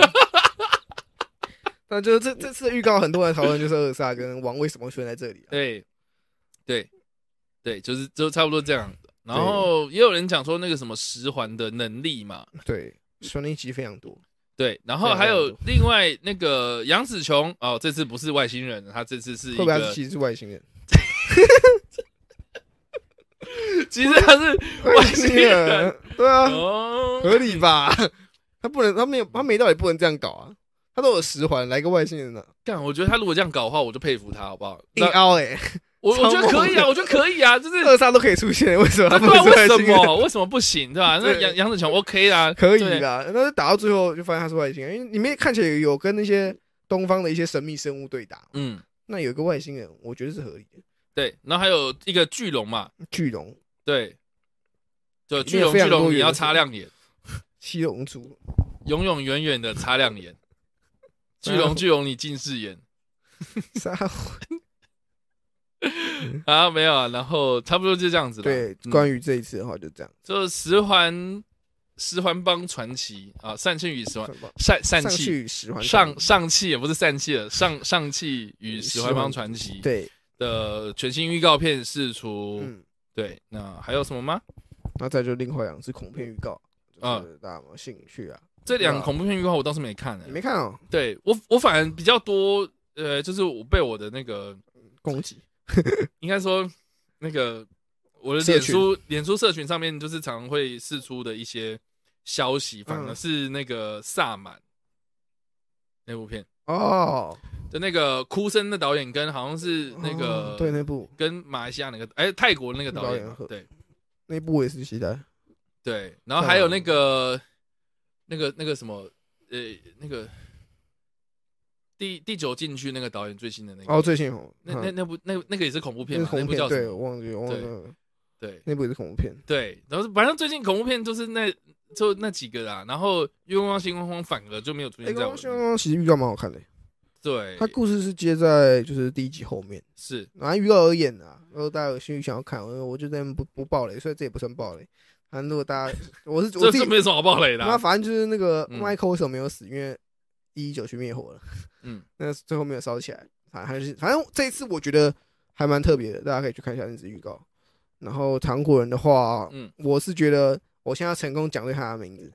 Speaker 2: 那就是这这次的预告，很多人讨论就是二萨跟王为什么会出现在这里 啊？
Speaker 1: 对，对，对，就是就差不多这样。然后也有人讲说那个什么十环的能力嘛，
Speaker 2: 对，说那一集非常多，
Speaker 1: 对，然
Speaker 2: 啊
Speaker 1: 后还有另外那个杨紫琼哦，这次不是外星人，他这次是一
Speaker 2: 会不会他是
Speaker 1: 个，
Speaker 2: 其实是外星人？
Speaker 1: 其实他是 外星人，，
Speaker 2: 对啊，
Speaker 1: 哦，
Speaker 2: 合理吧？ 他不能，他没有，他没道理不能这样搞啊！他都有十环，来个外星人呢，
Speaker 1: 干，我觉得他如果这样搞的话，我就佩服他，好不好？
Speaker 2: 硬
Speaker 1: 那
Speaker 2: 凹哎，
Speaker 1: 我我觉得可以啊，
Speaker 2: 超猛的
Speaker 1: 我觉得可以啊，就是
Speaker 2: 二萨都可以出现，为什 么他不
Speaker 1: 对啊，为
Speaker 2: 能是外
Speaker 1: 什
Speaker 2: 星人？
Speaker 1: 么为什么不行？对吧？那
Speaker 2: 对
Speaker 1: 杨杨子琼 OK 啦，
Speaker 2: 可以啊
Speaker 1: 对
Speaker 2: 啦，但是打到最后就发现他是外星人，因为里面看起来有有跟那些东方的一些神秘生物对打，
Speaker 1: 嗯，
Speaker 2: 那有一个外星人，我觉得是合理的。
Speaker 1: 对。然后还有一个巨龙嘛，
Speaker 2: 巨龙、
Speaker 1: 对，就
Speaker 2: 里面
Speaker 1: 巨
Speaker 2: 有
Speaker 1: 龙
Speaker 2: 非
Speaker 1: 巨
Speaker 2: 常多
Speaker 1: 龙，你
Speaker 2: 元
Speaker 1: 要
Speaker 2: 素
Speaker 1: 擦亮眼，
Speaker 2: 七龙珠，
Speaker 1: 永永远远的擦亮眼。巨
Speaker 2: 然后
Speaker 1: 龙巨龙，你近视眼
Speaker 2: 啥？
Speaker 1: 啊？没有啊，然后差不多就这样子了。
Speaker 2: 对，
Speaker 1: 嗯
Speaker 2: 关于这一次的话就这样。
Speaker 1: 就十环十环帮传奇啊，善气与十环
Speaker 2: 算吧
Speaker 1: 善善
Speaker 2: 上
Speaker 1: 气
Speaker 2: 去十环
Speaker 1: 上上气也不是善气了，上上气与十环帮传奇
Speaker 2: 对，
Speaker 1: 的全新预告片释出。
Speaker 2: 嗯，
Speaker 1: 对，那还有什么吗？
Speaker 2: 那再就另外两次恐怖片预告，
Speaker 1: 啊
Speaker 2: 就是大家有没有兴趣啊？
Speaker 1: 这两个
Speaker 2: 对啊
Speaker 1: 恐怖片预告我倒是没看、
Speaker 2: 你
Speaker 1: 欸，
Speaker 2: 没看哦，
Speaker 1: 对我我反而比较多，呃，就是我被我的那个
Speaker 2: 攻击
Speaker 1: 应该说那个我的
Speaker 2: 社
Speaker 1: 脸
Speaker 2: 群
Speaker 1: 书脸书社群上面，就是常常会释出的一些消息，反而
Speaker 2: 嗯
Speaker 1: 是那个萨满那部片
Speaker 2: 哦，
Speaker 1: 就那个哭声的导演跟好像是那个、
Speaker 2: 哦对那部
Speaker 1: 跟马来西亚那个哎、泰国那个导演
Speaker 2: 导演
Speaker 1: 嘛
Speaker 2: 合
Speaker 1: 对
Speaker 2: 那部我也是期待。
Speaker 1: 对，然后
Speaker 2: 萨
Speaker 1: 还有
Speaker 2: 满
Speaker 1: 那个那个那个什么呃那个第第九禁区那个导演最新的那个
Speaker 2: 哦，最近红，
Speaker 1: 那那
Speaker 2: 嗯
Speaker 1: 那部那那个也是恐怖片
Speaker 2: 那
Speaker 1: 嘛
Speaker 2: 是，恐
Speaker 1: 那
Speaker 2: 怖
Speaker 1: 部
Speaker 2: 片，
Speaker 1: 叫什
Speaker 2: 对，
Speaker 1: 么？
Speaker 2: 我忘记我忘记
Speaker 1: 对
Speaker 2: 那个
Speaker 1: 对
Speaker 2: 那部也是恐怖片。
Speaker 1: 对，然后反正最近恐怖片就是那就那几个啦，然后《月光星光光》反而就没有出
Speaker 2: 哎，
Speaker 1: 现
Speaker 2: 刚
Speaker 1: 在我
Speaker 2: 刚
Speaker 1: 的
Speaker 2: 刚其实预告蛮好看的，
Speaker 1: 对
Speaker 2: 它，故事是接在就是第一集后面，
Speaker 1: 是
Speaker 2: 然后预告而演的啊。如果大家有兴趣想要看，我我就在那边不不爆雷，所以这也不算爆雷。反正如果大家，我是我
Speaker 1: 这
Speaker 2: 自己
Speaker 1: 这，没什么好暴雷的
Speaker 2: 那
Speaker 1: 啊，
Speaker 2: 反正就是那个
Speaker 1: 嗯
Speaker 2: Michael 为什么没有死？因为一一九去灭火了，
Speaker 1: 嗯，
Speaker 2: 那最后没有烧起来，反还是反正这一次我觉得还蛮特别的，大家可以去看一下那支预告。然后糖果人的话，
Speaker 1: 嗯
Speaker 2: 我是觉得我现在成功讲对他的名字，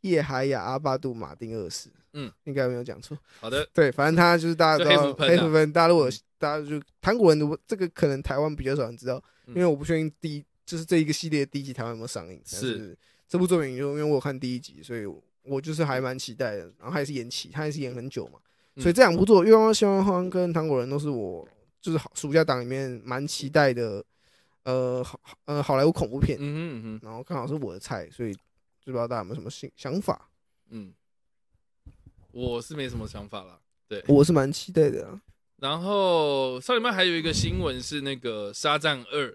Speaker 2: 叶海雅阿巴杜马丁二世，
Speaker 1: 嗯，
Speaker 2: 应该没有讲错。
Speaker 1: 好的，
Speaker 2: 对，反正他就是大家
Speaker 1: 就
Speaker 2: 知道
Speaker 1: 黑福喷
Speaker 2: 黑
Speaker 1: 啊
Speaker 2: 福分，大家如果大家就糖果人的这个可能台湾比较少人知道，
Speaker 1: 嗯
Speaker 2: 因为我不确定第一就是这一个系列第一集台湾有没有上映，但
Speaker 1: 是
Speaker 2: 是这部作品就因为我有看第一集，所以我就是还蛮期待的。然后他也是延期，他也是演很久嘛，所以
Speaker 1: 嗯
Speaker 2: 这两部作《月光消防》跟《糖果人》都是我就是好暑假档里面蛮期待的，呃好呃好莱坞恐怖片，
Speaker 1: 嗯嗯嗯
Speaker 2: 然后刚好是我的菜，所以就不知道大家有没有什么想想法，
Speaker 1: 嗯，我是没什么想法啦。对，
Speaker 2: 我是蛮期待的、啊。
Speaker 1: 然后上礼拜还有一个新闻是那个《沙赞二》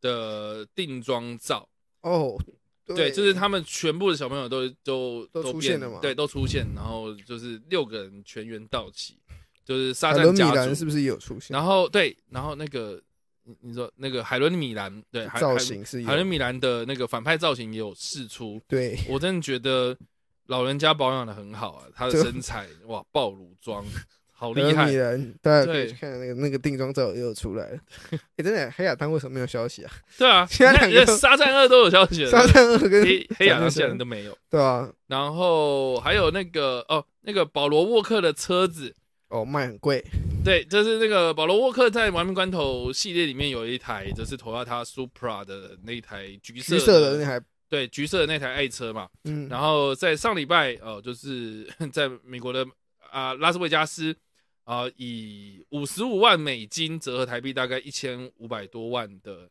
Speaker 1: 的定妆照，
Speaker 2: 哦，
Speaker 1: 对，就是他们全部的小朋友都都
Speaker 2: 都出
Speaker 1: 变
Speaker 2: 现了嘛
Speaker 1: 对，都出现，然后就是六个人全员到齐，就是沙
Speaker 2: 海
Speaker 1: 赞
Speaker 2: 伦米
Speaker 1: 家
Speaker 2: 兰
Speaker 1: 族
Speaker 2: 是不是也有出现？
Speaker 1: 然后对，然后那个你你说那个海伦米兰对海
Speaker 2: 造型是
Speaker 1: 海
Speaker 2: 有
Speaker 1: 海伦米兰的那个反派造型也有试出，
Speaker 2: 对，
Speaker 1: 我真的觉得老人家保养的很好啊，她的
Speaker 2: 对
Speaker 1: 身材 哇爆乳妆，好
Speaker 2: 海
Speaker 1: 厉
Speaker 2: 伦
Speaker 1: 害
Speaker 2: 米，兰，大家可以
Speaker 1: 对
Speaker 2: 去看那个那个定妆照也有出 来了。哎，真的，黑亚当为什么没有消息啊？
Speaker 1: 对啊，
Speaker 2: 其他
Speaker 1: 你看
Speaker 2: 两个
Speaker 1: 人家沙赞二都有消息了，
Speaker 2: 沙赞二跟
Speaker 1: 黑黑亚当竟
Speaker 2: 沙赞
Speaker 1: 然
Speaker 2: 二
Speaker 1: 都没有，
Speaker 2: 对啊，
Speaker 1: 然后还有那个哦那个保罗沃克的车子。
Speaker 2: 哦，卖很贵，
Speaker 1: 对，就是那个保罗沃克在《玩命关头》系列里面有一台，就是 Toyota Supra 的那一台橘色
Speaker 2: 橘色的那台，
Speaker 1: 对橘色的那台爱车嘛。
Speaker 2: 嗯，
Speaker 1: 然后在上礼拜，呃，就是在美国的啊、拉斯维加斯啊、以五十五万美金折合台币大概一千五百多万的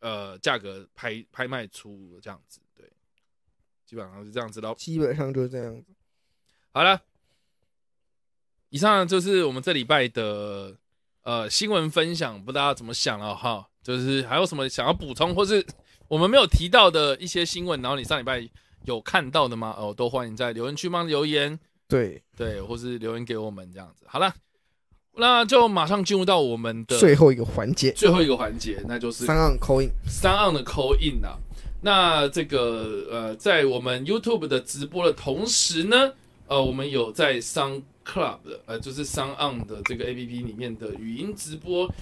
Speaker 1: 呃价格拍拍卖出这样子，对，基本上是这样子喽。
Speaker 2: 基本上就是这样子。
Speaker 1: 好了，以上就是我们这礼拜的呃新闻分享，不知道怎么想了哈。就是还有什么想要补充，或是我们没有提到的一些新闻，然后你上礼拜有看到的吗？哦，都欢迎在留言区帮留言，
Speaker 2: 对，
Speaker 1: 对，或是留言给我们这样子。好了，那就马上进入到我们的
Speaker 2: 最后一个环节，
Speaker 1: 最后一个环节，那就是
Speaker 2: 三岸口音，
Speaker 1: 三岸的扣印啊。那这个呃，在我们 YouTube 的直播的同时呢，呃，我们有在 Sound Club 的呃，就是 Sound On 的这个 APP 里面的语音直播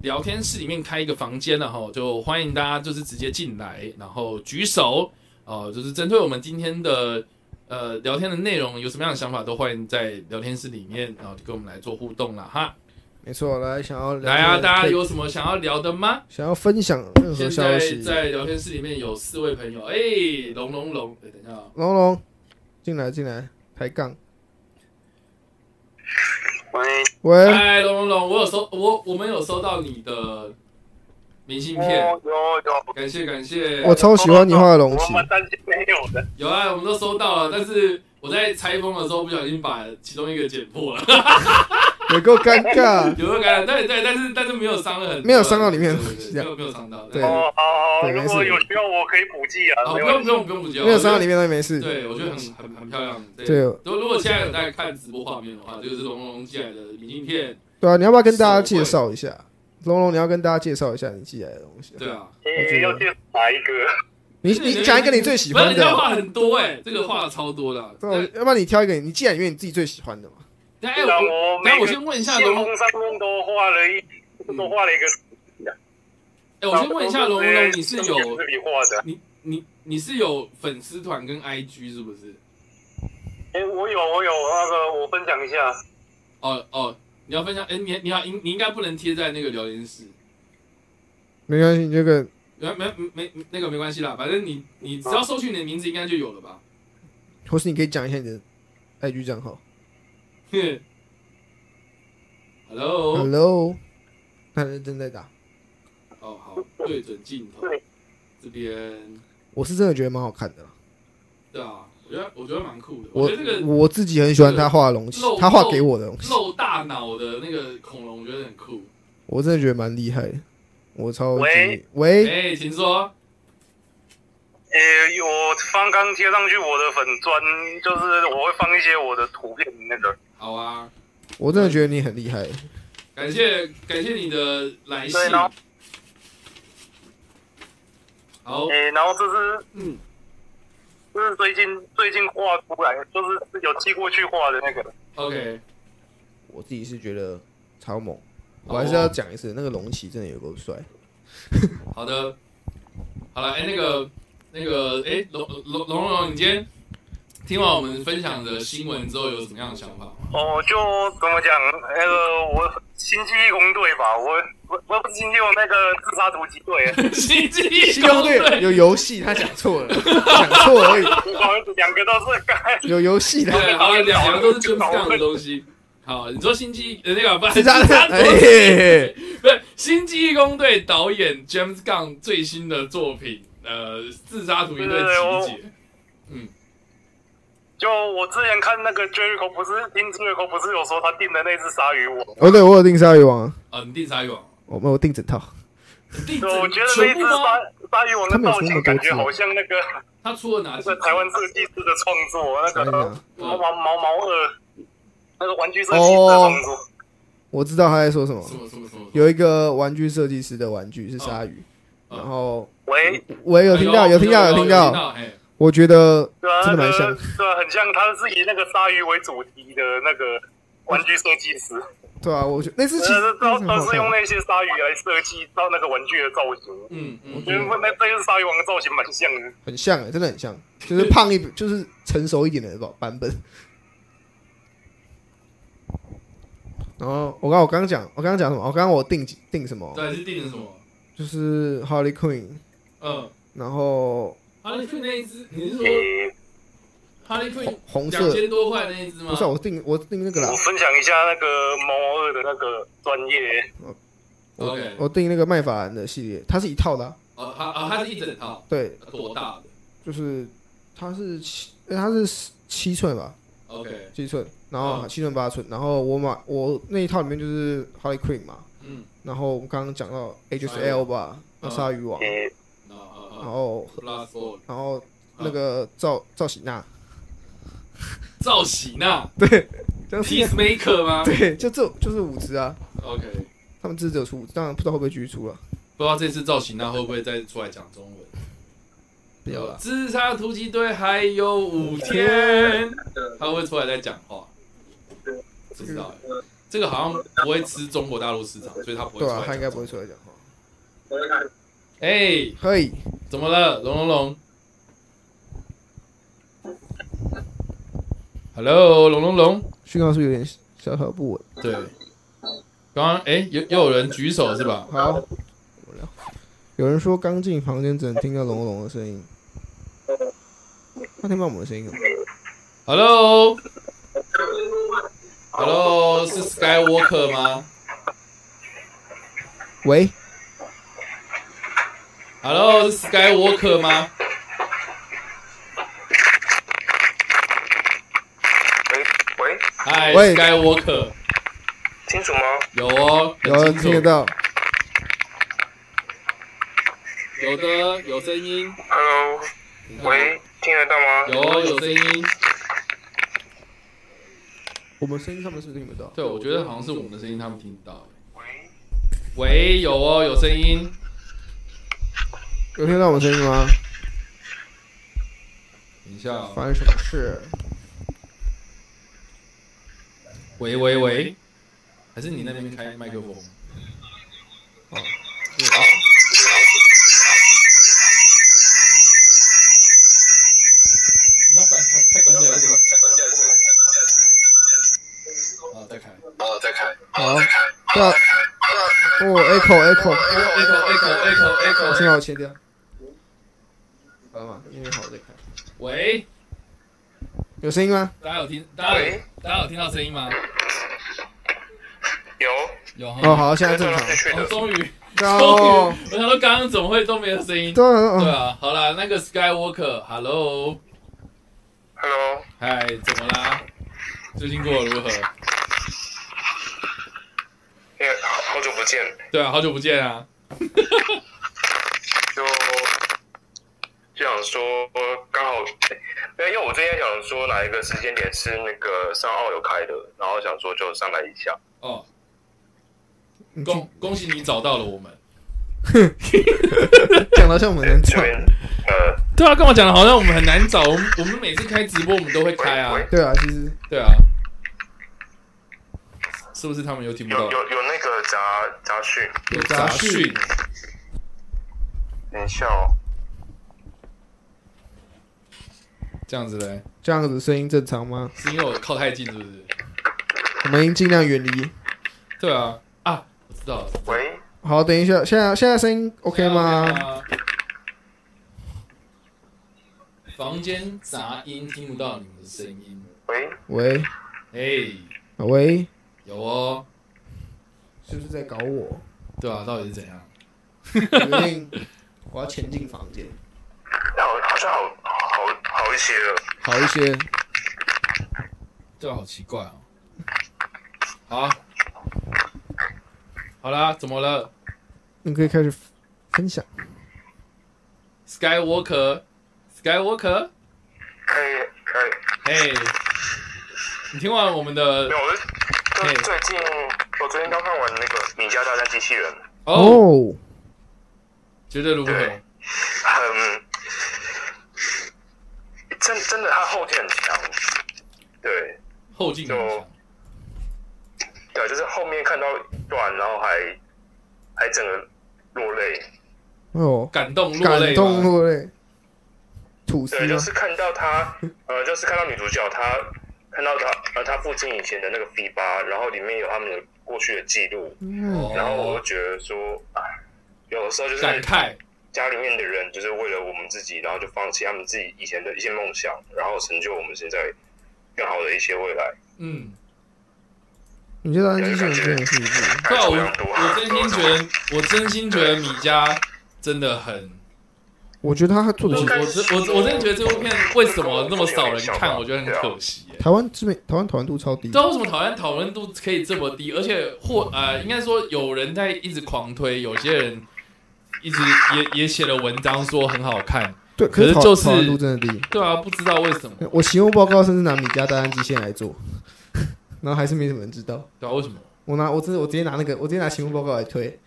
Speaker 1: 聊天室里面开一个房间了哈，就欢迎大家就是直接进来，然后举手，呃，就是针对我们今天的呃聊天的内容有什么样的想法，都欢迎在聊天室里面，然后就跟我们来做互动了哈。
Speaker 2: 没错，来想要聊
Speaker 1: 来啊，
Speaker 2: 天
Speaker 1: 大家
Speaker 2: 可以
Speaker 1: 有什么想要聊的吗？
Speaker 2: 想要分享任何
Speaker 1: 现
Speaker 2: 消
Speaker 1: 在
Speaker 2: 息，
Speaker 1: 在聊天室里面有四位朋友，哎、龙龙龙，哎等一下啊，
Speaker 2: 龙龙进来进来，抬杠，
Speaker 3: 喂，
Speaker 2: 喂，
Speaker 1: 嗨，哎龙龙龙，我有收，我我们有收到你的明信
Speaker 3: 我
Speaker 1: 片，
Speaker 3: 哦有有，
Speaker 1: 感谢感谢，
Speaker 2: 我超喜欢你画的龙
Speaker 3: 我
Speaker 2: 骑，
Speaker 3: 们担心没有的，
Speaker 1: 有啊，我们都收到了，但是我在拆封的时候不小心把其中一个剪破了，
Speaker 2: 有够尴尬。
Speaker 1: 有没有感染？对对，但是但是没有伤了很多，
Speaker 2: 没有伤到里面
Speaker 1: 对对对
Speaker 2: 这样
Speaker 1: 没有没有伤到，
Speaker 2: 啊对
Speaker 3: 哦，好好，
Speaker 2: 对
Speaker 3: 如
Speaker 2: 没事
Speaker 3: 果有需要我可以补寄啊，
Speaker 1: 好，不
Speaker 3: 没
Speaker 1: 用
Speaker 3: 问
Speaker 1: 不
Speaker 3: 题。
Speaker 1: 用不用不用，
Speaker 2: 没有
Speaker 1: 我觉
Speaker 2: 伤
Speaker 1: 得
Speaker 2: 到里面都没事。
Speaker 1: 对，我觉得很很很漂亮，对。
Speaker 2: 对
Speaker 1: 如果如果现在有在看直播画面的话，就是龙龙寄来的明信片，
Speaker 2: 对啊，你要不要跟大家
Speaker 1: 手绘
Speaker 2: 介绍一下？龙龙，你要跟大家介绍一下你寄来的东西啊。
Speaker 1: 对啊，
Speaker 3: 你要去哪一个？
Speaker 2: 你你讲一个你最喜欢
Speaker 1: 不是人家
Speaker 2: 的，
Speaker 1: 话很多哎、这个话超多的啊。
Speaker 2: 对啊，要不然你挑一个，你寄来里面你自己最喜欢的嘛。
Speaker 1: 但哎、
Speaker 3: 不然
Speaker 1: 我
Speaker 3: 啊我
Speaker 1: 那
Speaker 3: 每
Speaker 1: 我
Speaker 3: 个
Speaker 1: 先问一下
Speaker 3: 信
Speaker 1: 龙，
Speaker 3: 封上面都画了一，都画了一个。
Speaker 1: 哎、我先问一下龙龙，你是有
Speaker 3: 自己画的？
Speaker 1: 你你你是有粉丝团跟 IG 是不是？
Speaker 3: 哎，我有我有那个，我分享一下。
Speaker 1: 哦哦，你要分享，哎，你你要你你应该不能贴在那个聊天室，
Speaker 2: 没关系，你这个
Speaker 1: 没没没那个没关系啦，反正你你只要搜寻你的名字，应该就有了吧？
Speaker 2: 或是你可以讲一下你的 IG 账号。
Speaker 1: 哼
Speaker 2: 哦
Speaker 1: Hello，
Speaker 2: Hello，他认真在打，
Speaker 1: 哦好，对准镜头，这边，
Speaker 2: 我是真的觉得蛮好看的啦。
Speaker 1: 对啊，我觉得我觉得蛮酷的，我
Speaker 2: 我
Speaker 1: 觉得这个
Speaker 2: 我自己很喜欢他画的东西
Speaker 1: 这个，
Speaker 2: 他画给我的东西，
Speaker 1: 露大脑的那个恐龙，我觉得很酷。
Speaker 2: 我真的觉得蛮厉害的。我超级
Speaker 3: 喂
Speaker 1: 哎、
Speaker 2: 喂，
Speaker 1: 请说。
Speaker 3: 诶，我刚刚贴上去我的粉砖，就是我会放一些我的图片那个。
Speaker 1: 好啊，
Speaker 2: 我真的觉得你很厉害。
Speaker 1: 感谢感谢你的来信
Speaker 3: 对然后。
Speaker 1: 好，
Speaker 3: 诶，然后这是
Speaker 1: 嗯，
Speaker 3: 这是最近最近画出来，就是有寄过去画的那个。
Speaker 1: OK，
Speaker 2: 我自己是觉得超猛，我还是要讲一次，那个龙骑真的有够帅。
Speaker 1: 好的，好了，哎、那个那个，哎、龙龙龙龙，你今天听完我们分享的新闻之后，有什么样的想法 吗？
Speaker 3: 哦，就怎么讲，那个我星际义工队吧，我我我不是星际义工那个自杀突击队，
Speaker 1: 星际义
Speaker 2: 西宫
Speaker 1: 工
Speaker 2: 队
Speaker 1: 队，
Speaker 2: 有游戏，他讲错了，讲错而 已。
Speaker 3: 不好意思，两个都是干
Speaker 2: 有游戏 的，
Speaker 1: 对，好，两两个都是军方的东西。好，你说星际呃那个不是
Speaker 2: 是他的。
Speaker 1: 自杀
Speaker 2: 哎
Speaker 1: 队
Speaker 2: 嘿嘿嘿
Speaker 1: 不是《星际义工队》导演 James Gunn 最新的作品，呃，《自杀突击队集结》。
Speaker 3: 就我之前看那个 Jericho，不是听 Jericho 不是有说他订的那只鲨鱼网，
Speaker 2: 哦，对我有订鲨鱼王啊，
Speaker 1: 啊，你第三网，
Speaker 2: 我没有订整套。
Speaker 1: 第
Speaker 3: 就我觉得那
Speaker 1: 全
Speaker 3: 只
Speaker 1: 部吗？
Speaker 3: 鲨鲨鱼网的造型感觉好像那个
Speaker 1: 他出了哪
Speaker 3: 那
Speaker 1: 几
Speaker 3: 个？台湾设计师的创作，那
Speaker 2: 真
Speaker 3: 个
Speaker 2: 的，
Speaker 3: 毛毛毛毛二，那个玩具设计师的创作。
Speaker 2: 哦我知道他在说什么。
Speaker 1: 什么什么什么？
Speaker 2: 有一个玩具设计师的玩具是鲨鱼，
Speaker 1: 嗯
Speaker 2: 然后
Speaker 3: 喂，
Speaker 2: 我也有听到，
Speaker 1: 哎呦
Speaker 2: 哦有听到，
Speaker 1: 有
Speaker 2: 有听
Speaker 1: 到，
Speaker 2: 到。
Speaker 1: 哎，
Speaker 2: 我觉得
Speaker 3: 对啊，
Speaker 2: 真的
Speaker 3: 那
Speaker 2: 蛮
Speaker 3: 个
Speaker 2: 像，
Speaker 3: 对啊，很像，他是以那个鲨鱼为主题的那个玩具设计师。
Speaker 2: 对啊，我觉得那次其
Speaker 3: 呃，
Speaker 2: 实真
Speaker 3: 都
Speaker 2: 的很
Speaker 3: 都
Speaker 2: 好
Speaker 3: 是用
Speaker 2: 看。
Speaker 3: 那些鲨鱼来设计到那个玩具的造型，
Speaker 1: 嗯嗯
Speaker 3: 因为
Speaker 1: 嗯，
Speaker 3: 那这个鲨鱼王的造型蛮像的。
Speaker 2: 很像欸，真的很像，就是胖 一，就是成熟一点的版版本。然后我刚我刚刚讲，我刚刚讲什么？我刚刚我定几定什么？
Speaker 1: 对，是定的什么？
Speaker 2: 就是 Harley Quinn，
Speaker 1: 嗯，
Speaker 2: 然后
Speaker 1: 哈利奎那一只，你是说
Speaker 3: 诶、
Speaker 1: 哈利奎
Speaker 2: 红
Speaker 1: 两
Speaker 2: 色，
Speaker 1: 千多块那一只吗
Speaker 2: 不是啊、？我定我定那个啦
Speaker 3: 我，分享一下那个猫二的那个专业，
Speaker 2: 我
Speaker 1: OK
Speaker 2: 我定那个麦法兰的系列，它是一套的啊、
Speaker 1: 哦，它啊，它是一整套，
Speaker 2: 对，
Speaker 1: 多大的
Speaker 2: 就是它是七，呃它是十七寸吧，
Speaker 1: ？OK，
Speaker 2: 七寸，然后
Speaker 1: 嗯
Speaker 2: 七寸八寸，然后我买我那一套里面就是 Harley Quinn 嘛，
Speaker 1: 嗯，
Speaker 2: 然后我们刚刚讲到 H S
Speaker 1: 哎
Speaker 2: L 吧，那
Speaker 1: 嗯
Speaker 2: 鲨鱼王，
Speaker 3: 诶、
Speaker 1: 啊
Speaker 2: 然
Speaker 1: 啊啊
Speaker 2: 后
Speaker 1: ，Plus Four，
Speaker 2: 然后哦那个赵赵喜娜，
Speaker 1: 赵喜娜
Speaker 2: 对，这样是
Speaker 1: 啊，Peacemaker 吗
Speaker 2: 对，就这就是五只啊，
Speaker 1: ？OK，
Speaker 2: 他们这只有出五只，当然不知道会不会继续出了，
Speaker 1: 不知道这次造型那会不会再出来讲中文？
Speaker 2: 不要了，
Speaker 1: 自杀突击队还有五天，他会不会出来再讲话，不知道欸。这个好像不会吃中国大陆市场，所以他不会
Speaker 2: 对
Speaker 1: 出
Speaker 2: 啊，
Speaker 1: 来。
Speaker 2: 他应该不会。出来讲话，
Speaker 1: 哎、
Speaker 2: 可以，
Speaker 1: 怎么了，龙龙龙？Hello，龙龙龙。
Speaker 2: 讯号是不是有点小小不稳，
Speaker 1: 对，刚刚哎，有又有人举手是吧？
Speaker 2: 好，我聊，有人说刚进房间只能听到龙龙的声音，
Speaker 1: 嗯
Speaker 2: 他听不到我们的声音了。哦
Speaker 1: Hello。Hello，是 Skywalker 吗
Speaker 2: 喂，
Speaker 1: ？Hello，是 Skywalker 吗？
Speaker 3: 喂喂，
Speaker 1: 嗨
Speaker 2: 喂
Speaker 1: ，Skywalker，
Speaker 3: 清楚吗？
Speaker 1: 有哦，很
Speaker 2: 有人
Speaker 1: 清楚
Speaker 2: 听得，到，
Speaker 1: 有的，有声音，
Speaker 3: Hello，喂，听得到吗？
Speaker 1: 有哦，有声音。
Speaker 2: 我们声音他们是不是听不到？
Speaker 1: 对，我觉得好像是我们的声音，他们听不到。
Speaker 3: 喂，
Speaker 1: 喂，有哦，有声音。
Speaker 2: 有听到我们声音吗？
Speaker 1: 等一下哦，
Speaker 2: 发生什么事？
Speaker 1: 喂喂喂，还是你那边开麦克风？哦啊你要关太关键了，是吧？啊，再开。
Speaker 4: 然后再开，
Speaker 2: 好，对啊，哦，echo echo，
Speaker 1: echo echo
Speaker 2: 先把我切掉，好了吗？音乐好再开，
Speaker 1: 喂，
Speaker 2: 有声音吗？
Speaker 1: 大家有听？大家有大家有听到声音吗？
Speaker 3: 有，
Speaker 1: 嗯有哈
Speaker 2: 哦，，好，现在正常
Speaker 3: 正确
Speaker 1: 哦
Speaker 3: 的。
Speaker 1: 终于，
Speaker 2: 了。
Speaker 1: 我想说刚刚怎么会都没有声音？
Speaker 2: 对啊，
Speaker 1: 对
Speaker 2: 对啊
Speaker 1: 啊，好啦，那个 Skywalker，Hello，
Speaker 3: Hello，
Speaker 1: 嗨，怎么啦？最近过得如何？
Speaker 3: 因为好好久不见，
Speaker 1: 对啊，好久不见啊！
Speaker 3: 就就想说刚好，因为我最近想说哪一个时间点是那个上澳有开的，然后想说就上来一下。
Speaker 1: 哦，
Speaker 2: 你去
Speaker 1: 恭恭喜你找到了我们。
Speaker 2: 讲到像我们能
Speaker 3: 这
Speaker 2: 唱，
Speaker 3: 边呃，
Speaker 1: 对啊，干嘛讲的好像我们很难找？我们我们每次开直播我们都会开啊
Speaker 3: 喂，喂
Speaker 2: 对啊，其实
Speaker 1: 对啊，是不是他们又听不到
Speaker 3: 有？有有那个杂杂讯，
Speaker 1: 有
Speaker 2: 杂
Speaker 1: 讯
Speaker 2: 讯，
Speaker 3: 等一下哦。
Speaker 1: 这样子嘞，
Speaker 2: 这样子声音正常吗？
Speaker 1: 是因为我靠太近是不是？
Speaker 2: 我们应尽量远离。
Speaker 1: 对啊，啊，我知道了
Speaker 3: 喂，
Speaker 2: 好，等一下，现在现在声音 OK 吗？？
Speaker 1: 房间杂音听不到你们的声音，
Speaker 3: 喂，
Speaker 2: 喂
Speaker 1: 哎、
Speaker 2: 喂，
Speaker 1: 有哦，
Speaker 2: 是不是在搞我？
Speaker 1: 对啊，到底是怎样？
Speaker 2: 决定我要潜进房间，
Speaker 3: 好，好像好好好一些了。
Speaker 2: 好一些。
Speaker 1: 对啊，好奇怪哦。好啊，好啦，怎么了
Speaker 2: 你可以开始分享。
Speaker 1: ？Skywalker，Skywalker，
Speaker 3: 可以可以，
Speaker 1: 哎、你听完我们的
Speaker 3: 没有，我是
Speaker 1: 嘿
Speaker 3: 就最近我昨天刚看完那个《米家大战机器人》，
Speaker 1: 哦，
Speaker 2: 哦，
Speaker 1: 觉得如何？
Speaker 3: 对很真真的，他后劲很强。对
Speaker 1: 后劲很强，
Speaker 3: 对，啊就是后面看到一段，然后还还整个落泪。
Speaker 2: 哦，
Speaker 1: 感动落
Speaker 2: 感
Speaker 1: 泪吧，
Speaker 2: 动落泪，吐司
Speaker 3: 对，就
Speaker 2: 吗？
Speaker 3: 是看到他，呃，就是看到女主角她看到她呃她父亲以前的那个 V 八，然后里面有他们的过去的记录，
Speaker 2: 嗯，
Speaker 3: 然后我
Speaker 1: 哦
Speaker 3: 就，觉得说，啊，有的时候就是
Speaker 1: 感慨，
Speaker 3: 家里面的人就是为了我们自己，然后就放弃他们自己以前的一些梦想，然后成就我们现在更好的一些未来。
Speaker 1: 嗯。
Speaker 2: 你这张机器人真的是一部，
Speaker 1: 对啊，我
Speaker 3: 非常多
Speaker 1: 我真心 觉得，我真心觉得米家真的很，
Speaker 2: 我觉得他做
Speaker 1: 我
Speaker 2: 的
Speaker 1: 我
Speaker 2: 是
Speaker 1: 真我我真的觉得这部片为什么那么少人看，我觉得很可惜耶。
Speaker 2: 台湾知名，台湾讨论度超
Speaker 1: 不
Speaker 2: 低
Speaker 1: 知。道为什么讨论讨论度可以这么低，而且或呃，应该说有人在一直狂推，有些人一直也也写了文章说很好看，
Speaker 2: 对，
Speaker 1: 可是
Speaker 2: 是讨
Speaker 1: 就是
Speaker 2: 讨论度真的低。
Speaker 1: 对啊，不知道为什么，
Speaker 2: 我期末报告甚至拿米家大单机线来做， 然后还是没什么人知道。
Speaker 1: 对啊，为什么？
Speaker 2: 我拿我直我直接拿那个，我直接拿期末报告来推，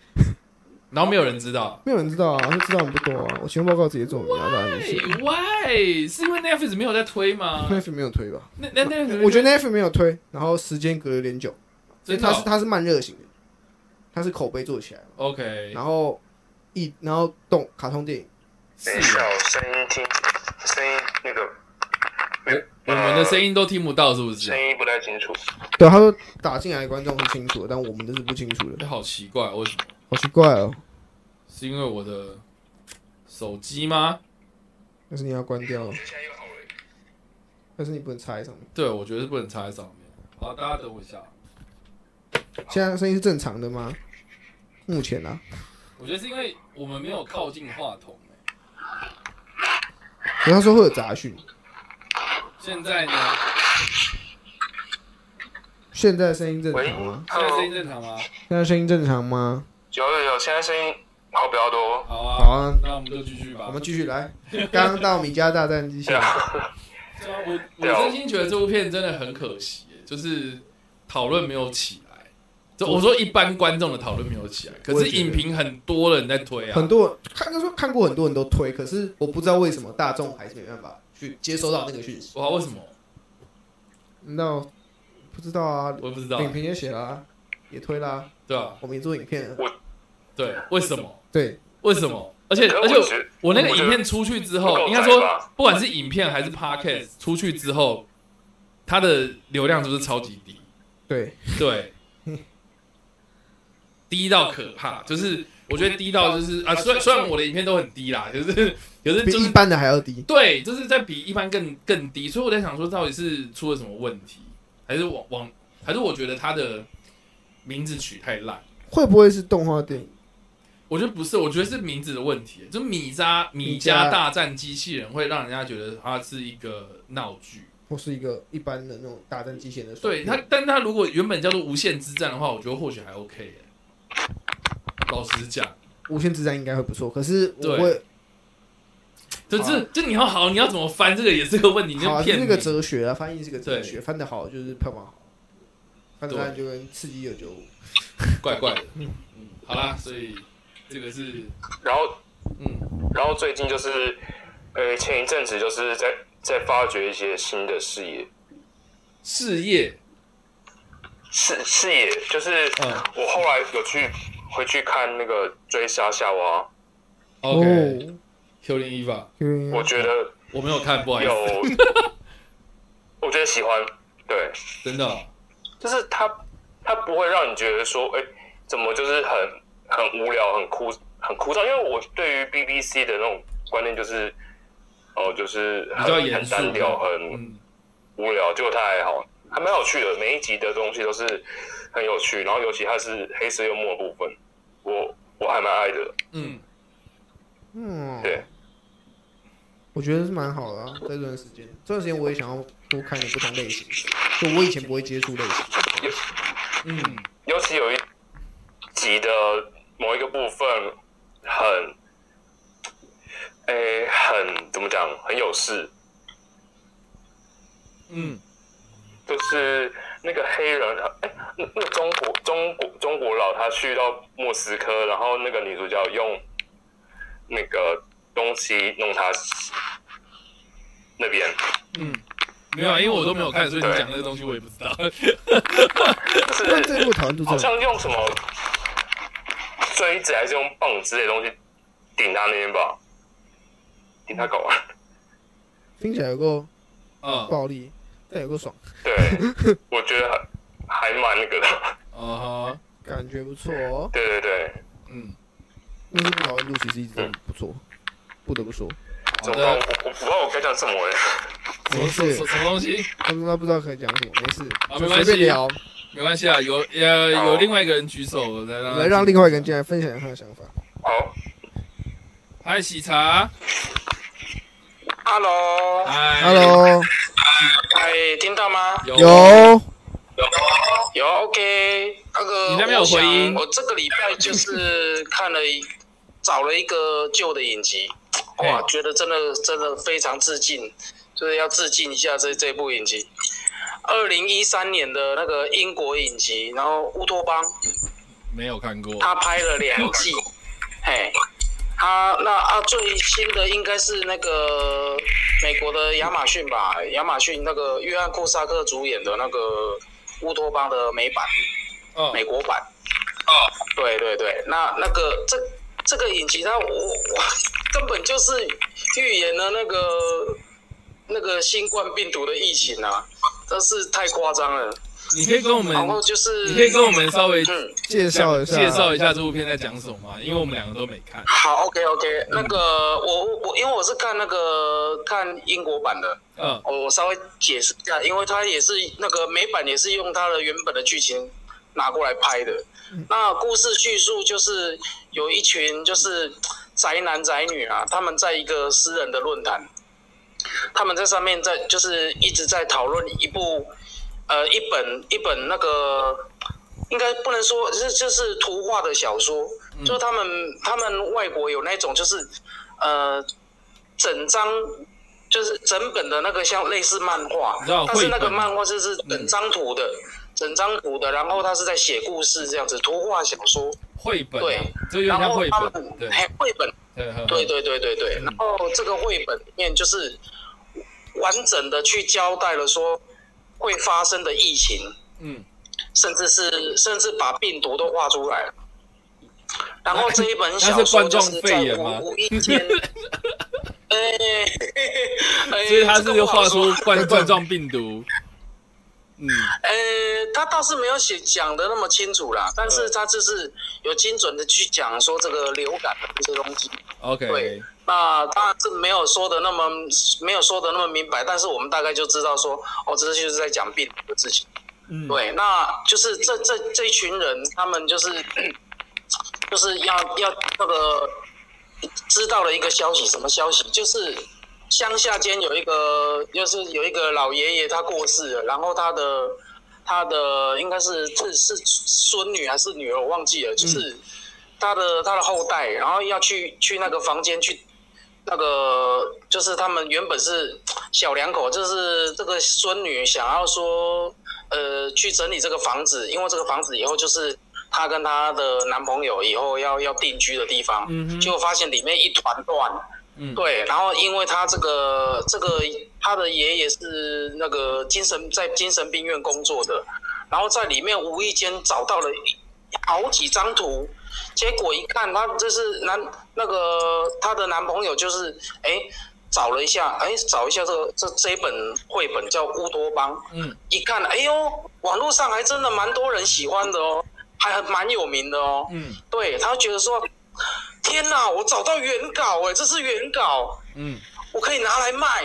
Speaker 1: 然后没有人知道
Speaker 2: 没有人知道啊，就知道我们不多啊。我期末报告直接做米啊家大单机线
Speaker 1: ，why 是因为 Netflix 没有在推 吗？
Speaker 2: ，Netflix 没有推吧？
Speaker 1: 那那那，
Speaker 2: 我觉得 Netflix 没有推，然后时间隔有点久，所以
Speaker 1: 真的
Speaker 2: 它是
Speaker 1: 哦
Speaker 2: 它是慢热型的，它是口碑做起来的，
Speaker 1: OK，
Speaker 2: 然后一然后动卡通电影，
Speaker 3: 等一
Speaker 1: 是
Speaker 3: 下
Speaker 1: 啊，
Speaker 3: 哦，声音听声音那个
Speaker 2: 呃
Speaker 1: 我们的声音都听不到，是不是啊
Speaker 3: 声？音不太清楚。
Speaker 2: 对，他说打进来的观众是清楚的，但我们的是不清楚的
Speaker 1: 哎，，好奇怪，为什么？
Speaker 2: 好奇怪哦。
Speaker 1: 是因为我的手机吗？
Speaker 2: 但是你要关
Speaker 1: 嗯
Speaker 2: 掉，
Speaker 3: 现在又好了，
Speaker 2: 但是你不能插在上面。
Speaker 1: 对，我觉得是不能插在上面。好，大家等我一下。
Speaker 2: 现在声音是正常的吗？目前啊，
Speaker 1: 我觉得是因为我们没有靠近话筒、欸
Speaker 2: 可是他说会有杂讯，
Speaker 1: 现在呢？
Speaker 2: 现在声音正常吗？
Speaker 1: 现在声音正常吗？
Speaker 2: 现在声音正常吗？
Speaker 3: 有有有，现在声音好比较多。
Speaker 1: 好啊，
Speaker 2: 好啊
Speaker 1: 那我们就继续吧。
Speaker 2: 我们继续来，刚刚到米家大战机器人，
Speaker 1: 对啊我我
Speaker 3: 对啊
Speaker 1: 真心觉得这部片真的很可惜、欸就是讨论没有起来。就我说一般观众的讨论没有起来，可
Speaker 2: 我
Speaker 1: 是
Speaker 2: 也觉得
Speaker 1: 影评很多人在推啊，
Speaker 2: 很多人看，他说看过很多人都推，可是我不知道为什么大众还是没办法去接收到那个讯息。
Speaker 1: 哇，为什么？
Speaker 2: 那不知道啊，
Speaker 1: 我也不知道、
Speaker 2: 影评也写了、啊，也推啦、
Speaker 1: 对啊，
Speaker 2: 我们也做影片了，
Speaker 1: 对，为什么？
Speaker 2: 对，
Speaker 1: 为什么？而且
Speaker 3: 可
Speaker 1: 而
Speaker 3: 是
Speaker 1: 且
Speaker 3: 我觉得
Speaker 1: 我那个
Speaker 3: 我觉
Speaker 1: 影
Speaker 3: 得
Speaker 1: 片出去之
Speaker 3: 不
Speaker 1: 后，
Speaker 3: 够
Speaker 1: 应该
Speaker 3: 宅
Speaker 1: 说
Speaker 3: 吧
Speaker 1: 不管是影片还是 podcast 出去之后，它的流量就是超级低。
Speaker 2: 对，
Speaker 1: 对，低到可怕，就是我觉得低到就是啊，虽然虽然我的影片都很低啦，可是可是
Speaker 2: 比
Speaker 1: 就
Speaker 2: 一
Speaker 1: 是
Speaker 2: 般的还要低。
Speaker 1: 对，就是在比一般更更低，所以我在想说，到底是出了什么问题，还是网网，还是我觉得他的名字取太烂？
Speaker 2: 会不会是动画电影？
Speaker 1: 我觉得不是，我觉得是名字的问题，就米家米
Speaker 2: 米
Speaker 1: 家
Speaker 2: 家
Speaker 1: 大战机器人会让人家觉得它是一个闹剧。
Speaker 2: 或是一个一般的那种打战机械的手
Speaker 1: 对
Speaker 2: 柄？
Speaker 1: 它，但它如果原本叫做无限之战的话，我觉得或许还 OK 耶、老实讲，
Speaker 2: 无限之战应该会不错，可是我
Speaker 1: 对
Speaker 2: 会
Speaker 1: 就
Speaker 2: 好
Speaker 1: 是就你要好，你要怎么翻这个也是个问题，你
Speaker 2: 好
Speaker 1: 就
Speaker 2: 啊，这
Speaker 1: 骗
Speaker 2: 是
Speaker 1: 你
Speaker 2: 个哲学啊，翻译是个哲
Speaker 1: 对
Speaker 2: 学，翻得好就是票房好，翻得烂就跟刺激有九五。
Speaker 1: 怪怪的。嗯，好啦，所以这个是
Speaker 3: 然后
Speaker 1: 嗯。
Speaker 3: 然后最近就是，呃，前一阵子就是在在发掘一些新的视野，
Speaker 1: 事业，
Speaker 3: 视视野就是
Speaker 1: 嗯
Speaker 3: 我后来有去回去看那个《追杀夏娃
Speaker 1: 哦
Speaker 2: 哦
Speaker 1: ，OK，秋林伊娃，
Speaker 2: 因》，
Speaker 3: 我
Speaker 2: 为
Speaker 3: 觉得
Speaker 1: 我没有看，嗯不好意思，
Speaker 3: 有，我觉得喜欢，对，
Speaker 1: 真的哦，
Speaker 3: 就是它它不会让你觉得说，哎，怎么就是很很无聊、很枯很枯燥，因为我对于 BBC 的那种观念就是，哦、就是
Speaker 1: 比较
Speaker 3: 很
Speaker 1: 严
Speaker 3: 很
Speaker 1: 肃，
Speaker 3: 单调，很
Speaker 1: 嗯，
Speaker 3: 无聊，结果它还好，还蛮有趣的。每一集的东西都是很有趣，然后尤其它是黑色幽默的部分，我我还蛮爱的。
Speaker 1: 嗯，
Speaker 2: 嗯，
Speaker 3: 对，
Speaker 2: 我觉得是蛮好的啊，在这段时间，这段时间我也想要多看一点不同类型，就我以前不会接触类型。
Speaker 1: 嗯，
Speaker 3: 尤其有一集的某一个部分很，诶、很怎么讲，很有事，
Speaker 1: 嗯，
Speaker 3: 就是那个黑人，哎、那那个中国中国中国佬他去到莫斯科，然后那个女主角用那个东西弄他那边。
Speaker 1: 嗯，没有啊，因为我都没有看，所以你讲这个东西我也不知 道，嗯
Speaker 3: 就
Speaker 2: 但
Speaker 3: 是
Speaker 2: 这一部讨论度真
Speaker 3: 好
Speaker 2: 的，
Speaker 3: 像用什么锥子还是用棒之类的东西顶他那边吧，顶他搞完。
Speaker 2: 听起来有够
Speaker 1: 啊，
Speaker 2: 暴力，但有够爽，
Speaker 3: 对，我觉得还还蛮那个的。
Speaker 1: 啊哈，
Speaker 2: 感觉不错哦。
Speaker 3: 对对对，
Speaker 1: 嗯，
Speaker 2: 那这部讨论度其实一直都不错，不得不说，
Speaker 1: 好
Speaker 3: 怎么办？我
Speaker 1: 的，
Speaker 3: 我我不知道我该讲什么了。欸
Speaker 1: 什么什么什么东西？
Speaker 2: 他们都不知道可以讲什么，没事，
Speaker 1: 啊
Speaker 2: 就
Speaker 1: 没关
Speaker 2: 随
Speaker 1: 系
Speaker 2: 便聊。
Speaker 1: 没关系啊，有呃有另外一个人举手，我再让
Speaker 2: 来让另外一个人进来分享一下他的想法。
Speaker 3: 好
Speaker 1: 嗨喜茶，
Speaker 3: ，Hello，
Speaker 1: 嗨
Speaker 2: Hello，
Speaker 3: 哎，听到吗？
Speaker 1: 有
Speaker 2: 有
Speaker 3: 有有 OK，
Speaker 4: 那个，
Speaker 1: 你那边有回音
Speaker 4: 我想我这个礼拜就是看了一找了一个旧的影集，哇
Speaker 1: 嘿，
Speaker 4: 觉得真的真的非常致敬，就是要致敬一下这这部影集。二零一三年的那个英国影集，然后乌托邦，
Speaker 1: 没有看过？
Speaker 4: 他拍了两 季，嘿，他那啊最新的应该是那个美国的亚马逊吧，亚马逊那个约翰库萨克主演的那个乌托邦的美版。
Speaker 1: 嗯
Speaker 4: 美国版。哦，对对对，那那个这这个影集它我我根本就是预言了那个那个新冠病毒的疫情啊，真是太夸张了。
Speaker 1: 你可以跟我们，
Speaker 4: 然后就是
Speaker 1: 嗯你可以跟我们稍微
Speaker 4: 嗯，
Speaker 2: 介绍一下，
Speaker 1: 介绍一下这部片在讲什么吗？因为我们两个都没看。
Speaker 4: 好，OK OK，那个我我因为我是看那个看英国版的，
Speaker 1: 嗯
Speaker 4: 我稍微解释一下，因为它也是那个美版也是用它的原本的剧情拿过来拍的。那故事叙述就是有一群就是宅男宅女啊，他们在一个私人的论坛，他们在上面在就是一直在讨论一部呃一本一本那个应该不能说是就是图画的小说，
Speaker 1: 嗯
Speaker 4: 就是他们他们外国有那种就是呃整张就是整本的那个像类似漫画
Speaker 1: 你知道，
Speaker 4: 但是那
Speaker 1: 绘
Speaker 4: 个
Speaker 1: 本嗯
Speaker 4: 漫画就是整张图的。整张图的，然后他是在写故事这样子，图画小说，
Speaker 1: 绘本啊，
Speaker 4: 对
Speaker 1: 就有点
Speaker 4: 然
Speaker 1: 像
Speaker 4: 后
Speaker 1: 绘
Speaker 4: 他
Speaker 1: 本，
Speaker 4: 们
Speaker 1: 对，嗯
Speaker 4: 还绘本，
Speaker 1: 对
Speaker 4: 对，对对对对。然后这个绘本里面就是完整的去交代了说会发生的疫情，
Speaker 1: 嗯，
Speaker 4: 甚至是甚至把病毒都画出来了。然后这一本
Speaker 1: 那
Speaker 4: 小
Speaker 1: 是
Speaker 4: 说
Speaker 1: 冠
Speaker 4: 就
Speaker 1: 状
Speaker 4: 是在
Speaker 1: 肺炎吗
Speaker 4: 无无意 间，哎，嘿嘿嘿
Speaker 1: 所以他是
Speaker 4: 这个
Speaker 1: 又
Speaker 4: 不好
Speaker 1: 画
Speaker 4: 说
Speaker 1: 出冠冠状病毒，嗯，
Speaker 4: 呃，他倒是没有写讲的那么清楚啦，但
Speaker 1: 嗯
Speaker 4: 是他就是有精准的去讲说这个流感的这些东西。
Speaker 1: ，OK，
Speaker 4: 对那当然是没有说的那么没有说的那么明白，但是我们大概就知道说，哦，这就是在讲病毒的事情。
Speaker 1: 嗯，
Speaker 4: 对，那就是这这这一群人，他们就是 就是要要那个知道了一个消息，什么消息？就是乡下间有一个，就是有一个老爷爷他过世了，然后他的他的应该是是是孙女还是女儿，我忘记了，就是他的他的后代，然后要去去那个房间去那个就是他们原本是小两口，就是这个孙女想要说，呃，去整理这个房子，因为这个房子以后就是她跟她的男朋友以后要要定居的地方，
Speaker 1: 嗯哼
Speaker 4: 结果发现里面一团乱，
Speaker 1: 嗯
Speaker 4: 对，然后因为她这个这个她的爷爷是那个精神在精神病院工作的，然后在里面无意间找到了一好几张图，结果一看，她就是男那个她的男朋友就是哎。找了一下，哎，找一下这个这这一本绘本叫《乌托邦》，
Speaker 1: 嗯，
Speaker 4: 一看，哎呦，网络上还真的蛮多人喜欢的哦，还很蛮有名的哦。
Speaker 1: 嗯，
Speaker 4: 对他觉得说，天哪，我找到原稿哎，这是原稿，
Speaker 1: 嗯，
Speaker 4: 我可以拿来卖。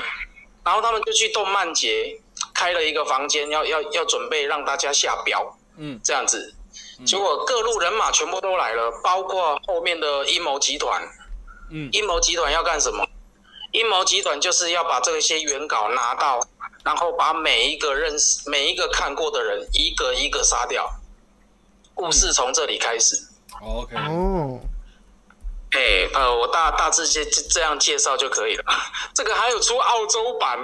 Speaker 4: 然后他们就去动漫节开了一个房间，要要要准备让大家下标
Speaker 1: 嗯，
Speaker 4: 这样子。结果各路人马全部都来了，包括后面的阴谋集团。
Speaker 1: 嗯，
Speaker 4: 阴谋集团要干什么？阴谋集团就是要把这些原稿拿到，然后把每一个认识、每一个看过的人一个一个杀掉。故事从这里开始。
Speaker 1: 好，OK，
Speaker 2: 哦，
Speaker 4: 哎、呃，我大大致这这样介绍就可以了。 这个还有出澳洲版，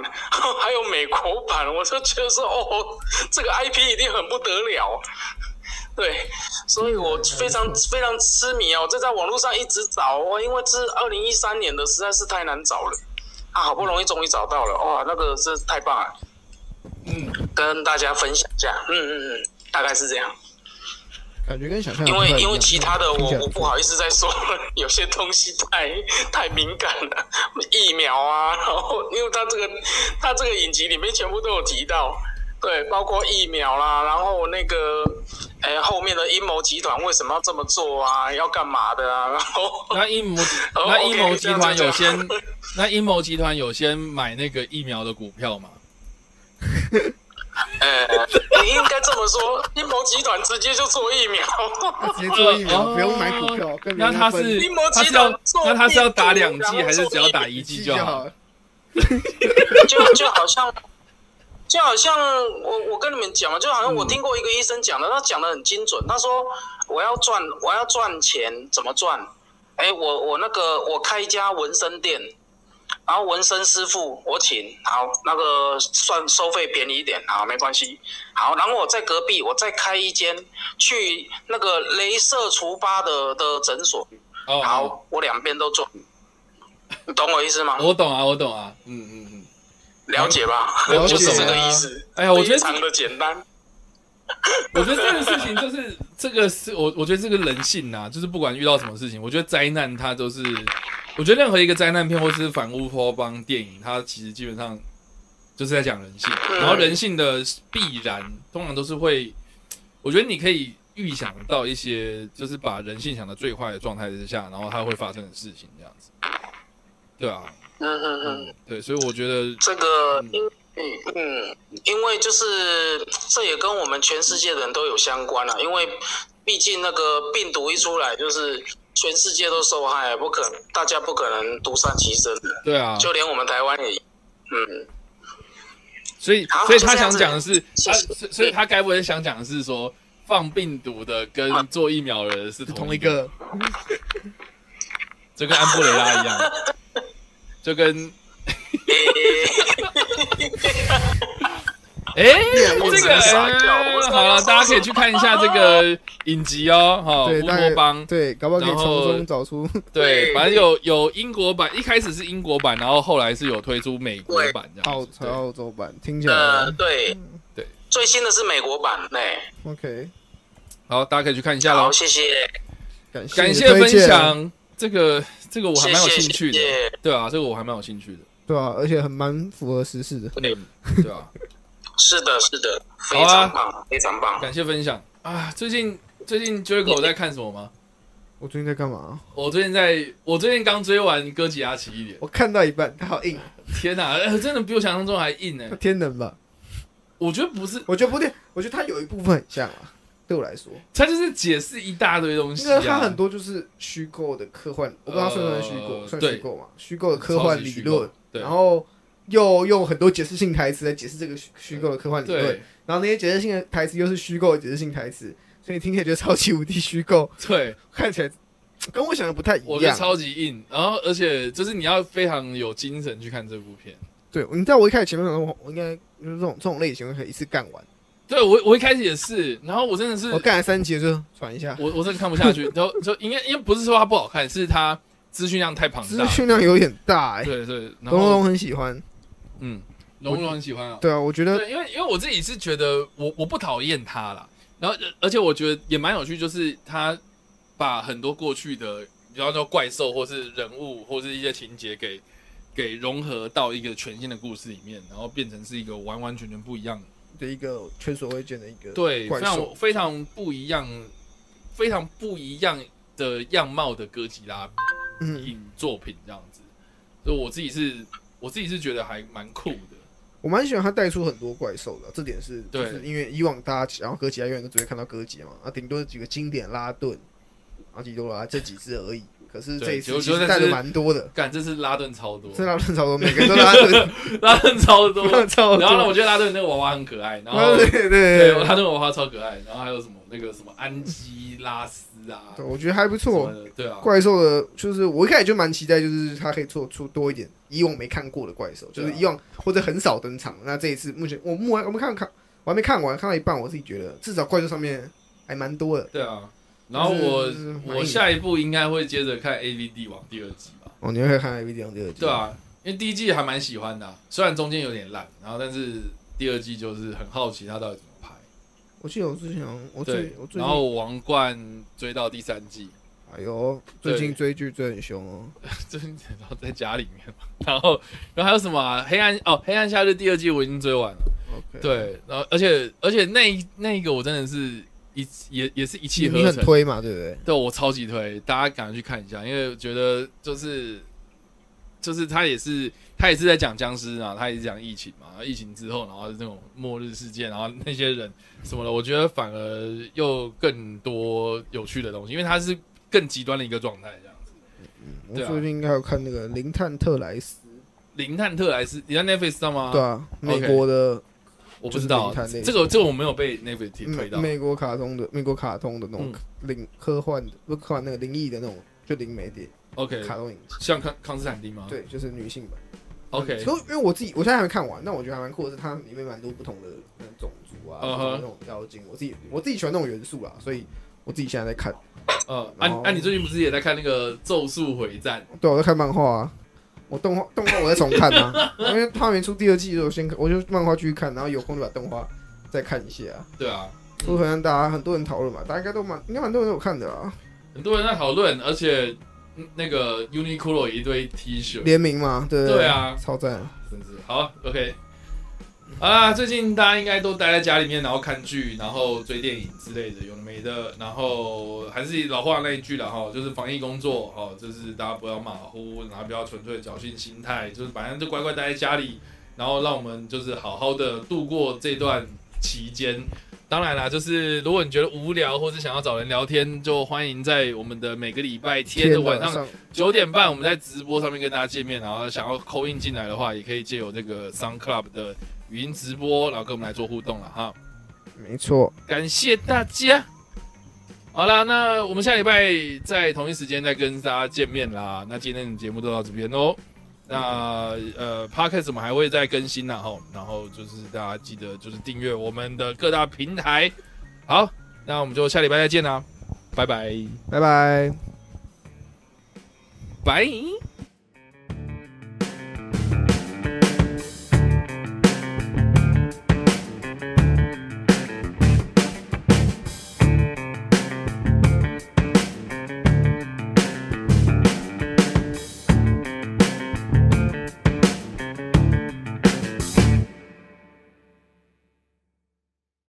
Speaker 4: 还有美国版，我就觉得说，哦，这个 IP 一定很不得了。对，所以我非常非常痴迷哦，我就在网络上一直找哦，因为是二零一三年的，实在是太难找了。啊，好不容易终于找到了，哇，那个真是太棒了，
Speaker 1: 嗯，
Speaker 4: 跟大家分享一下。嗯嗯嗯，大概是这样。
Speaker 2: 感觉跟想象
Speaker 4: 因
Speaker 2: 嗯不太
Speaker 4: 为
Speaker 2: 一
Speaker 4: 因为
Speaker 2: 样
Speaker 4: 其他的
Speaker 2: 听
Speaker 4: 我
Speaker 2: 起来
Speaker 4: 我不好意思再说 了，有些东西太太敏感了，疫苗啊，然后因为他这个他这个影集里面全部都有提到，对，包括疫苗啦，然后那个哎后面的阴谋集团为什么要这么做啊，要干嘛的啊，然后
Speaker 1: 那阴 谋
Speaker 4: 哦
Speaker 1: 那
Speaker 4: OK，
Speaker 1: 阴谋集团有
Speaker 4: 这样这
Speaker 1: 先
Speaker 4: 样
Speaker 1: 那阴谋集团有先买那个疫苗的股票吗？
Speaker 4: 呃，你应该这么说，阴谋集团直接就做疫苗，
Speaker 2: 直接做疫苗，
Speaker 1: 哦
Speaker 2: 不用买股票，跟别
Speaker 1: 那
Speaker 2: 人
Speaker 1: 他
Speaker 2: 分
Speaker 1: 是
Speaker 4: 阴谋
Speaker 1: 他
Speaker 4: 集
Speaker 1: 是
Speaker 4: 团
Speaker 1: 要
Speaker 4: 做
Speaker 1: 那他是要
Speaker 4: 病毒
Speaker 1: 打两
Speaker 4: 然后
Speaker 1: 剂还是
Speaker 4: 做
Speaker 1: 只要
Speaker 4: 疫苗
Speaker 1: 打一
Speaker 2: 一
Speaker 1: 剂
Speaker 2: 剂
Speaker 1: 就
Speaker 2: 就
Speaker 1: 好？
Speaker 2: 了。
Speaker 4: 就就好像，就好像我我跟你们讲嘛，就好像
Speaker 2: 嗯
Speaker 4: 我听过一个医生讲的，他讲的很精准。他说我要赚我要赚钱，怎么赚？哎，我我那个我开一家纹身店，然后纹身师傅我请，好那个算收费便宜一点，好没关系。好，然后我在隔壁我再开一间去那个镭射除疤的的诊所，
Speaker 1: 哦，好，
Speaker 4: 好我两边都做，你懂我意思吗？
Speaker 2: 哦
Speaker 1: 我懂啊，我懂啊，嗯嗯嗯，
Speaker 4: 了解吧？
Speaker 2: 了解啊
Speaker 4: 就是这个意思。
Speaker 1: 哎呀我觉得
Speaker 4: 非常的简单。
Speaker 1: 我觉得这个事情就是这个是我，我觉得这个人性呐、就是不管遇到什么事情，我觉得灾难它都是，我觉得任何一个灾难片或是反乌托邦电影，它其实基本上就是在讲人性，
Speaker 4: 嗯
Speaker 1: 然后人性的必然通常都是会，我觉得你可以预想到一些，就是把人性想的最坏的状态之下，然后它会发生的事情这样子，对啊，
Speaker 4: 嗯嗯嗯，
Speaker 1: 嗯，对，所以我觉得，
Speaker 4: 这个因嗯嗯，因为就是这也跟我们全世界的人都有相关啊了、因为毕竟那个病毒一出来，就是全世界都受害，啊不可大家不可能独善其身的，
Speaker 1: 对啊，
Speaker 4: 就连我们台湾也，嗯，
Speaker 1: 所以，
Speaker 4: 好
Speaker 1: 所以他
Speaker 4: 就这
Speaker 1: 想
Speaker 4: 样子嗯
Speaker 1: 讲的是，他，
Speaker 4: 谢谢
Speaker 1: 所以所以他该不会想讲的是说，放病毒的跟
Speaker 4: 啊
Speaker 1: 做疫苗的人是同
Speaker 2: 同
Speaker 1: 一
Speaker 2: 一
Speaker 1: 个，
Speaker 2: 个，
Speaker 1: 就跟安布雷拉一样， 就跟，哎、
Speaker 2: 我
Speaker 1: 这
Speaker 4: 只
Speaker 1: 个、
Speaker 4: 能傻笑
Speaker 1: 哎
Speaker 4: 我只能
Speaker 1: 好了，
Speaker 4: 说
Speaker 1: 大家可以去看一下这个影集哦，哈、
Speaker 2: 对，
Speaker 1: 乌
Speaker 2: 大
Speaker 1: 托
Speaker 2: 概
Speaker 1: 邦，
Speaker 2: 对，搞不好可以
Speaker 1: 然后
Speaker 2: 从中找出
Speaker 1: 对，
Speaker 4: 对
Speaker 1: 反正有有英国版，一开始是英国版，然后后来是有推出美国
Speaker 4: 对
Speaker 1: 版这样
Speaker 2: 澳
Speaker 1: 子，对啊
Speaker 2: 澳洲版，听起
Speaker 4: 呃，
Speaker 2: 来
Speaker 4: 对
Speaker 1: 对，
Speaker 4: 最新的是美国版，哎，
Speaker 2: OK。
Speaker 1: 好，大家可以去看一下喽
Speaker 4: 好，。谢谢，
Speaker 2: 感谢
Speaker 1: 感
Speaker 2: 你
Speaker 1: 谢
Speaker 2: 的
Speaker 1: 分
Speaker 2: 推荐，
Speaker 1: 享，这个这个我还
Speaker 4: 谢
Speaker 1: 蛮有
Speaker 4: 谢，
Speaker 1: 兴趣
Speaker 4: 谢
Speaker 1: 的，
Speaker 4: 谢。
Speaker 1: 对啊，这个我还蛮有兴趣的。
Speaker 2: 对啊，而且很蛮符合时事的。
Speaker 1: 对啊，
Speaker 4: 是的，是的，非
Speaker 1: 好啊
Speaker 4: 常棒，非常棒。
Speaker 1: 感谢分享啊！最近最近 Jericho 在看什么吗？
Speaker 2: 我最近在干嘛？
Speaker 1: 我最近在，我最近刚追完《哥吉拉奇异点
Speaker 2: 我看到一半，他好硬，》，
Speaker 1: 天哪、呃真的比我想象中还硬呢、
Speaker 2: 他天能吧？
Speaker 1: 我觉得不是，
Speaker 2: 我觉得不对，我觉得他有一部分很像啊，对我来说，
Speaker 1: 他就是解释一大堆东西、
Speaker 2: 因
Speaker 1: 啊，
Speaker 2: 为他很多就是虚构的科幻，我不知道算不算虚构，
Speaker 1: 呃
Speaker 2: 算
Speaker 1: 对
Speaker 2: 虚构嘛？虚构的科幻理论，
Speaker 1: 对
Speaker 2: 然后又用很多解释性台词来解释这个虚虚构的科幻理论，
Speaker 1: 对
Speaker 2: 然后那些解释性的台词又是虚构的解释性台词，所以听起来就超级无敌虚构，
Speaker 1: 对，
Speaker 2: 看起来跟我想的不太一
Speaker 1: 我觉得
Speaker 2: 样。
Speaker 1: 超级硬。然后而且就是你要非常有精神去看这部片。
Speaker 2: 对，你知道我一开始前面想说，我我应该就是这种这种类型，我可以一次干完。
Speaker 1: 对我我一开始也是，然后我真的是
Speaker 2: 我干了三集就喘一 下，
Speaker 1: 我我真的看不下去，然后就应该因为不是说它不好看，是它资讯量太庞
Speaker 2: 资
Speaker 1: 大。
Speaker 2: 讯量有点大哎、欸。
Speaker 1: 对对，然
Speaker 2: 龙龙
Speaker 1: 后
Speaker 2: 龙很喜欢，
Speaker 1: 嗯，龙龙很喜欢啊。
Speaker 2: 对啊，我觉得
Speaker 1: 对，因为因为我自己是觉得我我不讨厌他啦，然后呃而且我觉得也蛮有趣，就是他把很多过去的，比方说怪兽或是人物或是一些情节给给融合到一个全新的故事里面，然后变成是一个完完全全不一样的，
Speaker 2: 的一个前所未见的一个
Speaker 1: 对，非
Speaker 2: 怪
Speaker 1: 常
Speaker 2: 兽，
Speaker 1: 非常不一样，非常不一样的样貌的哥吉拉
Speaker 2: 嗯，
Speaker 1: 影作品这样子，所以我自己是我自己是觉得还蛮酷的。
Speaker 2: 我蛮喜欢他带出很多怪兽的，这点是
Speaker 1: 对
Speaker 2: 就是因为以往大家然后哥吉拉永远都只会看到哥吉拉嘛，啊，顶多几个经典拉顿，啊，顶多拉这几只而已。可是这
Speaker 1: 对
Speaker 2: 一
Speaker 1: 结果
Speaker 2: 次其
Speaker 1: 就是
Speaker 2: 实
Speaker 1: 哦
Speaker 2: 带的蛮多的，
Speaker 1: 干，这次拉顿超多，
Speaker 2: 这拉顿超多，每个人都拉顿，
Speaker 1: 拉顿超多，
Speaker 2: 拉顿 超多。
Speaker 1: 然后呢，我觉得拉顿那个娃娃很可爱，然后
Speaker 2: 啊 对对
Speaker 1: 对
Speaker 2: 对
Speaker 1: 拉顿娃娃超可爱，然后还有什么那个什么安吉拉斯啊，
Speaker 2: 对，我觉得还不
Speaker 1: 什
Speaker 2: 错
Speaker 1: 么。的，对啊，
Speaker 2: 哦怪兽的，就是我一开始就蛮期待，就是它可以做出多一点以往没看过的怪兽，
Speaker 1: 对啊
Speaker 2: 就是以往或者很少登场。那这一次目前我目我们看看，我还没看完，看到一半，我自己觉得至少怪兽上面还蛮多的。
Speaker 1: 对啊。然后我
Speaker 2: 就是蛮硬的
Speaker 1: 我下一步应该会接着看 A V D 王第二季吧，
Speaker 2: 哦，你会看 A V 第二季？
Speaker 1: 对，啊，因为第一季还蛮喜欢的啊、虽然中间有点烂，然后但是第二季就是很好奇他到底怎么拍，
Speaker 2: 我记得我之前好像我
Speaker 1: 对
Speaker 2: 最我，最
Speaker 1: 然
Speaker 2: 近
Speaker 1: 后王冠追到第三季，
Speaker 2: 哎呦，
Speaker 1: 对
Speaker 2: 最近追剧追很凶哦。
Speaker 1: 最近然后在家里面嘛，然后然后还有什么啊？黑暗哦，黑暗夏日第二季我已经追完了。
Speaker 2: OK，，
Speaker 1: 对，然后而且而且那一那一个我真的是一也也是一气
Speaker 2: 你
Speaker 1: 呵
Speaker 2: 很
Speaker 1: 成，
Speaker 2: 推嘛，对不对？
Speaker 1: 对我超级推，大家赶快去看一下，因为我觉得就是就是他也是他也是在讲僵尸啊，他也是讲疫情嘛，疫情之后然后是那种末日事件，然后那些人什么的，我觉得反而又更多有趣的东西，因为他是更极端的一个状态这样子。
Speaker 2: 我
Speaker 1: 对啊
Speaker 2: 最近应该有看那个《零探特莱斯
Speaker 1: 零探特莱斯，你在 Netflix 上》，吗？
Speaker 2: 对，啊，美
Speaker 1: OK
Speaker 2: 国的
Speaker 1: 我不知道
Speaker 2: 就是零探那个
Speaker 1: 这个这个我没有被 Netflix 推
Speaker 2: 美
Speaker 1: 到。
Speaker 2: 美国卡通的美国卡通的那种
Speaker 1: 嗯
Speaker 2: 灵科幻的，不是科幻那个灵异的那种，就灵媒的
Speaker 1: OK，
Speaker 2: 卡通影集。
Speaker 1: 像康康斯坦丁吗？
Speaker 2: 对，就是女性版。
Speaker 1: 啊，OK，
Speaker 2: 可因为我自己我现在还没看完，那我觉得还蛮酷的是它里面蛮多不同的那种种族啊，
Speaker 1: 嗯
Speaker 2: 不
Speaker 1: 哼
Speaker 2: 同的那种妖精。我自己我自己喜欢那种元素啦，所以我自己现在在看。
Speaker 1: 呃，啊
Speaker 2: 然后
Speaker 1: 啊，你最近不是也在看那个《咒术回战》？
Speaker 2: 对，我在看漫画啊。我动画动画我在重看 啊，因为它没出第二季，所以我先看我就漫画继续看，然后有空就把动画再看一下、啊。
Speaker 1: 对啊，
Speaker 2: 所以好像大家很多人讨论嘛，大家应该都蛮应该蛮多人都有看的啊。
Speaker 1: 很多人在讨论，而且嗯那个 Uniqlo 有一堆 T 恤，
Speaker 2: 联名嘛，对不对？
Speaker 1: 对啊
Speaker 2: 超赞。
Speaker 1: 真是好 OK。啊，最近大家应该都待在家里面，然后看剧，然后追电影之类的，有的没的。然后还是老话那一句了哈，就是防疫工作哦，就是大家不要马虎，然后不要纯粹侥幸心态，就是反正就乖乖待在家里，然后让我们就是好好的度过这段期间。当然啦，就是如果你觉得无聊或是想要找人聊天，就欢迎在我们的每个礼拜天的晚上九点半我们在直播上面跟大家见面，然后想要扣印进来的话，也可以借由这个 Sound Club 的语音直播，然后跟我们来做互动了哈。
Speaker 2: 没错，
Speaker 1: 感谢大家。好啦，那我们下礼拜在同一时间再跟大家见面啦。那今天的节目就到这边喽。那呃，Podcast 我们还会再更新啦吼，然后就是大家记得就是订阅我们的各大平台。好，那我们就下礼拜再见啦，拜拜
Speaker 2: 拜拜。
Speaker 1: 拜。